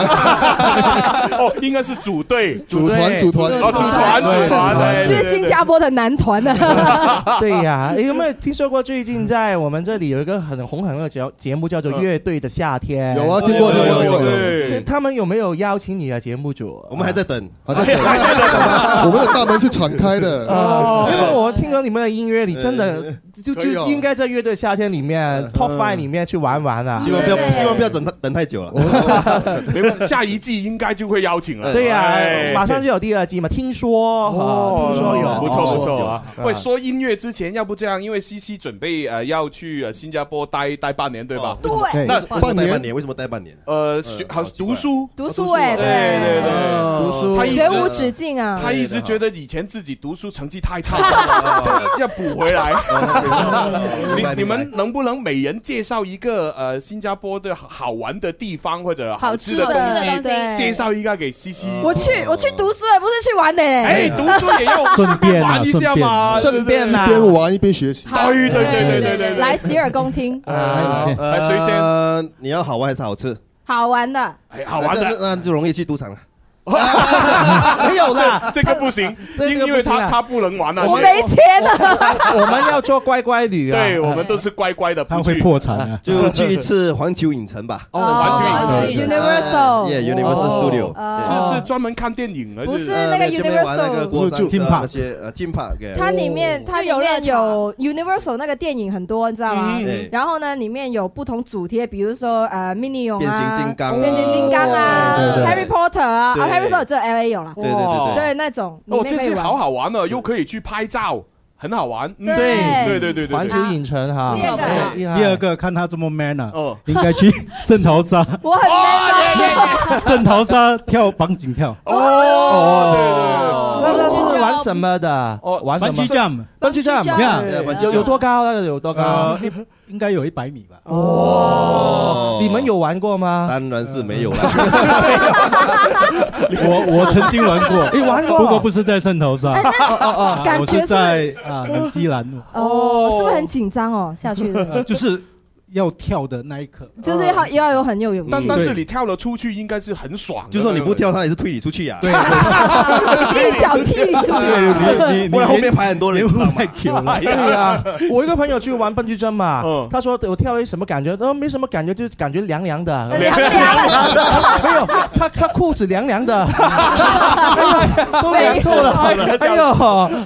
[SPEAKER 3] 哦，应该是组队，
[SPEAKER 16] 组团组团
[SPEAKER 3] 哦，组团，组团，哎
[SPEAKER 6] 这是新加坡的男团 啊。
[SPEAKER 5] 对呀、有没有听说过最近在我们这里有一个很红很红的节节目叫做《乐队的夏天》？
[SPEAKER 16] 有啊听过听过听过
[SPEAKER 5] 对这他们有没有邀请你啊？节目组？哎我
[SPEAKER 18] 们还在等，
[SPEAKER 5] 还在等。
[SPEAKER 16] 我们的大门是敞开的。
[SPEAKER 5] 哦，因为我听了你们的音乐，你真的就
[SPEAKER 16] 可以哦
[SPEAKER 5] 就应该在《乐队夏天》里面 Top Five 里面去玩玩啊！
[SPEAKER 18] 希望不要，希望不要等太等太久了。
[SPEAKER 3] 没问题，下一季应该就会邀请了。
[SPEAKER 5] 对呀
[SPEAKER 3] 哎，哦
[SPEAKER 5] 马上就有第二季嘛，听说，啊听说有，
[SPEAKER 3] 不错不错
[SPEAKER 5] 有
[SPEAKER 3] 啊！
[SPEAKER 18] 哦
[SPEAKER 3] 喂，说音乐之前，要不这样，因为西西准备呃要去呃新加坡待待半年，对吧？
[SPEAKER 18] 对
[SPEAKER 3] 那
[SPEAKER 18] 哦为什么待半年？为什么待半年？
[SPEAKER 3] 呃，学好像读书，
[SPEAKER 6] 读书哎，
[SPEAKER 3] 对对对，读书。他哎一直
[SPEAKER 6] 学无止境啊！
[SPEAKER 3] 他一直觉得以前自己读书成绩太差了，要补回来。你你们能不能每人介绍一个呃新加坡的好好玩的地方或者吃
[SPEAKER 6] 好吃的
[SPEAKER 3] 东
[SPEAKER 6] 东西对
[SPEAKER 3] 西？介绍一个给西西。
[SPEAKER 6] 我去，我去读书哎，不是去玩的
[SPEAKER 3] 哎，
[SPEAKER 6] 哎。
[SPEAKER 3] 读书也 要
[SPEAKER 17] 啊
[SPEAKER 3] 玩一下嘛，对不对
[SPEAKER 16] 一边玩一边学习。
[SPEAKER 3] 对对对对对对对。
[SPEAKER 6] 来洗耳恭听，
[SPEAKER 3] 来啊哎谁先
[SPEAKER 18] 呃，你要好玩还是好吃？
[SPEAKER 6] 好玩的。
[SPEAKER 3] 哎好玩
[SPEAKER 18] 那
[SPEAKER 3] 的
[SPEAKER 18] 那那就容易去赌场了。
[SPEAKER 5] 没有啦，
[SPEAKER 3] 这个不行，因因为他他不能玩啊。
[SPEAKER 6] 我没钱了。
[SPEAKER 5] 我们要做乖乖女啊！
[SPEAKER 3] 对我们都是乖乖的，不去。
[SPEAKER 9] 破产啊！
[SPEAKER 18] 就去一次环球影城吧。
[SPEAKER 3] 哦环球影城
[SPEAKER 6] 哦
[SPEAKER 3] 哦
[SPEAKER 6] Universal 哦
[SPEAKER 18] Yeah, Universal Studio.
[SPEAKER 3] 是是专门看电影的，
[SPEAKER 6] 不是
[SPEAKER 18] 呃
[SPEAKER 6] 那个
[SPEAKER 18] 这边玩那个
[SPEAKER 6] Universal
[SPEAKER 18] 过山车啊
[SPEAKER 9] 就就
[SPEAKER 18] 那哦些呃金帕给。
[SPEAKER 6] 它里面它里面有啊 Universal 那个电影很多，你知道吗
[SPEAKER 18] 嗯对？
[SPEAKER 6] 然后呢，里面有不同主题，比如说呃 Minion
[SPEAKER 18] 变
[SPEAKER 6] 啊
[SPEAKER 18] 形，金刚啊哦
[SPEAKER 6] 变形金刚啊
[SPEAKER 18] 对对对
[SPEAKER 6] ，Harry Potter 啊
[SPEAKER 18] 对
[SPEAKER 6] 啊，Harry Potter 只有 LA 有了，
[SPEAKER 18] 对对对对
[SPEAKER 6] 对那种里
[SPEAKER 3] 哦，
[SPEAKER 6] 面
[SPEAKER 3] 这
[SPEAKER 6] 可以
[SPEAKER 3] 些
[SPEAKER 6] 玩
[SPEAKER 3] 好。好玩哦，又可以去拍照，很好玩。嗯
[SPEAKER 6] 对
[SPEAKER 3] 对对对对，
[SPEAKER 5] 环球影城哈，
[SPEAKER 6] 第二个啊
[SPEAKER 5] 厉害
[SPEAKER 9] 第二个看他这么 man 啊
[SPEAKER 3] 哦，
[SPEAKER 9] 应该去圣淘沙，
[SPEAKER 6] 我很
[SPEAKER 5] 哦
[SPEAKER 6] man 啊
[SPEAKER 9] 圣淘沙跳绑紧跳，
[SPEAKER 5] 哦，那那那是玩什么的？
[SPEAKER 3] 哦，
[SPEAKER 5] 玩什么
[SPEAKER 9] Bungee jump
[SPEAKER 5] ？Bungee
[SPEAKER 9] jump Yeah
[SPEAKER 5] jump，有有多高？那个有多高啊
[SPEAKER 9] 呃？一应该有一百米吧。
[SPEAKER 5] 哦，你们有玩过吗？
[SPEAKER 18] 当然是没有了。
[SPEAKER 9] 我我曾经 玩 过，
[SPEAKER 6] 哎
[SPEAKER 5] 你玩过
[SPEAKER 9] 不过不是在圣淘沙， 啊
[SPEAKER 6] 哦感
[SPEAKER 9] 我
[SPEAKER 6] 觉
[SPEAKER 9] 是
[SPEAKER 6] 是
[SPEAKER 9] 在啊纽西兰，
[SPEAKER 6] 哦，是不是很紧张哦？下 去
[SPEAKER 9] 呃
[SPEAKER 6] 的
[SPEAKER 9] 就是要跳的那一刻，啊
[SPEAKER 6] 就是要要有很有勇
[SPEAKER 3] 呃但
[SPEAKER 6] 气。
[SPEAKER 3] 但是
[SPEAKER 9] 对
[SPEAKER 3] 你跳了出去，应该是很爽的。
[SPEAKER 18] 就算你不跳，他也是推你出去啊呀。 对，
[SPEAKER 6] 一脚踢你出去。
[SPEAKER 9] 你你你
[SPEAKER 18] 不然后面排很多人，知道哎吗？
[SPEAKER 9] 久 了，
[SPEAKER 5] 对啊，我一个朋友去玩蹦极针
[SPEAKER 9] 嗯
[SPEAKER 5] 嘛，他说我跳一什么感觉，都没什么感觉，就是感觉凉凉的，
[SPEAKER 6] 凉凉
[SPEAKER 5] 的，没有，他他裤子凉凉 的，
[SPEAKER 6] 哎
[SPEAKER 5] 哎都凉透了，哎呦，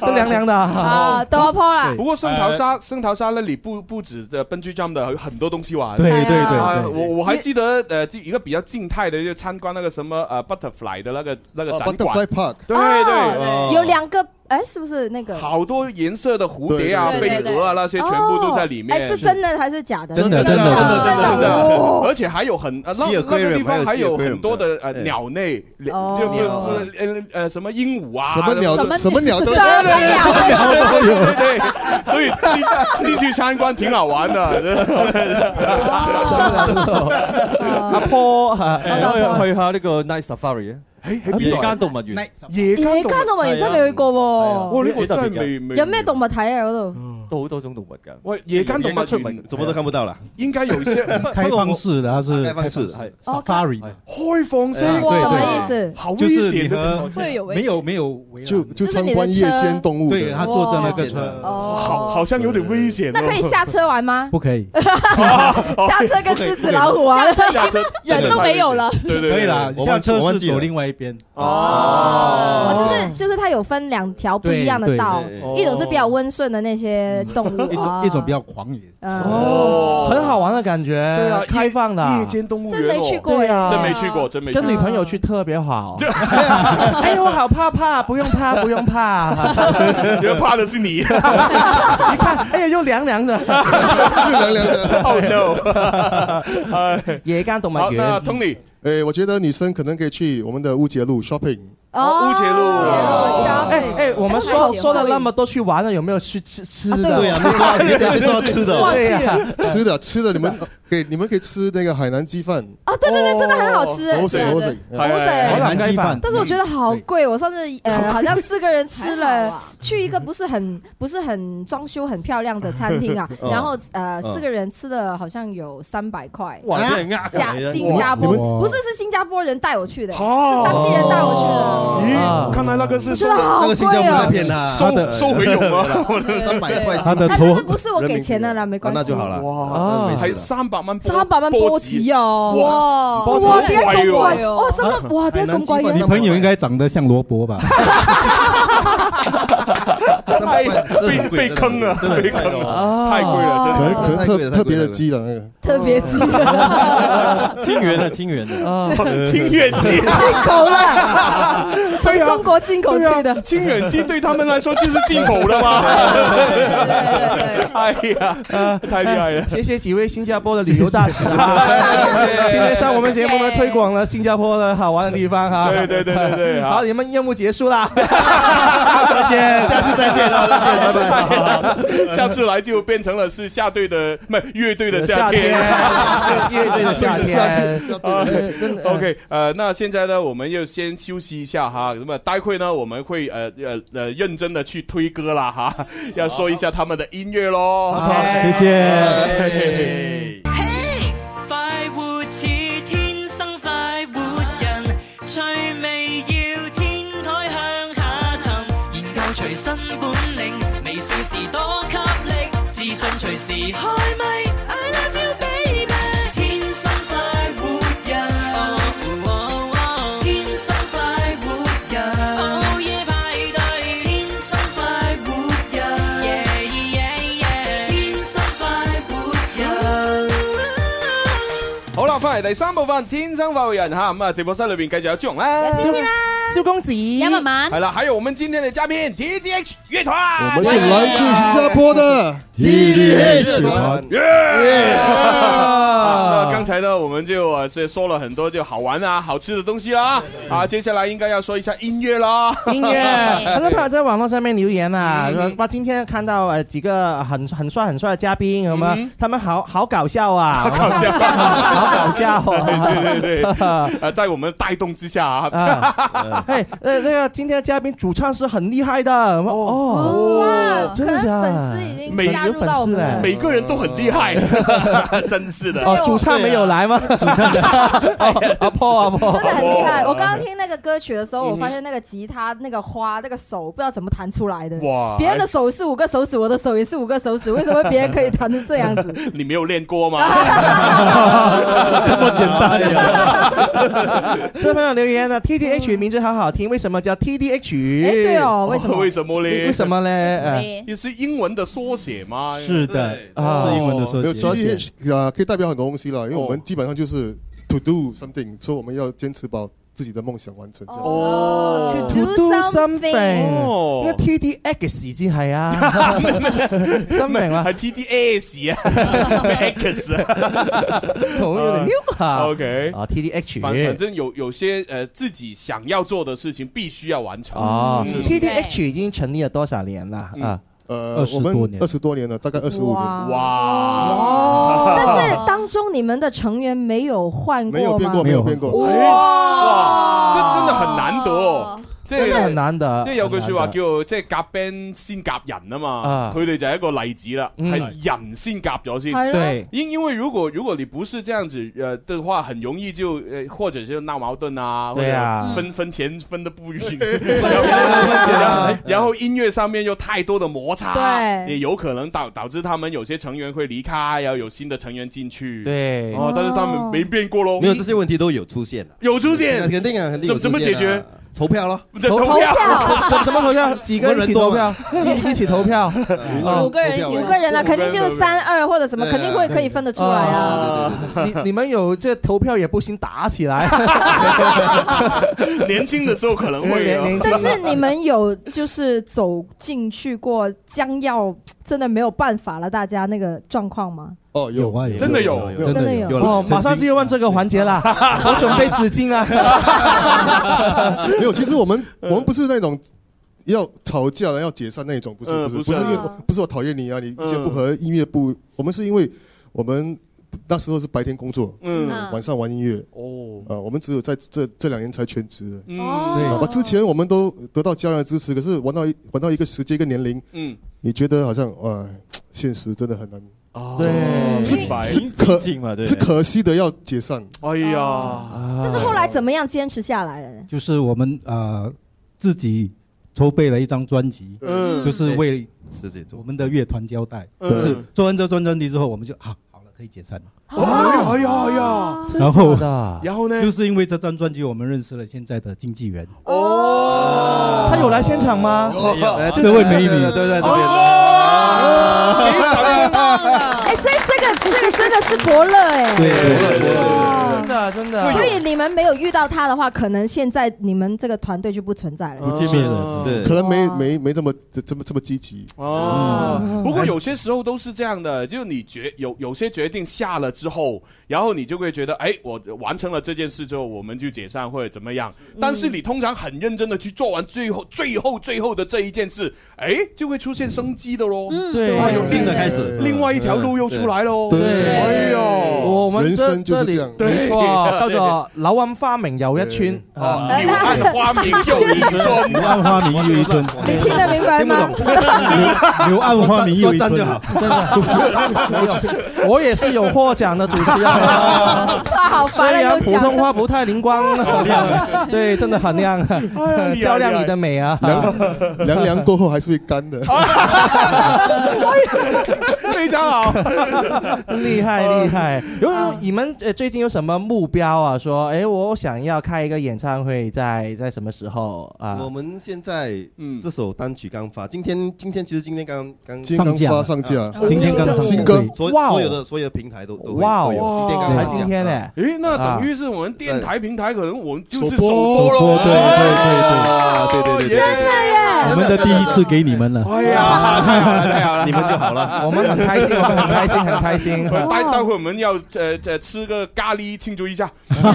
[SPEAKER 5] 都凉凉的，
[SPEAKER 6] 啊，到我坡啦
[SPEAKER 3] 不。过圣淘沙，圣淘沙那里不不止的 bungee jump 的，有很多东西玩。
[SPEAKER 9] 对对对
[SPEAKER 3] 啊，
[SPEAKER 9] 对，
[SPEAKER 3] 我我还记得呃，就一个比较静态的，就参观那个什么呃 butterfly 的那个那个
[SPEAKER 16] 哦
[SPEAKER 3] 展
[SPEAKER 16] Butterfly
[SPEAKER 3] 馆。
[SPEAKER 16] Park，
[SPEAKER 3] 对
[SPEAKER 6] 哦
[SPEAKER 3] 对，
[SPEAKER 6] 有两个，哎，是不是那个？
[SPEAKER 3] 好多颜色的蝴蝶啊、
[SPEAKER 6] 对对
[SPEAKER 3] 飞
[SPEAKER 6] 对
[SPEAKER 3] 蛾啊那些，全部都在里面。
[SPEAKER 6] 哎，是真的还是假的？
[SPEAKER 9] 真的真
[SPEAKER 3] 真
[SPEAKER 9] 的真
[SPEAKER 3] 的真的真的
[SPEAKER 6] 哦，
[SPEAKER 3] 而且还有很呃那
[SPEAKER 18] 西
[SPEAKER 3] 那
[SPEAKER 18] 尔
[SPEAKER 3] 个地
[SPEAKER 18] aquarium，还
[SPEAKER 3] 方
[SPEAKER 18] 有
[SPEAKER 3] 还有
[SPEAKER 18] 西尔 aquarium
[SPEAKER 3] 很多的呃
[SPEAKER 16] 哎
[SPEAKER 18] 的
[SPEAKER 3] 鸟类，
[SPEAKER 6] 哦
[SPEAKER 3] 就
[SPEAKER 18] 鸟
[SPEAKER 3] 呃呃呃什么鹦鹉啊，
[SPEAKER 16] 什么鸟
[SPEAKER 6] 什
[SPEAKER 16] 都
[SPEAKER 6] 么
[SPEAKER 16] 什么鸟都
[SPEAKER 6] 什么鸟都有
[SPEAKER 3] 对对对对，所以进进去参观挺好玩的。
[SPEAKER 6] 啊
[SPEAKER 5] 阿坡啊，
[SPEAKER 17] 誒可以啊哎去下呢個 Night Safari 啊，
[SPEAKER 3] 喺喺
[SPEAKER 17] 夜
[SPEAKER 3] 邊度啊
[SPEAKER 17] 間動物園。
[SPEAKER 3] 夜
[SPEAKER 6] 野間動物園真係未去過喎。
[SPEAKER 3] 哇！呢個真係未未
[SPEAKER 6] 哦有咩動物睇啊？嗰度
[SPEAKER 17] 都好多種動物㗎。
[SPEAKER 3] 喂夜間動物
[SPEAKER 17] 出名
[SPEAKER 3] 園
[SPEAKER 18] 怎么都看不 到了。
[SPEAKER 3] 應該有些
[SPEAKER 9] 开放式的，它是
[SPEAKER 18] 開放式的
[SPEAKER 9] 開
[SPEAKER 6] 哦
[SPEAKER 9] 放式的 safari，
[SPEAKER 3] 開放式，
[SPEAKER 9] 哎
[SPEAKER 6] 什
[SPEAKER 9] 對
[SPEAKER 6] 麼
[SPEAKER 9] 對
[SPEAKER 6] 意思？
[SPEAKER 3] 好危
[SPEAKER 9] 就是你
[SPEAKER 3] 險
[SPEAKER 9] 和
[SPEAKER 3] 的，
[SPEAKER 6] 會有危險
[SPEAKER 9] 没有没有围
[SPEAKER 16] 就
[SPEAKER 9] 栏，
[SPEAKER 16] 就参观夜间动物
[SPEAKER 9] 对，
[SPEAKER 16] 的，
[SPEAKER 9] 他坐在那个
[SPEAKER 18] 哇
[SPEAKER 9] 车，
[SPEAKER 3] 好
[SPEAKER 6] 哦，
[SPEAKER 3] 好像有點危險。
[SPEAKER 6] 那可以下車 玩嗎？
[SPEAKER 9] 不可以，
[SPEAKER 3] 哦
[SPEAKER 6] 下車跟獅子老虎玩，
[SPEAKER 3] 下車，
[SPEAKER 6] 人都沒有了。
[SPEAKER 3] 對對對
[SPEAKER 9] 可以啦，
[SPEAKER 18] 我
[SPEAKER 9] 下
[SPEAKER 18] 忘記
[SPEAKER 9] 车
[SPEAKER 18] 我忘
[SPEAKER 9] 是
[SPEAKER 18] 記了
[SPEAKER 9] 走另外一边，
[SPEAKER 6] 哦，
[SPEAKER 3] 哦，
[SPEAKER 6] 就是就是它有分兩條不一樣的道，一種是比較溫順的那些動
[SPEAKER 9] 一
[SPEAKER 6] 物
[SPEAKER 9] 种，
[SPEAKER 6] 啊
[SPEAKER 9] 一种比较狂野。
[SPEAKER 6] 嗯，
[SPEAKER 5] 哦，很好玩的感覺，
[SPEAKER 3] 对啊，夜
[SPEAKER 5] 开放的，
[SPEAKER 3] 夜間動物園
[SPEAKER 6] 真沒去
[SPEAKER 3] 哦
[SPEAKER 6] 過
[SPEAKER 5] 對啊
[SPEAKER 6] 呀，
[SPEAKER 3] 真沒去過，真沒去
[SPEAKER 5] 跟
[SPEAKER 3] 過。
[SPEAKER 5] 女朋 友去特别好。哎呦，我好怕怕，不用怕，不用怕。
[SPEAKER 3] 因為怕的是 你。
[SPEAKER 5] 你看，哎呀，又凉凉的。
[SPEAKER 16] 又 凉凉的。
[SPEAKER 3] Oh
[SPEAKER 18] 哦
[SPEAKER 17] 哎
[SPEAKER 3] no！
[SPEAKER 5] 夜间动物
[SPEAKER 3] 好，那
[SPEAKER 5] 园，
[SPEAKER 3] Tony，
[SPEAKER 16] 哎，我觉得女生可能可以去我们的乌节路 shopping。
[SPEAKER 6] 哦
[SPEAKER 3] 乌节路
[SPEAKER 6] 乌节路
[SPEAKER 3] 哦
[SPEAKER 5] 哎哎，我们
[SPEAKER 6] 哎我
[SPEAKER 5] 说
[SPEAKER 6] 还喜欢啊
[SPEAKER 5] 说了那么多去玩了，有没有去吃 吃的？
[SPEAKER 16] 对啊呀，没说没没说到吃 的，
[SPEAKER 5] 对呀，
[SPEAKER 16] 吃的吃的，你们给你们可以吃那个海南鸡饭，
[SPEAKER 6] 哦，对对对，真的很好吃，
[SPEAKER 16] 好食
[SPEAKER 6] 对
[SPEAKER 16] 好
[SPEAKER 6] 对
[SPEAKER 16] 食，
[SPEAKER 6] 好食
[SPEAKER 16] 海南鸡饭，
[SPEAKER 6] 但是我觉得好贵，我上次呃好像四个人吃了，去一个不是很不是很装修很漂亮的餐厅啊
[SPEAKER 16] 嗯
[SPEAKER 6] 然后呃
[SPEAKER 16] 嗯
[SPEAKER 6] 四个人吃了好像有三百块，
[SPEAKER 16] 哇
[SPEAKER 6] 啊
[SPEAKER 16] 真係呃
[SPEAKER 6] 加
[SPEAKER 16] 鬼啊
[SPEAKER 6] 新加坡
[SPEAKER 16] 你们
[SPEAKER 6] 不是是新加坡人带我去的，是当地人带我
[SPEAKER 3] 哦
[SPEAKER 18] 嗯
[SPEAKER 6] 去的。
[SPEAKER 5] 啊
[SPEAKER 3] 咦，看来那个是收
[SPEAKER 6] 我觉得好
[SPEAKER 18] 那个新加坡在骗他，
[SPEAKER 3] 收啊收回佣 啊，
[SPEAKER 18] 我的三百块，
[SPEAKER 3] 他
[SPEAKER 6] 的头哎那那不是我给钱的啦没关系
[SPEAKER 18] 哦那
[SPEAKER 3] 啊
[SPEAKER 18] 就好了。
[SPEAKER 3] 哇
[SPEAKER 18] 那没事
[SPEAKER 3] 係
[SPEAKER 18] 了
[SPEAKER 3] 三百蚊波，
[SPEAKER 6] 三百蚊波子啊！哇
[SPEAKER 3] 波子
[SPEAKER 6] 哇，點解咁
[SPEAKER 3] 貴哦喎
[SPEAKER 6] 貴？我心諗
[SPEAKER 9] 哎
[SPEAKER 6] 哇，啊點解咁貴嘅？
[SPEAKER 9] 你啊朋友应该长得像萝卜吧？
[SPEAKER 3] 被被坑了，被坑了，太贵了，真
[SPEAKER 16] 可能
[SPEAKER 3] 的。
[SPEAKER 16] 可能特特别的鸡的那个。
[SPEAKER 6] 特別知
[SPEAKER 17] 清源的，清源的，
[SPEAKER 3] 清源鸡
[SPEAKER 6] 进口啦， 從中國進口去的。
[SPEAKER 3] 啊清远鸡对他们来说就是进口的 嘛。哎呀，太厉害了！
[SPEAKER 5] 谢谢几位新加坡的旅游大使啊，今天上我们节目呢，推广了新加坡的好玩的地方哈。
[SPEAKER 3] 对对对对对好
[SPEAKER 5] 好，你们任务结束啦，再见，
[SPEAKER 18] 下次再见了，再见，拜 拜。
[SPEAKER 3] 下次来就变成了是夏队的，不乐队的夏天，
[SPEAKER 5] 乐队的夏天嗯夏天真的
[SPEAKER 3] OK，呃，那现在呢，我们又先休息一下哈。那么待会呢，我们会呃呃呃认真的去推歌啦哈，要说一下他们的音乐喽。
[SPEAKER 9] 谢
[SPEAKER 3] 哎
[SPEAKER 9] 谢。
[SPEAKER 19] 快活似天生快活人，趣味要天台向下沉，研究隨身本領，微笑時多給力，自信隨時開咪。I love you baby，天生快活人，哦哦天生快活人，午夜派對，天生快活人，yeah yeah yeah，天生快活人。
[SPEAKER 3] 好啦，翻嚟第三部分《天生快活人》哈，咁啊，直播室里边继续有朱红啦，
[SPEAKER 5] 萧公子，有
[SPEAKER 4] 文文
[SPEAKER 3] 系啦，还有我们今天的嘉宾 T D H 乐团，
[SPEAKER 16] 我们是来自新加坡的 TDH 团，
[SPEAKER 3] 啊那刚才呢，我们就呃是说了很多就好玩啊、好吃的东西啦，啊，接下来应该要说一下音乐啦，
[SPEAKER 5] 音乐，很多 朋友在网络上面留言啊，说哇，今天看到呃几个很很帅很帅的嘉宾，什么他们好好搞笑 啊，
[SPEAKER 3] 搞笑
[SPEAKER 5] 好 搞 笑哦。
[SPEAKER 3] 对对对，呃，在我们带动之下 啊，
[SPEAKER 5] 哎，那那个今天的嘉宾主唱是很厉害的，哦，真的假的？粉丝已
[SPEAKER 3] 每
[SPEAKER 5] 有粉丝嘞，
[SPEAKER 3] 每个人都很厉 害，真是的。
[SPEAKER 5] 哦，主唱
[SPEAKER 6] 啊
[SPEAKER 5] 没有来吗？主唱 哦阿破阿破，
[SPEAKER 6] 真的很厉害！我刚刚听那个歌曲的时候，我发现那个吉他、那个花、那个手，不知道怎么弹出来的。
[SPEAKER 3] 哇
[SPEAKER 6] 别人的手是五个手指，我的手也是五个手指，为什么别人可以弹成这样子？ 哎
[SPEAKER 3] 你没有练过 吗？
[SPEAKER 5] 这么简单呀！这朋友留 言呢，T D H 名字好好听，为什么叫 T D H？
[SPEAKER 6] 嗯哎对哦为什么
[SPEAKER 3] 为什么嘞？
[SPEAKER 5] 为什 么嘞？哎
[SPEAKER 3] 也是英文的缩写吗？哎
[SPEAKER 9] 是的，
[SPEAKER 5] 啊
[SPEAKER 9] 是英文的缩
[SPEAKER 16] 没有
[SPEAKER 9] 写。
[SPEAKER 16] TDH 啊，可以代表很多东西了，因为我们基本上就是 to do something，所以我们要坚持把自己的梦想完成。这样
[SPEAKER 6] 哦
[SPEAKER 5] 呃 To do something，
[SPEAKER 3] 哦
[SPEAKER 5] 那 T D X 先 係啊，真明啊啦，
[SPEAKER 3] 系 T D S 啊咩，X 啊，
[SPEAKER 5] 好有點溜啊
[SPEAKER 3] OK
[SPEAKER 5] 啊 T D H，
[SPEAKER 3] 反反正有有些呃自己想要做的事情必须要完成
[SPEAKER 5] 哦
[SPEAKER 3] 嗯
[SPEAKER 5] ，T D H 已經成立了多少年啦？啊，
[SPEAKER 16] 呃，我们二十多年了，大概二十五年。
[SPEAKER 3] 哇
[SPEAKER 6] 但是当中你们的成员没有换过吗？
[SPEAKER 16] 没有变过，没有变过。
[SPEAKER 5] 哎
[SPEAKER 3] 哇，这真的很难得哦，即
[SPEAKER 5] 真係很難得，
[SPEAKER 3] 即係有句説話
[SPEAKER 5] 很難得
[SPEAKER 3] 叫即係夾 band 先夾人啊嘛
[SPEAKER 5] 啊，
[SPEAKER 3] 佢哋就係一個例子啦，
[SPEAKER 5] 嗯
[SPEAKER 3] 係人先夾咗
[SPEAKER 5] 係
[SPEAKER 3] 先。
[SPEAKER 5] 咯對
[SPEAKER 3] 因因為如果如果你不是這樣子呃的話，很容易就呃或者是鬧矛盾啊，或
[SPEAKER 5] 對啊
[SPEAKER 3] 者分分錢分的不 匀，
[SPEAKER 5] 啊
[SPEAKER 3] 然後然後音樂上面又太多的摩擦，
[SPEAKER 6] 對
[SPEAKER 3] 也有可能導導致他們有些成員會離開，要有新的成員進去。
[SPEAKER 5] 對
[SPEAKER 3] 哦，但是他們沒變過咯，
[SPEAKER 18] 没有这些问题都有出现了，
[SPEAKER 3] 有出現，
[SPEAKER 18] 肯定啊，肯定有
[SPEAKER 3] 怎怎麼
[SPEAKER 18] 出現
[SPEAKER 3] 解
[SPEAKER 18] 啊
[SPEAKER 3] 決？？
[SPEAKER 18] 投票咯，
[SPEAKER 3] 投投票
[SPEAKER 5] 怎怎么投票？幾個人一起投票？一一起投票，
[SPEAKER 18] 五
[SPEAKER 5] 個人
[SPEAKER 18] 一起
[SPEAKER 6] 五个人啦，肯定就是三二或者什么，肯定会可以分得出来啊。
[SPEAKER 5] 啊！你你们有这投票也不行，打起来。
[SPEAKER 3] 年轻的时候可能会
[SPEAKER 5] 年
[SPEAKER 3] 有
[SPEAKER 5] 年轻
[SPEAKER 6] 但是你们有就是走进去过，将要真的没有办法了，大家那个状况吗？
[SPEAKER 16] 哦，有
[SPEAKER 9] 啊，有
[SPEAKER 3] 真的有，
[SPEAKER 6] 真的有
[SPEAKER 5] 哦，马上就要问这个环节了， 我准备纸巾啊。
[SPEAKER 16] 没有，其实我们我们不是那种要吵架了要解散那种，不是
[SPEAKER 3] 嗯
[SPEAKER 16] 不是
[SPEAKER 3] 不是
[SPEAKER 16] 不是
[SPEAKER 3] 啊
[SPEAKER 16] 因为不是我讨厌你啊，你意见
[SPEAKER 3] 嗯
[SPEAKER 16] 不合，音乐不，我们是因为我们那时候是白天工作，
[SPEAKER 3] 嗯
[SPEAKER 16] 嗯
[SPEAKER 3] 嗯，
[SPEAKER 16] 晚上玩音乐，
[SPEAKER 3] 哦，
[SPEAKER 16] 啊，我们只有在这这两年才全职的，
[SPEAKER 3] 嗯
[SPEAKER 16] 对，
[SPEAKER 5] 哦
[SPEAKER 16] 好吧，之前我们都得到家人的支持，可是玩到一玩到一个时间一个年龄，
[SPEAKER 3] 嗯，
[SPEAKER 16] 你觉得好像哇，现实真的很难。
[SPEAKER 3] 对
[SPEAKER 16] 是
[SPEAKER 3] 哦明白
[SPEAKER 16] 是可
[SPEAKER 17] 毕竟嘛对
[SPEAKER 16] 是可惜的要解散。
[SPEAKER 3] 哎呀，
[SPEAKER 6] 但是
[SPEAKER 18] 哎
[SPEAKER 6] 后来怎么样坚持下来的呢？
[SPEAKER 9] 就是我们呃自己筹备了一张专辑，
[SPEAKER 3] 嗯
[SPEAKER 9] 就是为
[SPEAKER 18] 自己做
[SPEAKER 9] 我们的乐团交代，
[SPEAKER 3] 嗯
[SPEAKER 9] 就是做完这张专辑之后，我们就啊好了，可以解 散了。
[SPEAKER 6] 哦
[SPEAKER 2] 哦
[SPEAKER 3] 哎呀哎呀，
[SPEAKER 9] 然后，
[SPEAKER 3] 然后呢？
[SPEAKER 9] 就是因为这张专辑，我们认识了现在的经纪人。
[SPEAKER 5] 他有来现场吗？
[SPEAKER 9] 这位美女，对对
[SPEAKER 6] 哎，这这个这个真的是伯乐哎，
[SPEAKER 9] 对对对
[SPEAKER 5] 真的真
[SPEAKER 18] 啊
[SPEAKER 5] 的。
[SPEAKER 6] 所以你们没有遇到他的话，可能现在你们这个团队就不存在了。
[SPEAKER 16] 见面
[SPEAKER 3] 啊
[SPEAKER 16] 了，
[SPEAKER 18] 对
[SPEAKER 16] 可能没没没这么这这么这么积极。
[SPEAKER 3] 哦
[SPEAKER 16] 嗯，
[SPEAKER 3] 不过有些时候都是这样的，就你决有有些决定下了之后，然后你就会觉得，哎，我完成了这件事之后，我们就解散或者怎么样。但是你通常很认真的去做完最后最后最后的这一件事，哎，就会出现生机的喽。嗯
[SPEAKER 5] 对
[SPEAKER 3] 啊有
[SPEAKER 5] 新的
[SPEAKER 18] 开始
[SPEAKER 3] 另外一条路又出来喽。
[SPEAKER 5] 对
[SPEAKER 3] 哎呦，
[SPEAKER 5] 哦我们这这里
[SPEAKER 3] 对
[SPEAKER 5] 没错，叫做柳暗花明又一村。哦
[SPEAKER 3] 啊柳暗花明又一村，
[SPEAKER 9] 柳暗花明又一村，
[SPEAKER 6] 你听得明白吗？
[SPEAKER 9] 柳暗花明又一村。
[SPEAKER 5] 真的，没有我也是有获奖的主持人。
[SPEAKER 6] 哇，好
[SPEAKER 5] 虽
[SPEAKER 6] 烦啊！
[SPEAKER 5] 然
[SPEAKER 6] 有
[SPEAKER 5] 普
[SPEAKER 6] 讲
[SPEAKER 5] 通话不太灵光， 对，真的很亮
[SPEAKER 3] 呀，
[SPEAKER 5] 照亮你的美啊！
[SPEAKER 16] 凉凉凉过后还是会干的。
[SPEAKER 9] 哎
[SPEAKER 3] 非常好，
[SPEAKER 5] 厉害
[SPEAKER 6] 哦
[SPEAKER 5] 厉害！有
[SPEAKER 6] 嗯
[SPEAKER 5] 有，你们呃最近有什么目标啊？说，哎，我想要开一个演唱会在，在什么时候啊？
[SPEAKER 18] 我们现在这首单曲刚发，今天今天其实今天刚刚
[SPEAKER 16] 今天刚发上架
[SPEAKER 18] 啊
[SPEAKER 16] 今天刚上架新歌
[SPEAKER 18] 所
[SPEAKER 5] 哇哦
[SPEAKER 18] 所有的所有的平台都都会
[SPEAKER 5] 哇
[SPEAKER 18] 都
[SPEAKER 3] 哦
[SPEAKER 18] 有，今天刚
[SPEAKER 5] 还
[SPEAKER 18] 上架哎
[SPEAKER 5] 今天呢？
[SPEAKER 18] 啊
[SPEAKER 3] 诶，那等于是我们电台平台，可能我们就是首哦
[SPEAKER 16] 首播
[SPEAKER 3] 播喽。
[SPEAKER 18] 啊对对对对，
[SPEAKER 3] 真
[SPEAKER 6] 的耶！
[SPEAKER 9] 我们的第一次给你们了。
[SPEAKER 3] 哎呀，太好了，太 好了！
[SPEAKER 18] 你们就好了。
[SPEAKER 5] 我们很开心，我们很开心，很开 心。
[SPEAKER 6] 哦
[SPEAKER 3] 待待会我们要呃呃吃个咖喱庆祝一下，
[SPEAKER 6] 所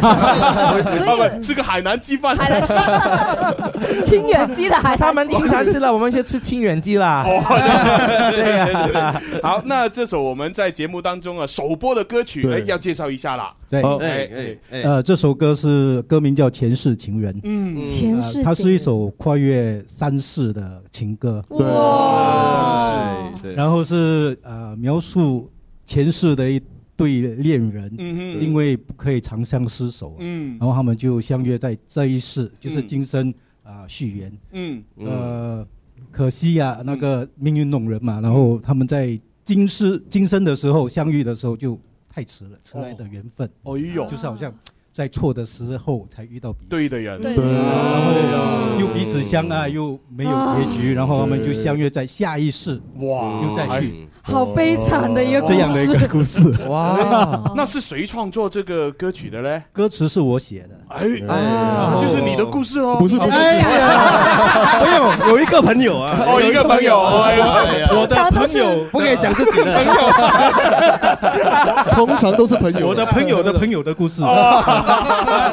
[SPEAKER 6] 以
[SPEAKER 3] 吃个海南鸡饭，
[SPEAKER 6] 海南清远鸡的海，
[SPEAKER 5] 他们经常吃了，我们先吃清远鸡 啦。
[SPEAKER 3] 哦对
[SPEAKER 5] 呀
[SPEAKER 3] 对对。好，那这首我们在节目当中啊首播的歌曲，哎，要介绍一下啦。
[SPEAKER 9] 对
[SPEAKER 6] 哦
[SPEAKER 3] 哎
[SPEAKER 18] 哎哎哎，
[SPEAKER 9] 呃，这首歌是歌名叫《前世情人》，
[SPEAKER 3] 嗯
[SPEAKER 6] 前世情人
[SPEAKER 9] 呃它是一首跨越三世的情歌，
[SPEAKER 18] 哇对对
[SPEAKER 9] 然后是呃描述前世的一对恋人，
[SPEAKER 3] 嗯哼
[SPEAKER 9] 因为不可以长相厮守，啊
[SPEAKER 3] 嗯
[SPEAKER 9] 然后他们就相约在这一世，就是
[SPEAKER 3] 嗯
[SPEAKER 9] 今生啊、呃续缘，
[SPEAKER 3] 嗯
[SPEAKER 9] 呃，可惜呀、那个命运弄人嘛，然后他们在今世今生的时候相遇的时候就太迟了，迟来的缘分。
[SPEAKER 3] 哦哎呦
[SPEAKER 9] 就是好像在错的时候才遇到彼此。
[SPEAKER 3] 对的人，
[SPEAKER 9] 对又彼此相
[SPEAKER 18] 嗯
[SPEAKER 9] 爱，又没有结局，然后他们就相约在下一世，
[SPEAKER 3] 哇
[SPEAKER 9] 又再续。
[SPEAKER 18] 哎
[SPEAKER 6] 好悲惨的一个故
[SPEAKER 9] 这样的一个
[SPEAKER 6] 事。
[SPEAKER 9] 故事，
[SPEAKER 3] 哇，那是谁创作这个歌曲的嘞？
[SPEAKER 9] 歌词是我写的，
[SPEAKER 3] 哎，就是你的故事哦，
[SPEAKER 16] 不是不是，
[SPEAKER 18] 我有有一个朋友啊，
[SPEAKER 3] 哦，一个朋友，哎呀，
[SPEAKER 18] 我的朋友不可以讲自己的，
[SPEAKER 16] 通常都是朋友。
[SPEAKER 9] 我的朋友的朋友的故事。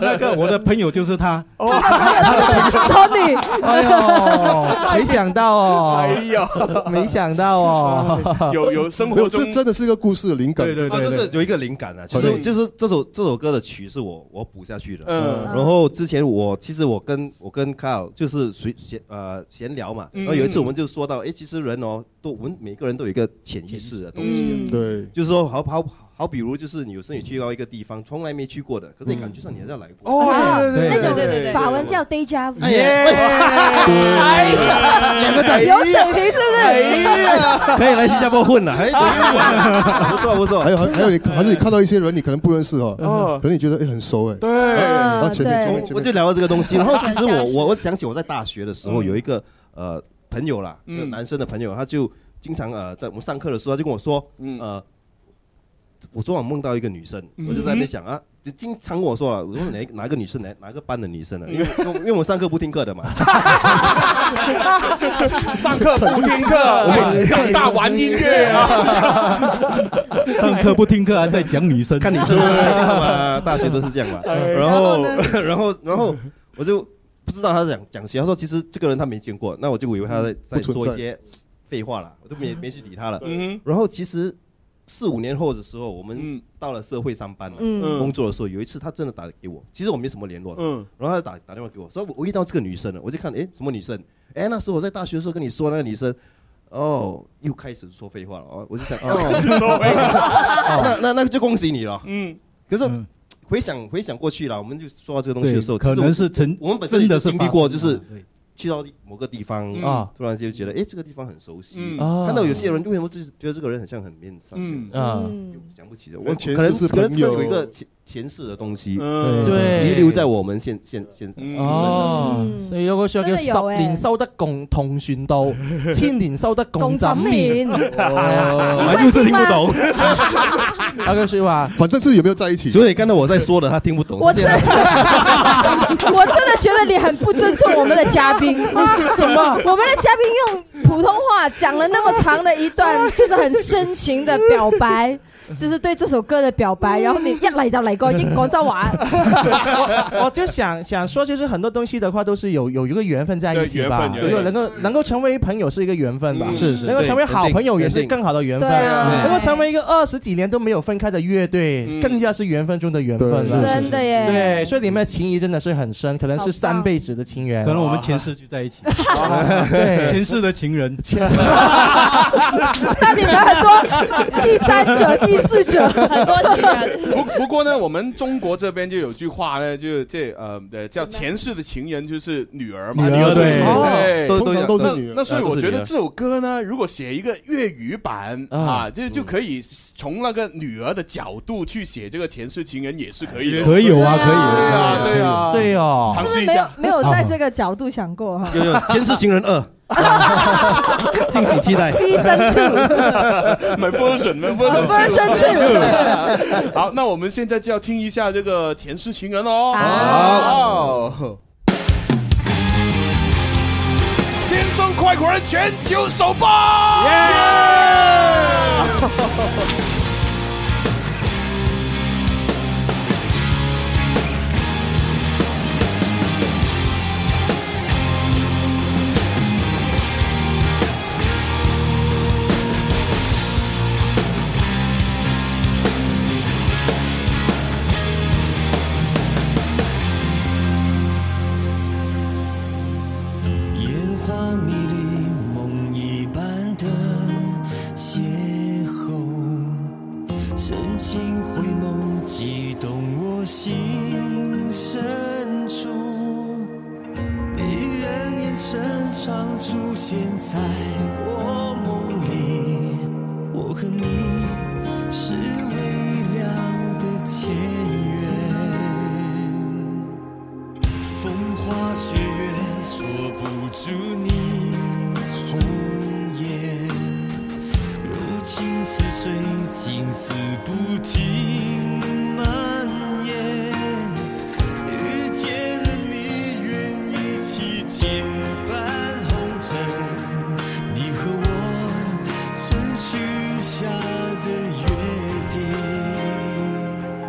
[SPEAKER 9] 那个我的朋友就是他，
[SPEAKER 6] Tony，
[SPEAKER 5] 哎呦，没想到哦，
[SPEAKER 3] 哎呦，
[SPEAKER 5] 没想到哦，
[SPEAKER 3] 有有生
[SPEAKER 16] 没
[SPEAKER 3] 活
[SPEAKER 16] 有，
[SPEAKER 3] 中
[SPEAKER 16] 这真的是一个故事灵感。
[SPEAKER 9] 对对
[SPEAKER 18] 啊，
[SPEAKER 9] 对
[SPEAKER 18] 就是
[SPEAKER 9] 对，
[SPEAKER 18] 有一个灵感啊，就
[SPEAKER 16] 对
[SPEAKER 18] 是就是这首这首歌的曲是我我补下去的，
[SPEAKER 3] 嗯
[SPEAKER 18] 然后之前我其实我跟我跟 Carl 就是随闲呃闲聊嘛，然后有一次我们就说到，哎，其实人哦，都我们每个人都有一个潜意识的东西啊
[SPEAKER 16] 嗯，对，
[SPEAKER 18] 就是说好好好，比如就是你有时候你去到一个地方从来没去过的，可是你感觉上你好像来过，
[SPEAKER 3] 哦，
[SPEAKER 6] 啊那种
[SPEAKER 18] 对对对
[SPEAKER 6] 法文叫 deja vu，
[SPEAKER 18] 哎呀，两个哎在
[SPEAKER 6] 有水平是不是？
[SPEAKER 18] 可以来新加坡混 了，哎，对不错不错
[SPEAKER 16] 还，有还还有你还是你看到一些人你可能不认识哈，
[SPEAKER 3] 哦
[SPEAKER 16] 可能你觉得哎很熟哎，
[SPEAKER 3] 对，
[SPEAKER 16] 然后前面
[SPEAKER 6] 对
[SPEAKER 16] 前面前
[SPEAKER 18] 嗯我
[SPEAKER 16] 面
[SPEAKER 18] 就聊到这个东西，然后其 实
[SPEAKER 6] 好像
[SPEAKER 18] 我
[SPEAKER 6] 是
[SPEAKER 18] 我我想起我在大学的时
[SPEAKER 16] 嗯
[SPEAKER 18] 候有一个呃朋友啦，
[SPEAKER 3] 嗯
[SPEAKER 18] 一个男生的朋友，他就经常呃在我们上课的时候他就跟我说，
[SPEAKER 3] 嗯
[SPEAKER 18] 呃，我昨晚梦到一个女生，我就在那
[SPEAKER 3] 嗯
[SPEAKER 18] 边想啊。就经常跟我说啊，我说哪一
[SPEAKER 3] 嗯
[SPEAKER 18] 哪一个女生，哪哪个班的女生呢？因为因为因为我们上课不听课的嘛，
[SPEAKER 3] 上 课不听课，长大玩音乐 啊！
[SPEAKER 9] 上课不听课还在讲女生，哎
[SPEAKER 18] 看女生嘛，大学都是这 样嘛。
[SPEAKER 16] 哎
[SPEAKER 18] 然后， 然后，然后我就不知道他讲讲谁，他说其实这个人他没见过，那我就以为他在在
[SPEAKER 16] 不存
[SPEAKER 18] 说
[SPEAKER 16] 在
[SPEAKER 18] 一些废话啦，我就没没去理他了
[SPEAKER 16] 嗯。
[SPEAKER 18] 然后其实四五年后的时候，我们到了社会上班了，
[SPEAKER 16] 嗯
[SPEAKER 18] 工作的时候，有一次他真的打给我，其实我没什么联络的，
[SPEAKER 16] 嗯
[SPEAKER 18] 然后他打打电话给我，说我我遇到这个女生了，我就看诶什么女生，诶那时候我在大学的时候跟你说那个女生。哦，又开始说废话了哦，我就想， 哦
[SPEAKER 3] 开始说废
[SPEAKER 2] 哦
[SPEAKER 3] 话
[SPEAKER 18] 那那那就恭喜你了。
[SPEAKER 3] 嗯，
[SPEAKER 18] 可是回想回想过去了，我们就说到这个东西的时候，
[SPEAKER 9] 对可
[SPEAKER 18] 其实
[SPEAKER 9] 能
[SPEAKER 18] 我
[SPEAKER 9] 是曾
[SPEAKER 18] 我们本身
[SPEAKER 9] 真的
[SPEAKER 18] 也
[SPEAKER 9] 是
[SPEAKER 18] 经历过，
[SPEAKER 9] 发
[SPEAKER 18] 就
[SPEAKER 9] 生
[SPEAKER 18] 是
[SPEAKER 9] 啊
[SPEAKER 18] 去到某个地方
[SPEAKER 9] 嗯
[SPEAKER 18] 啊，突然间就觉得，哎，这个地方很熟悉
[SPEAKER 9] 嗯。
[SPEAKER 18] 看到有些人为什么就是觉得这个人很像很面善，
[SPEAKER 9] 嗯
[SPEAKER 18] 就
[SPEAKER 9] 啊
[SPEAKER 18] 就想不起了。
[SPEAKER 16] 那
[SPEAKER 18] 我
[SPEAKER 16] 前
[SPEAKER 18] 可能
[SPEAKER 16] 世是
[SPEAKER 18] 可能
[SPEAKER 16] 朋
[SPEAKER 18] 这个
[SPEAKER 16] 友
[SPEAKER 18] 有一个前前世的东西，
[SPEAKER 5] 嗯对
[SPEAKER 18] 遗留在我们现现现
[SPEAKER 3] 嗯
[SPEAKER 18] 今生
[SPEAKER 5] 哦，所以有個
[SPEAKER 6] 嗯
[SPEAKER 5] 相叫
[SPEAKER 18] 真係有
[SPEAKER 5] 十
[SPEAKER 6] 欸
[SPEAKER 18] 嘅
[SPEAKER 5] 年修得共同船渡，千年修得共枕眠。
[SPEAKER 6] 共枕 眠
[SPEAKER 5] 哦
[SPEAKER 18] 我就是听不懂。
[SPEAKER 5] 那个说
[SPEAKER 18] 啊
[SPEAKER 5] 话，
[SPEAKER 16] 啊反正是有没有在一起。
[SPEAKER 18] 所以刚才我在说的，他听不懂。
[SPEAKER 6] 我真的， 我真的觉得你很不尊重我们的嘉 宾。
[SPEAKER 9] 啊
[SPEAKER 5] 为什么
[SPEAKER 6] 我们的嘉宾用普通话讲了那么长的一段，就是很深情的表 白，就是对这首歌的表白。然后你一嚟就嚟个英廣州話，
[SPEAKER 5] 我就想想说，就是很多东西的话，都是有有一个缘分在一起吧，
[SPEAKER 18] 对缘分
[SPEAKER 5] 对，
[SPEAKER 18] 缘分
[SPEAKER 5] 能够能够成为朋友是一个缘分吧，
[SPEAKER 18] 嗯是是
[SPEAKER 5] 能够成为
[SPEAKER 18] 对
[SPEAKER 5] 好
[SPEAKER 18] 肯定
[SPEAKER 5] 朋友也
[SPEAKER 18] 肯
[SPEAKER 5] 是
[SPEAKER 18] 定
[SPEAKER 5] 更好的缘分，
[SPEAKER 18] 对啊对
[SPEAKER 5] 能够成为一个二十几年都没有分开的乐
[SPEAKER 18] 嗯
[SPEAKER 5] 队，更加是缘分中的缘分了，
[SPEAKER 6] 对真的耶
[SPEAKER 5] 对，所以里面的情谊真的是很深，可能
[SPEAKER 6] 好
[SPEAKER 5] 是
[SPEAKER 6] 棒
[SPEAKER 5] 三辈子的情缘，
[SPEAKER 9] 可能我们前世就在一起，
[SPEAKER 5] 对
[SPEAKER 9] 前世的情人，
[SPEAKER 6] 那你们很多第三者、第四者，很多情人。
[SPEAKER 3] 不不过呢，我们中国这边就有句话呢，就是这呃呃叫前世的情人就是女儿嘛，
[SPEAKER 9] 女儿
[SPEAKER 3] 对，
[SPEAKER 9] 对都都都是
[SPEAKER 3] 那
[SPEAKER 9] 女儿
[SPEAKER 3] 那所以
[SPEAKER 9] 啊都是
[SPEAKER 3] 我觉
[SPEAKER 9] 女
[SPEAKER 3] 得
[SPEAKER 9] 儿
[SPEAKER 3] 这首歌呢，如果写一个粤语版啊，就就可以从那个女儿的角度去写这个前世情人，也是可以的，
[SPEAKER 9] 可以有啊
[SPEAKER 3] 对
[SPEAKER 9] 可以
[SPEAKER 3] 对
[SPEAKER 9] 有
[SPEAKER 3] 啊，
[SPEAKER 9] 可以有对
[SPEAKER 5] 哦
[SPEAKER 3] 尝
[SPEAKER 6] 是不
[SPEAKER 3] 试
[SPEAKER 6] 是
[SPEAKER 3] 一
[SPEAKER 6] 没有
[SPEAKER 3] 下，
[SPEAKER 6] 没有在这个角度想 过哈？
[SPEAKER 18] 有有《前世情人二》，敬请期待。
[SPEAKER 6] Season two
[SPEAKER 3] 买 version 买 version
[SPEAKER 6] Version two
[SPEAKER 3] 好，那我们现在就要听一下这个前世情人哦。好。天生快活人全球首发。
[SPEAKER 2] 烟花迷离，梦一般的邂逅，深情回眸，悸动我心深处。迷人眼神常出现在我梦里，我和你是未了的前缘。风花雪月锁不住你红颜，柔情似水，情丝不停蔓延。遇见了你，愿一起结伴红尘，你和我曾许下的约定。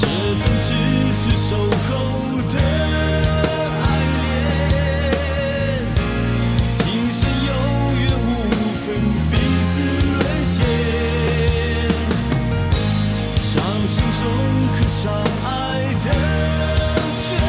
[SPEAKER 2] 这份痴痴守候的爱恋，今生有缘无分，彼此沦陷。伤心中刻上爱的圈。哦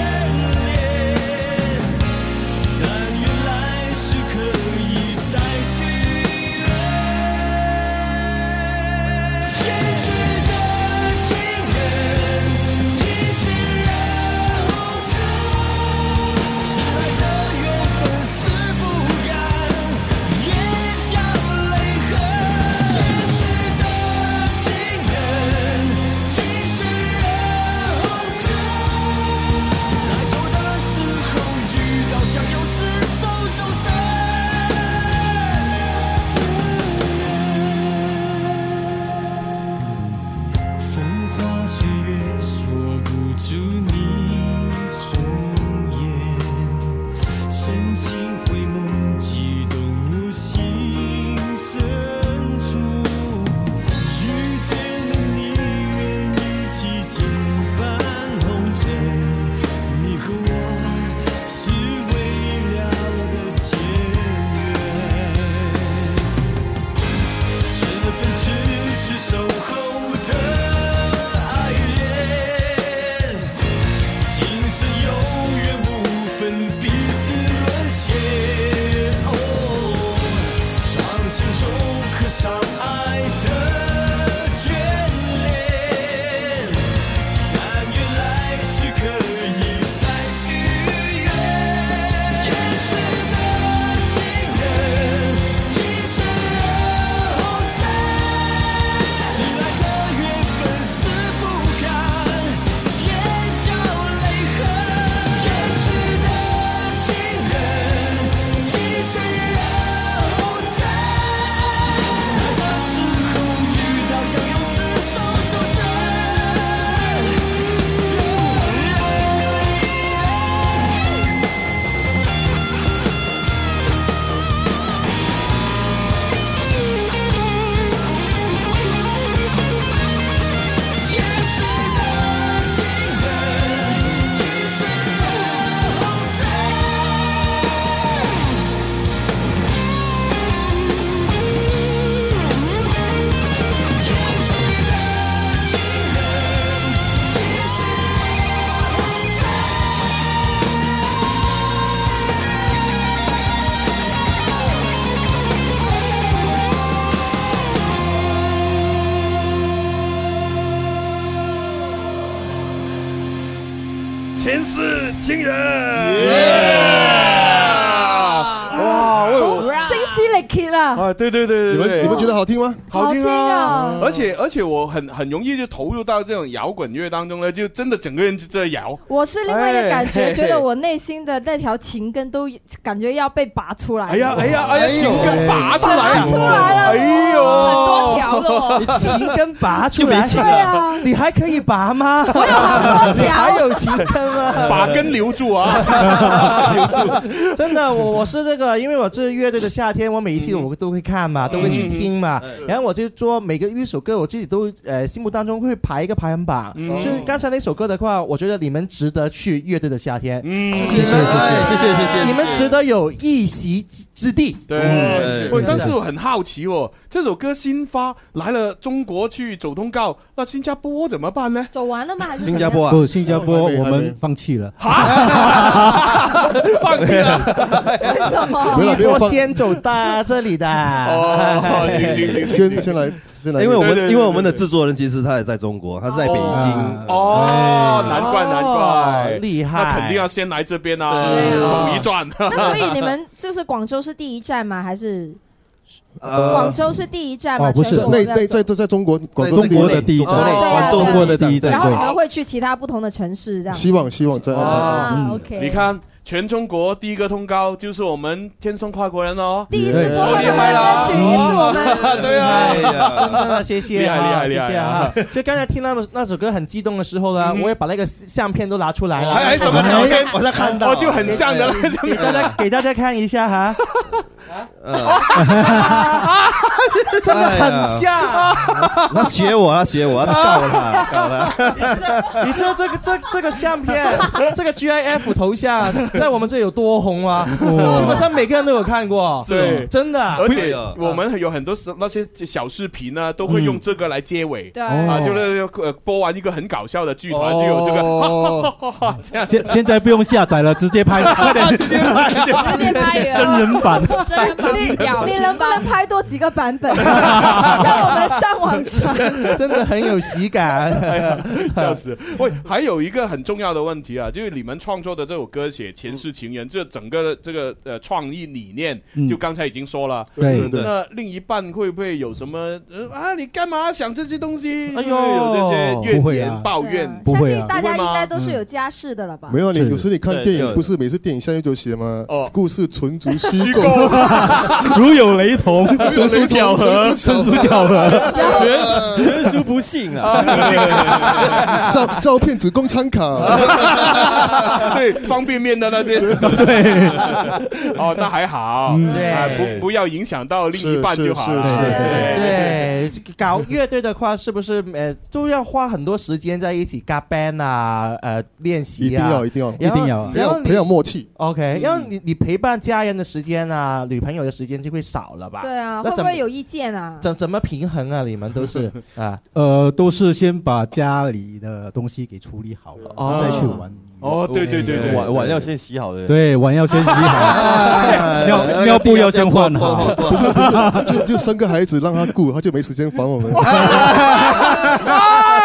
[SPEAKER 15] 前世情人。
[SPEAKER 3] 哇，我
[SPEAKER 6] 声嘶力竭啊！
[SPEAKER 3] 啊，对对对对
[SPEAKER 16] 你
[SPEAKER 3] 对，
[SPEAKER 16] 们你们觉得好听吗？
[SPEAKER 3] 好听
[SPEAKER 6] 好
[SPEAKER 3] 而且而且我很很容易就投入到这种摇滚乐当中呢，就真的整个人就在摇。
[SPEAKER 6] 我是另外一个感觉，
[SPEAKER 3] 哎
[SPEAKER 6] 觉得我内心的那条情根都感觉要被拔出来。
[SPEAKER 3] 哎呀哎呀哎呀，情根拔出来了，
[SPEAKER 6] 拔出来了，
[SPEAKER 3] 哎呦，
[SPEAKER 5] 아,
[SPEAKER 6] 很多条的哦
[SPEAKER 5] 你情根拔出
[SPEAKER 3] 就
[SPEAKER 5] 来，
[SPEAKER 3] 没情了对啊
[SPEAKER 5] 你还可以拔吗？我
[SPEAKER 6] 有好多条
[SPEAKER 5] 还有情根吗？
[SPEAKER 3] 把根留住啊！
[SPEAKER 5] 真的，我我是这个，因为我这乐队的夏天，我每一期我都会看
[SPEAKER 3] 嗯
[SPEAKER 5] 嘛，都会去听嘛，然后我就做每个一首歌，我自己都呃心目当中会排一个排行榜。
[SPEAKER 3] 嗯
[SPEAKER 5] 就是刚才那首歌的话，我觉得你们值得去乐队的夏天。
[SPEAKER 3] 嗯，
[SPEAKER 5] 谢谢谢
[SPEAKER 17] 谢
[SPEAKER 5] 谢
[SPEAKER 17] 谢谢谢
[SPEAKER 5] 你们值得有一席之地。哦
[SPEAKER 3] 对，喂，但是我很好奇哦，这首歌新发来了中国去走通告，那新加坡怎么办呢？
[SPEAKER 6] 走完了吗？还是
[SPEAKER 3] 新加坡啊
[SPEAKER 9] 不，新加坡
[SPEAKER 3] 还没
[SPEAKER 9] 我们放弃了。
[SPEAKER 3] 放弃了？
[SPEAKER 6] 为什 么
[SPEAKER 5] 你我先走到这里的。
[SPEAKER 3] 哦
[SPEAKER 5] 行行行
[SPEAKER 16] 先先来先来，
[SPEAKER 18] 因为我们因为我们的制作人其实他也在中国，他是在北京。哎哦
[SPEAKER 3] 哦，难怪难
[SPEAKER 5] 哦
[SPEAKER 3] 怪，
[SPEAKER 18] 厉害
[SPEAKER 3] 那肯定要先来这边啊，
[SPEAKER 18] 是啊
[SPEAKER 3] 走一转。
[SPEAKER 6] 那所以你们就是广州是第一站吗？还是
[SPEAKER 16] 呃
[SPEAKER 6] 广州啊是第一站
[SPEAKER 16] 哦
[SPEAKER 9] 哦
[SPEAKER 6] 吗？全国
[SPEAKER 16] 在内
[SPEAKER 6] 要走
[SPEAKER 16] 内在在在中国广州
[SPEAKER 18] 中国的
[SPEAKER 16] 第一站
[SPEAKER 18] 中国的
[SPEAKER 6] 对啊
[SPEAKER 18] 广州中
[SPEAKER 6] 对啊
[SPEAKER 18] 国的第一站
[SPEAKER 6] 然后你们会去其他不同的城市这样？
[SPEAKER 16] 希望希望在
[SPEAKER 6] 啊
[SPEAKER 16] 安排。
[SPEAKER 6] ，OK，
[SPEAKER 3] 你看，全中国第一个通告就是我们天生跨国人哦，
[SPEAKER 6] 第一
[SPEAKER 5] 次播
[SPEAKER 3] 厉害啦！
[SPEAKER 6] 曲也是我
[SPEAKER 5] 们
[SPEAKER 3] 对啊，
[SPEAKER 5] 哎真的谢谢啊，
[SPEAKER 3] 厉害厉害厉
[SPEAKER 5] 谢
[SPEAKER 3] 害嗯
[SPEAKER 5] 谢啊！就刚才听那那首歌很激动的时候呢，我也把那个相片都拿出来了，啊
[SPEAKER 3] 还还什么照片？
[SPEAKER 18] 我在看到
[SPEAKER 3] 我就很像的了。
[SPEAKER 5] 给大家给大家看一下 哈，
[SPEAKER 3] 啊
[SPEAKER 5] 真的
[SPEAKER 3] 哎
[SPEAKER 5] 很像。
[SPEAKER 18] 他学我，他学我，他告 他告他。
[SPEAKER 5] 啊你知道 这个这这个相片， 这个 GIF 头像在我们这有多红吗？
[SPEAKER 16] 哦
[SPEAKER 5] 基本上每个人都有看过，
[SPEAKER 3] 对，
[SPEAKER 5] 真的。
[SPEAKER 3] 而且我们有很多时那些小视频呢，都会用这个来结尾。
[SPEAKER 6] 对
[SPEAKER 3] 啊，
[SPEAKER 9] 哦
[SPEAKER 3] 就是呃播完一个很搞笑的剧团，就有这个哈哈哈哈哈这样。
[SPEAKER 9] 现现在不用下载了，直 接拍，快点，
[SPEAKER 3] 直接拍
[SPEAKER 6] 直接拍
[SPEAKER 9] 真人版。
[SPEAKER 6] 你你能不能拍多几个版本，让我们上网传？
[SPEAKER 5] 真的很有喜 感。
[SPEAKER 3] 哎笑死！ 喂，还有一个很重要的问题啊，就是你们创作的这首歌写《前世情人》，这整个的这个呃创意理念，
[SPEAKER 9] 嗯
[SPEAKER 3] 就刚才已经说了。
[SPEAKER 9] 对对对
[SPEAKER 3] 那另一半会不会有什么呃啊？你干嘛想这些东西？
[SPEAKER 5] 哎呦
[SPEAKER 3] 有这些
[SPEAKER 9] 不
[SPEAKER 3] 怨
[SPEAKER 9] 会啊
[SPEAKER 3] 言抱怨？
[SPEAKER 9] 不会啊
[SPEAKER 6] 大家应该都是有家室的了吧？
[SPEAKER 16] 没有，你有时你看电
[SPEAKER 18] 对
[SPEAKER 16] 影，不是每次电影下面都写吗？故事纯属虚 构，
[SPEAKER 9] 如有雷同，纯属巧合，纯属巧合。
[SPEAKER 17] 纯纯属不幸
[SPEAKER 2] 아,
[SPEAKER 16] 아,
[SPEAKER 17] 啊！
[SPEAKER 16] 呃照照片只供参 考。
[SPEAKER 3] 对，方便面的那些。对， 哦，那还好，
[SPEAKER 9] 嗯
[SPEAKER 5] 对
[SPEAKER 3] 啊不不要影响到另一半就好了。
[SPEAKER 5] 对，搞乐队的话，是不是呃都要花很多时间在一起嘎 band 啊，呃练
[SPEAKER 16] 一
[SPEAKER 5] 习
[SPEAKER 16] 定
[SPEAKER 5] 啊，
[SPEAKER 16] 要，一定要，嗯
[SPEAKER 5] 然后
[SPEAKER 16] 培
[SPEAKER 5] 然后
[SPEAKER 16] 养
[SPEAKER 5] 你
[SPEAKER 16] 培养默契。
[SPEAKER 5] OK，然后你你陪伴家人的时间啊，女朋友的时间就会少了吧？
[SPEAKER 6] 对啊，
[SPEAKER 5] 那
[SPEAKER 6] 会不
[SPEAKER 5] 怎
[SPEAKER 6] 会有意见啊？
[SPEAKER 5] 怎怎么平衡啊？你们都 是啊，
[SPEAKER 9] 呃，都是先把家里的东西给处理好
[SPEAKER 5] 哦
[SPEAKER 9] 了，再去玩。
[SPEAKER 3] 哦，对对对对，
[SPEAKER 17] 碗碗要先洗好的。
[SPEAKER 9] 对，碗要先 洗好，尿尿布要先换好。
[SPEAKER 16] 哎 不是不是，就就生个孩子让他顾，他就没时间烦我们。
[SPEAKER 2] 아,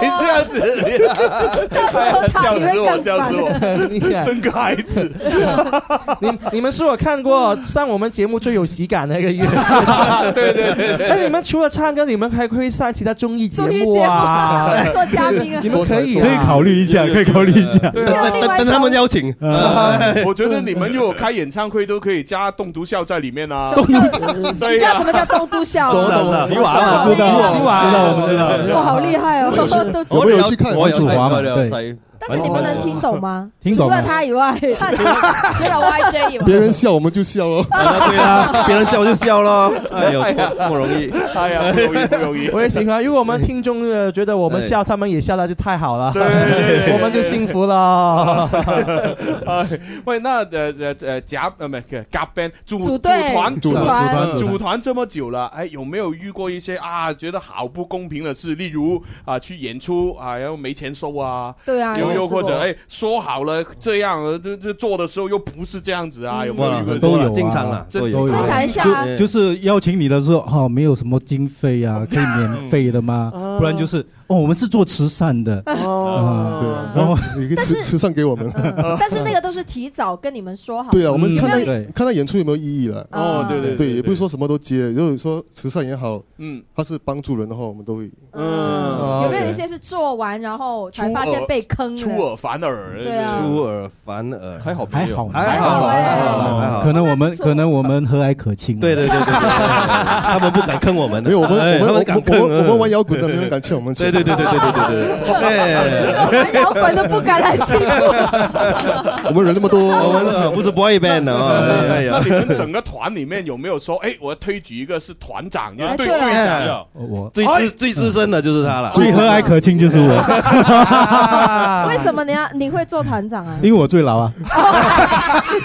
[SPEAKER 3] 你这样子，
[SPEAKER 6] 到时候他
[SPEAKER 3] 笑
[SPEAKER 6] 你
[SPEAKER 3] 死
[SPEAKER 6] 会
[SPEAKER 3] 我，
[SPEAKER 6] 更
[SPEAKER 3] 笑
[SPEAKER 6] 烦
[SPEAKER 3] 死。
[SPEAKER 18] 哦
[SPEAKER 3] 我，生个孩子，
[SPEAKER 5] 你你们是我看过哦上我们节目最有喜感的一 个乐
[SPEAKER 3] 对
[SPEAKER 5] 队。
[SPEAKER 3] 对对对。
[SPEAKER 5] 那你们除了唱歌，你们还可以上其他综艺节
[SPEAKER 6] 综艺节
[SPEAKER 5] 目
[SPEAKER 6] 目
[SPEAKER 5] 啊
[SPEAKER 6] 啊，做嘉宾啊
[SPEAKER 5] 你们可以啊
[SPEAKER 9] 可以考虑一下，可以考虑一下。
[SPEAKER 3] 对
[SPEAKER 6] 啊
[SPEAKER 18] 等等等他们邀请。
[SPEAKER 3] 我觉得你们如果开演唱会，都可以加栋笃笑在里面 啊。
[SPEAKER 6] 什么叫什么叫东都笑啊？
[SPEAKER 18] 吉娃
[SPEAKER 9] 娃
[SPEAKER 18] 嘛，
[SPEAKER 9] 知道知道我们知道。
[SPEAKER 6] 哇，好厉害哦！都知道
[SPEAKER 18] 我
[SPEAKER 16] 有去看哦
[SPEAKER 18] 我有
[SPEAKER 9] 王祖华嘛
[SPEAKER 18] 我有
[SPEAKER 9] 对
[SPEAKER 18] 在
[SPEAKER 6] 但是你们能听懂吗？
[SPEAKER 9] 听
[SPEAKER 6] 除
[SPEAKER 9] 懂
[SPEAKER 6] 了
[SPEAKER 9] 吗
[SPEAKER 6] 他以外，他 除除了 YJ 以外，
[SPEAKER 16] 别人笑我们就笑咯。
[SPEAKER 18] 对啊，别人笑就笑咯。哎呦，
[SPEAKER 3] 哎呀
[SPEAKER 18] 这么容易。哎
[SPEAKER 3] 哎呀，不容易，不容易。
[SPEAKER 5] 我也喜欢，如果我们听众呃觉得我们笑，他们也笑，那就太好了，我们就幸福了。
[SPEAKER 3] 哎喂，那呃呃呃夹呃不是夹 band 组
[SPEAKER 6] 组队
[SPEAKER 3] 团
[SPEAKER 6] 组团
[SPEAKER 3] 组组团这么久了，哎，有没有遇过一些啊觉得好不公平的事？例如啊去演出啊，然后没钱收啊，
[SPEAKER 6] 对啊，
[SPEAKER 3] 又
[SPEAKER 6] 有
[SPEAKER 3] 又
[SPEAKER 6] 试
[SPEAKER 3] 或者
[SPEAKER 6] 过
[SPEAKER 3] 哎说好了这样，呃就就做的时候又不是这样子
[SPEAKER 6] 嗯
[SPEAKER 3] 啊，有没有
[SPEAKER 18] 哇
[SPEAKER 3] 遇过？
[SPEAKER 9] 都有啊
[SPEAKER 18] 经常啦，
[SPEAKER 3] 这
[SPEAKER 18] 都有
[SPEAKER 9] 都有
[SPEAKER 6] 分享一下啊，
[SPEAKER 9] 就是邀请你的时候，哈、没有什么经费啊，可以免费的吗？不然就是哦，我们是做慈善的，啊
[SPEAKER 16] 哦
[SPEAKER 9] 对，然后
[SPEAKER 16] 你可以吃吃上给我们。
[SPEAKER 6] 但是那个都是提早跟你们说好。
[SPEAKER 16] 对啊，我们看
[SPEAKER 6] 有
[SPEAKER 16] 到
[SPEAKER 6] 没有
[SPEAKER 16] 看到演出有没有意义了。
[SPEAKER 6] 哦对对对
[SPEAKER 16] 对，也不是说什么都接，就是说慈善也好，
[SPEAKER 3] 嗯，
[SPEAKER 16] 他是帮助人的话，我们都会。
[SPEAKER 3] 嗯
[SPEAKER 16] 哦
[SPEAKER 6] 有没有一些是做完然后才发现被坑的？
[SPEAKER 3] 出尔反尔，
[SPEAKER 6] 对啊
[SPEAKER 18] 出尔反尔，还好
[SPEAKER 9] 还好
[SPEAKER 18] 还好啦还好啦还好啦。
[SPEAKER 9] 哦可能我们可能我们和蔼可亲。啊对
[SPEAKER 18] 对对对，他们不敢坑我们的，
[SPEAKER 16] 没有，我们
[SPEAKER 9] 啊
[SPEAKER 18] 哎
[SPEAKER 16] 我
[SPEAKER 18] 他
[SPEAKER 16] 们
[SPEAKER 18] 敢
[SPEAKER 16] 我
[SPEAKER 18] 坑
[SPEAKER 9] 嗯
[SPEAKER 16] 们我们玩摇滚的，没人敢欠我们钱。
[SPEAKER 18] 对对对对对对对对，
[SPEAKER 6] 玩摇滚的不敢来欺
[SPEAKER 2] 아,
[SPEAKER 6] 负。
[SPEAKER 16] 我们人那么多，
[SPEAKER 18] 我们呃不是 boy band 的 啊，哎
[SPEAKER 3] 那
[SPEAKER 18] 呀
[SPEAKER 3] 你，们 整个团里面有没有说，哎，我要推举一个是团
[SPEAKER 6] 哎
[SPEAKER 3] 长，就是队
[SPEAKER 18] 对
[SPEAKER 3] 队
[SPEAKER 18] 啊
[SPEAKER 3] 长的？
[SPEAKER 9] 我
[SPEAKER 18] 最资最资深的就是他了，
[SPEAKER 9] 最和蔼可亲就是我，
[SPEAKER 6] 为什么你要你会做团 长啊？
[SPEAKER 9] 因为我最老啊。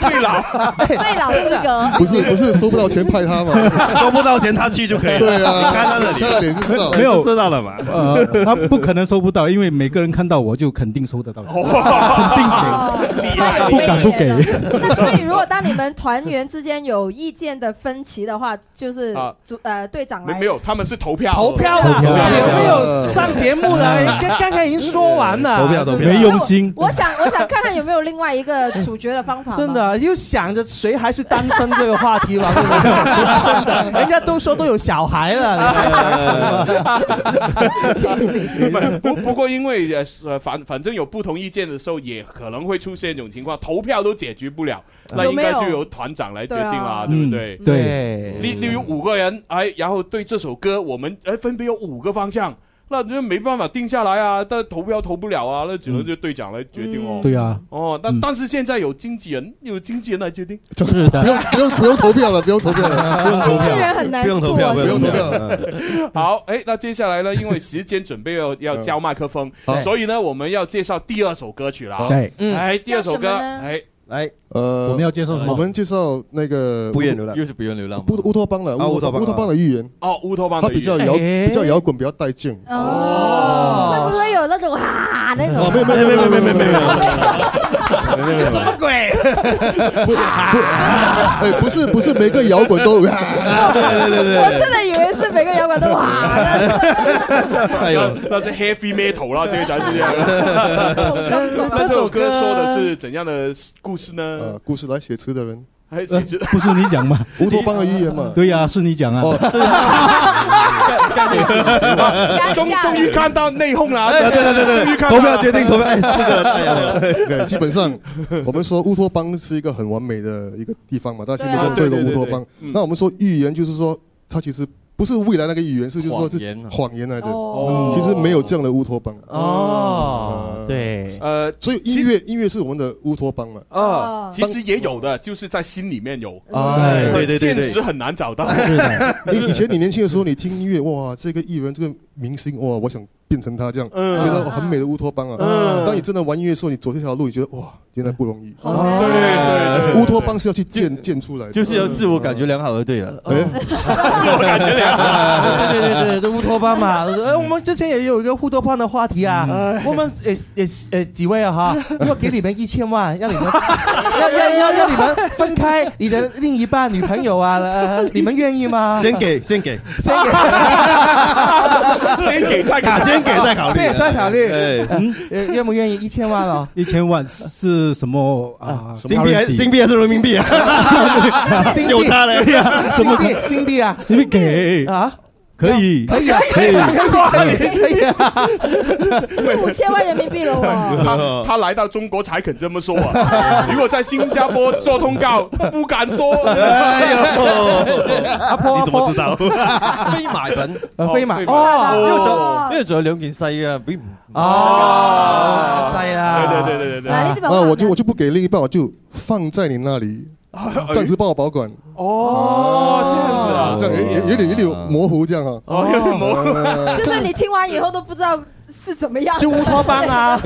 [SPEAKER 3] 最老，
[SPEAKER 16] 啊
[SPEAKER 6] 最老
[SPEAKER 2] 네.
[SPEAKER 6] 资格。
[SPEAKER 16] 不是不是收不到钱派他嘛，
[SPEAKER 18] 收不到钱他去就可以了。
[SPEAKER 16] 对啊
[SPEAKER 18] 你看他的脸，
[SPEAKER 16] 看他脸就知道了
[SPEAKER 9] 没有
[SPEAKER 18] 知道了嘛？
[SPEAKER 9] 呃，他不可能收不到，因为每个人看到我就肯定收得到，
[SPEAKER 3] 哎
[SPEAKER 9] 肯定给，不敢不给。
[SPEAKER 6] 哦那所以，如果当你们团员之间有意见的分歧的话，就是
[SPEAKER 3] 啊
[SPEAKER 6] 组呃队长
[SPEAKER 3] 没
[SPEAKER 6] 来
[SPEAKER 3] 没有，他们是投票，
[SPEAKER 5] 投票啦，有没有上节目的？
[SPEAKER 3] 跟
[SPEAKER 5] 刚刚才已经说完了，
[SPEAKER 18] 投票投票
[SPEAKER 9] 没用心
[SPEAKER 6] 我想，我想看看有没有另外一个处决的方法。
[SPEAKER 5] 真，的，啊就想着谁还是单身这个话题吧。真的， 人家都说都有小孩了，你还想什么？
[SPEAKER 3] 不不过因为呃呃反反正有不同意见的时候，也可能会出现一种情况，投票都解决不了，
[SPEAKER 9] 嗯
[SPEAKER 3] 那
[SPEAKER 6] 有
[SPEAKER 3] 应
[SPEAKER 6] 没有
[SPEAKER 3] 该就由团长来决定啦，
[SPEAKER 9] 对啊
[SPEAKER 3] 对不对？
[SPEAKER 9] 嗯对
[SPEAKER 3] 你你有五个人，哎，然后对这首歌，我们哎分别有五个方向。那就没办法定下来啊，但投票投不了啊，那只能就队长来决定哦。
[SPEAKER 9] 对啊，
[SPEAKER 3] 哦，但但是现在有经纪人，有经纪人来决定。
[SPEAKER 9] 是的
[SPEAKER 16] 不，用不用不用投票了，不用投票了，
[SPEAKER 3] 不用投票经纪人
[SPEAKER 6] 很难
[SPEAKER 16] 不用投票，
[SPEAKER 3] 做
[SPEAKER 16] 不
[SPEAKER 3] 啊
[SPEAKER 16] 用投票。
[SPEAKER 3] 好，哎，那接下来呢？因为时间准备要要交麦克 风，
[SPEAKER 16] 好
[SPEAKER 3] 所以呢，我们要介绍第二首歌曲了啊。
[SPEAKER 9] 对
[SPEAKER 3] 嗯哎，第二首歌，
[SPEAKER 6] 叫什么呢
[SPEAKER 3] 哎，
[SPEAKER 18] 来，
[SPEAKER 16] 呃，
[SPEAKER 9] 我们要介绍什么
[SPEAKER 16] 我们介绍那个
[SPEAKER 18] 不愿流浪
[SPEAKER 17] 又是不愿流浪。
[SPEAKER 16] 乌乌托邦了，
[SPEAKER 18] 啊乌
[SPEAKER 16] 乌
[SPEAKER 18] 托邦
[SPEAKER 16] 乌托邦的预言，
[SPEAKER 3] 哦，乌托邦
[SPEAKER 16] 它
[SPEAKER 3] 的
[SPEAKER 16] 比较
[SPEAKER 3] 语言
[SPEAKER 16] 摇
[SPEAKER 5] 哎
[SPEAKER 16] 比较摇滚，比较带劲。
[SPEAKER 6] 哦会不会有那种啊那种？
[SPEAKER 16] 哦，没有没有没有没有没有没有没有，
[SPEAKER 5] 什么鬼？
[SPEAKER 16] 哎，不是不是每个摇滚都有，
[SPEAKER 18] 对对
[SPEAKER 6] 我真的以为是每个摇滚都哇的，
[SPEAKER 18] 哎呦，
[SPEAKER 3] 那是 heavy metal 啦，现在是这样。
[SPEAKER 6] 重金属
[SPEAKER 3] 那这首歌说的是怎样的故事呢？
[SPEAKER 16] 呃，故事来写词的人，
[SPEAKER 3] 还
[SPEAKER 9] 呃
[SPEAKER 3] 谁知
[SPEAKER 9] 不是你讲嘛？
[SPEAKER 16] 乌托邦的预言嘛，
[SPEAKER 9] 对呀，是你讲啊。
[SPEAKER 3] 终终于看到内讧了啊，
[SPEAKER 18] 哎对对对对
[SPEAKER 3] 终于看到
[SPEAKER 18] 投
[SPEAKER 3] 了
[SPEAKER 18] 票决定投票，哎，四 个人太阳了。
[SPEAKER 16] 对，基本上我们说乌托邦是一个很完美的一个地方嘛，大家心目中都
[SPEAKER 3] 对啊
[SPEAKER 16] 有个乌托邦
[SPEAKER 3] 对对对对嗯。
[SPEAKER 16] 那我们说预言，就是说它其实不是未来那个预言，是就是说
[SPEAKER 17] 谎言啊
[SPEAKER 16] 是谎言来的。
[SPEAKER 6] 哦
[SPEAKER 16] 其实没有这样的乌托邦。
[SPEAKER 5] 哦，对，
[SPEAKER 18] 嗯
[SPEAKER 3] 呃
[SPEAKER 16] 所以音乐音乐是我们的乌托邦嘛。
[SPEAKER 3] 啊，
[SPEAKER 6] 哦
[SPEAKER 3] 其实也有的，就是在心里面有，
[SPEAKER 5] 哎
[SPEAKER 18] 对对对
[SPEAKER 3] 现
[SPEAKER 18] 对
[SPEAKER 3] 实很难找到。
[SPEAKER 16] 以以前你年轻的时候，你听音乐，哇，这个艺人，这个明星，哇，我想变成他这样，
[SPEAKER 3] 嗯
[SPEAKER 16] 觉得哇很美的乌托邦啊。
[SPEAKER 3] 嗯
[SPEAKER 16] 当你真的玩音乐的时候，你走这条路，你觉得哇，原来不容易。
[SPEAKER 6] 好难
[SPEAKER 3] 对对对，
[SPEAKER 16] 乌托邦是要去建建出来的，
[SPEAKER 17] 就是要自我感觉良好的队了，
[SPEAKER 16] 哎
[SPEAKER 5] 对对对对对，乌托邦嘛。呃，我们之前也有一个乌托邦的话题啊。
[SPEAKER 18] 嗯
[SPEAKER 5] 我们呃呃呃几位啊 哈，如果给你们一千万，让你们要要要要你们分开你的另一半女朋友 啊，呃，你们愿意吗？
[SPEAKER 18] 先给先给，
[SPEAKER 5] 先给，
[SPEAKER 3] 先给再
[SPEAKER 18] 啊
[SPEAKER 3] 看，
[SPEAKER 18] 先给再考虑，
[SPEAKER 5] 这也在考虑，
[SPEAKER 18] 哎
[SPEAKER 5] 嗯，呃愿不愿意一千万哦？
[SPEAKER 9] 一千万是什么啊？
[SPEAKER 18] 新币还是
[SPEAKER 9] currency？
[SPEAKER 18] 新币还是人民币啊？啊
[SPEAKER 5] 新
[SPEAKER 18] 哎有
[SPEAKER 5] 币，
[SPEAKER 18] 差嘞呀！
[SPEAKER 5] 新币，新币啊，
[SPEAKER 9] 新币给
[SPEAKER 5] 啊，
[SPEAKER 9] 可以，
[SPEAKER 5] 可以啊，
[SPEAKER 9] 可
[SPEAKER 5] 可
[SPEAKER 9] 以
[SPEAKER 5] 以，可以啊。
[SPEAKER 6] 这是五千万人民币了 哦。
[SPEAKER 3] 他他来到中国才肯这么说啊。如果在新加坡做通告，不敢说。
[SPEAKER 18] 哎 呦，
[SPEAKER 5] 阿婆，阿
[SPEAKER 18] 你怎么
[SPEAKER 5] 婆
[SPEAKER 18] 知， 道？
[SPEAKER 17] 非賣品。
[SPEAKER 5] 呃飛馬
[SPEAKER 3] 哦飛馬
[SPEAKER 5] 哦，
[SPEAKER 17] 因為仲有
[SPEAKER 6] 哦
[SPEAKER 17] 因為仲有兩件細嘅，俾唔啊
[SPEAKER 5] 哦，犀啦！
[SPEAKER 3] 对对对对对
[SPEAKER 6] 嗱，呢啲咪
[SPEAKER 18] 哦
[SPEAKER 16] 啊，我就我就不给另一半，我就放在你那 里，
[SPEAKER 3] 对，
[SPEAKER 16] 暂时帮我保管，
[SPEAKER 2] 아,
[SPEAKER 3] 哦，这样子啊，
[SPEAKER 16] 这样有有有点有点模糊这样啊哈。
[SPEAKER 3] 哦，有点模糊。
[SPEAKER 6] 就是你听完以后都不知道是怎么样。
[SPEAKER 5] 就乌托邦啊，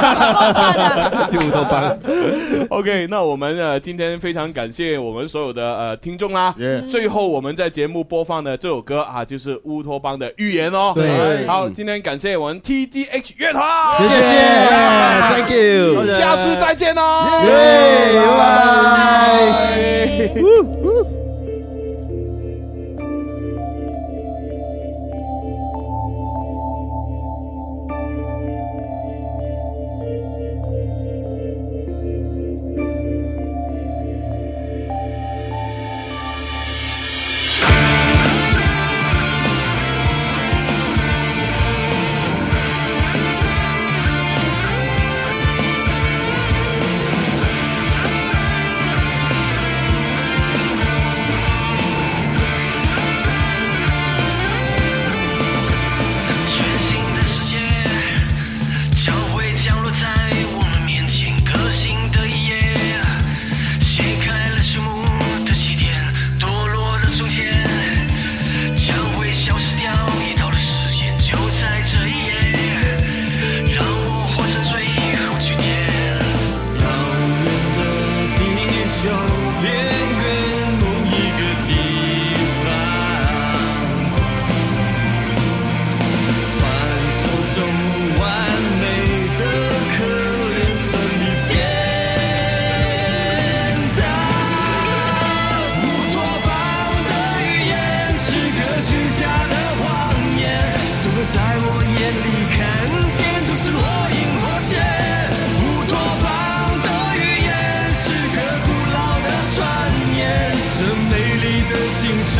[SPEAKER 18] 就乌托邦，
[SPEAKER 3] OK，那我们呃今天非常感谢我们所有的呃听众啦。
[SPEAKER 16] 耶
[SPEAKER 3] 最后我们在节目播放的这首歌啊，就是乌托邦的预言哦。
[SPEAKER 9] 对
[SPEAKER 3] 好，今天感谢我们 TDH 乐团，
[SPEAKER 18] 谢谢，Thank you，
[SPEAKER 3] 下次再见哦。
[SPEAKER 18] 耶，拜拜。
[SPEAKER 2] 就边缘某一个地方，传说中完美的可怜神秘天堂，乌托邦的语言是个虚假的谎言，总会在我眼里看见，就是或隐或现。乌托邦的语言是个古老的传言，这美丽的新世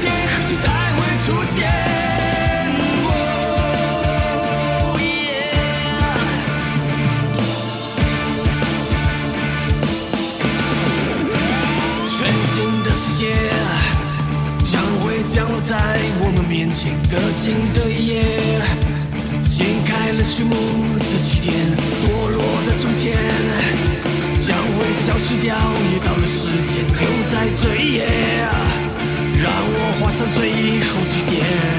[SPEAKER 2] 界何时才会出现？哦耶！
[SPEAKER 19] 全新的世界将会降落在我们面前。
[SPEAKER 2] 革新的夜，掀开了序幕的起点，堕落的从前将会消失掉，也到了时间，就在这一夜，让我画上最后句点。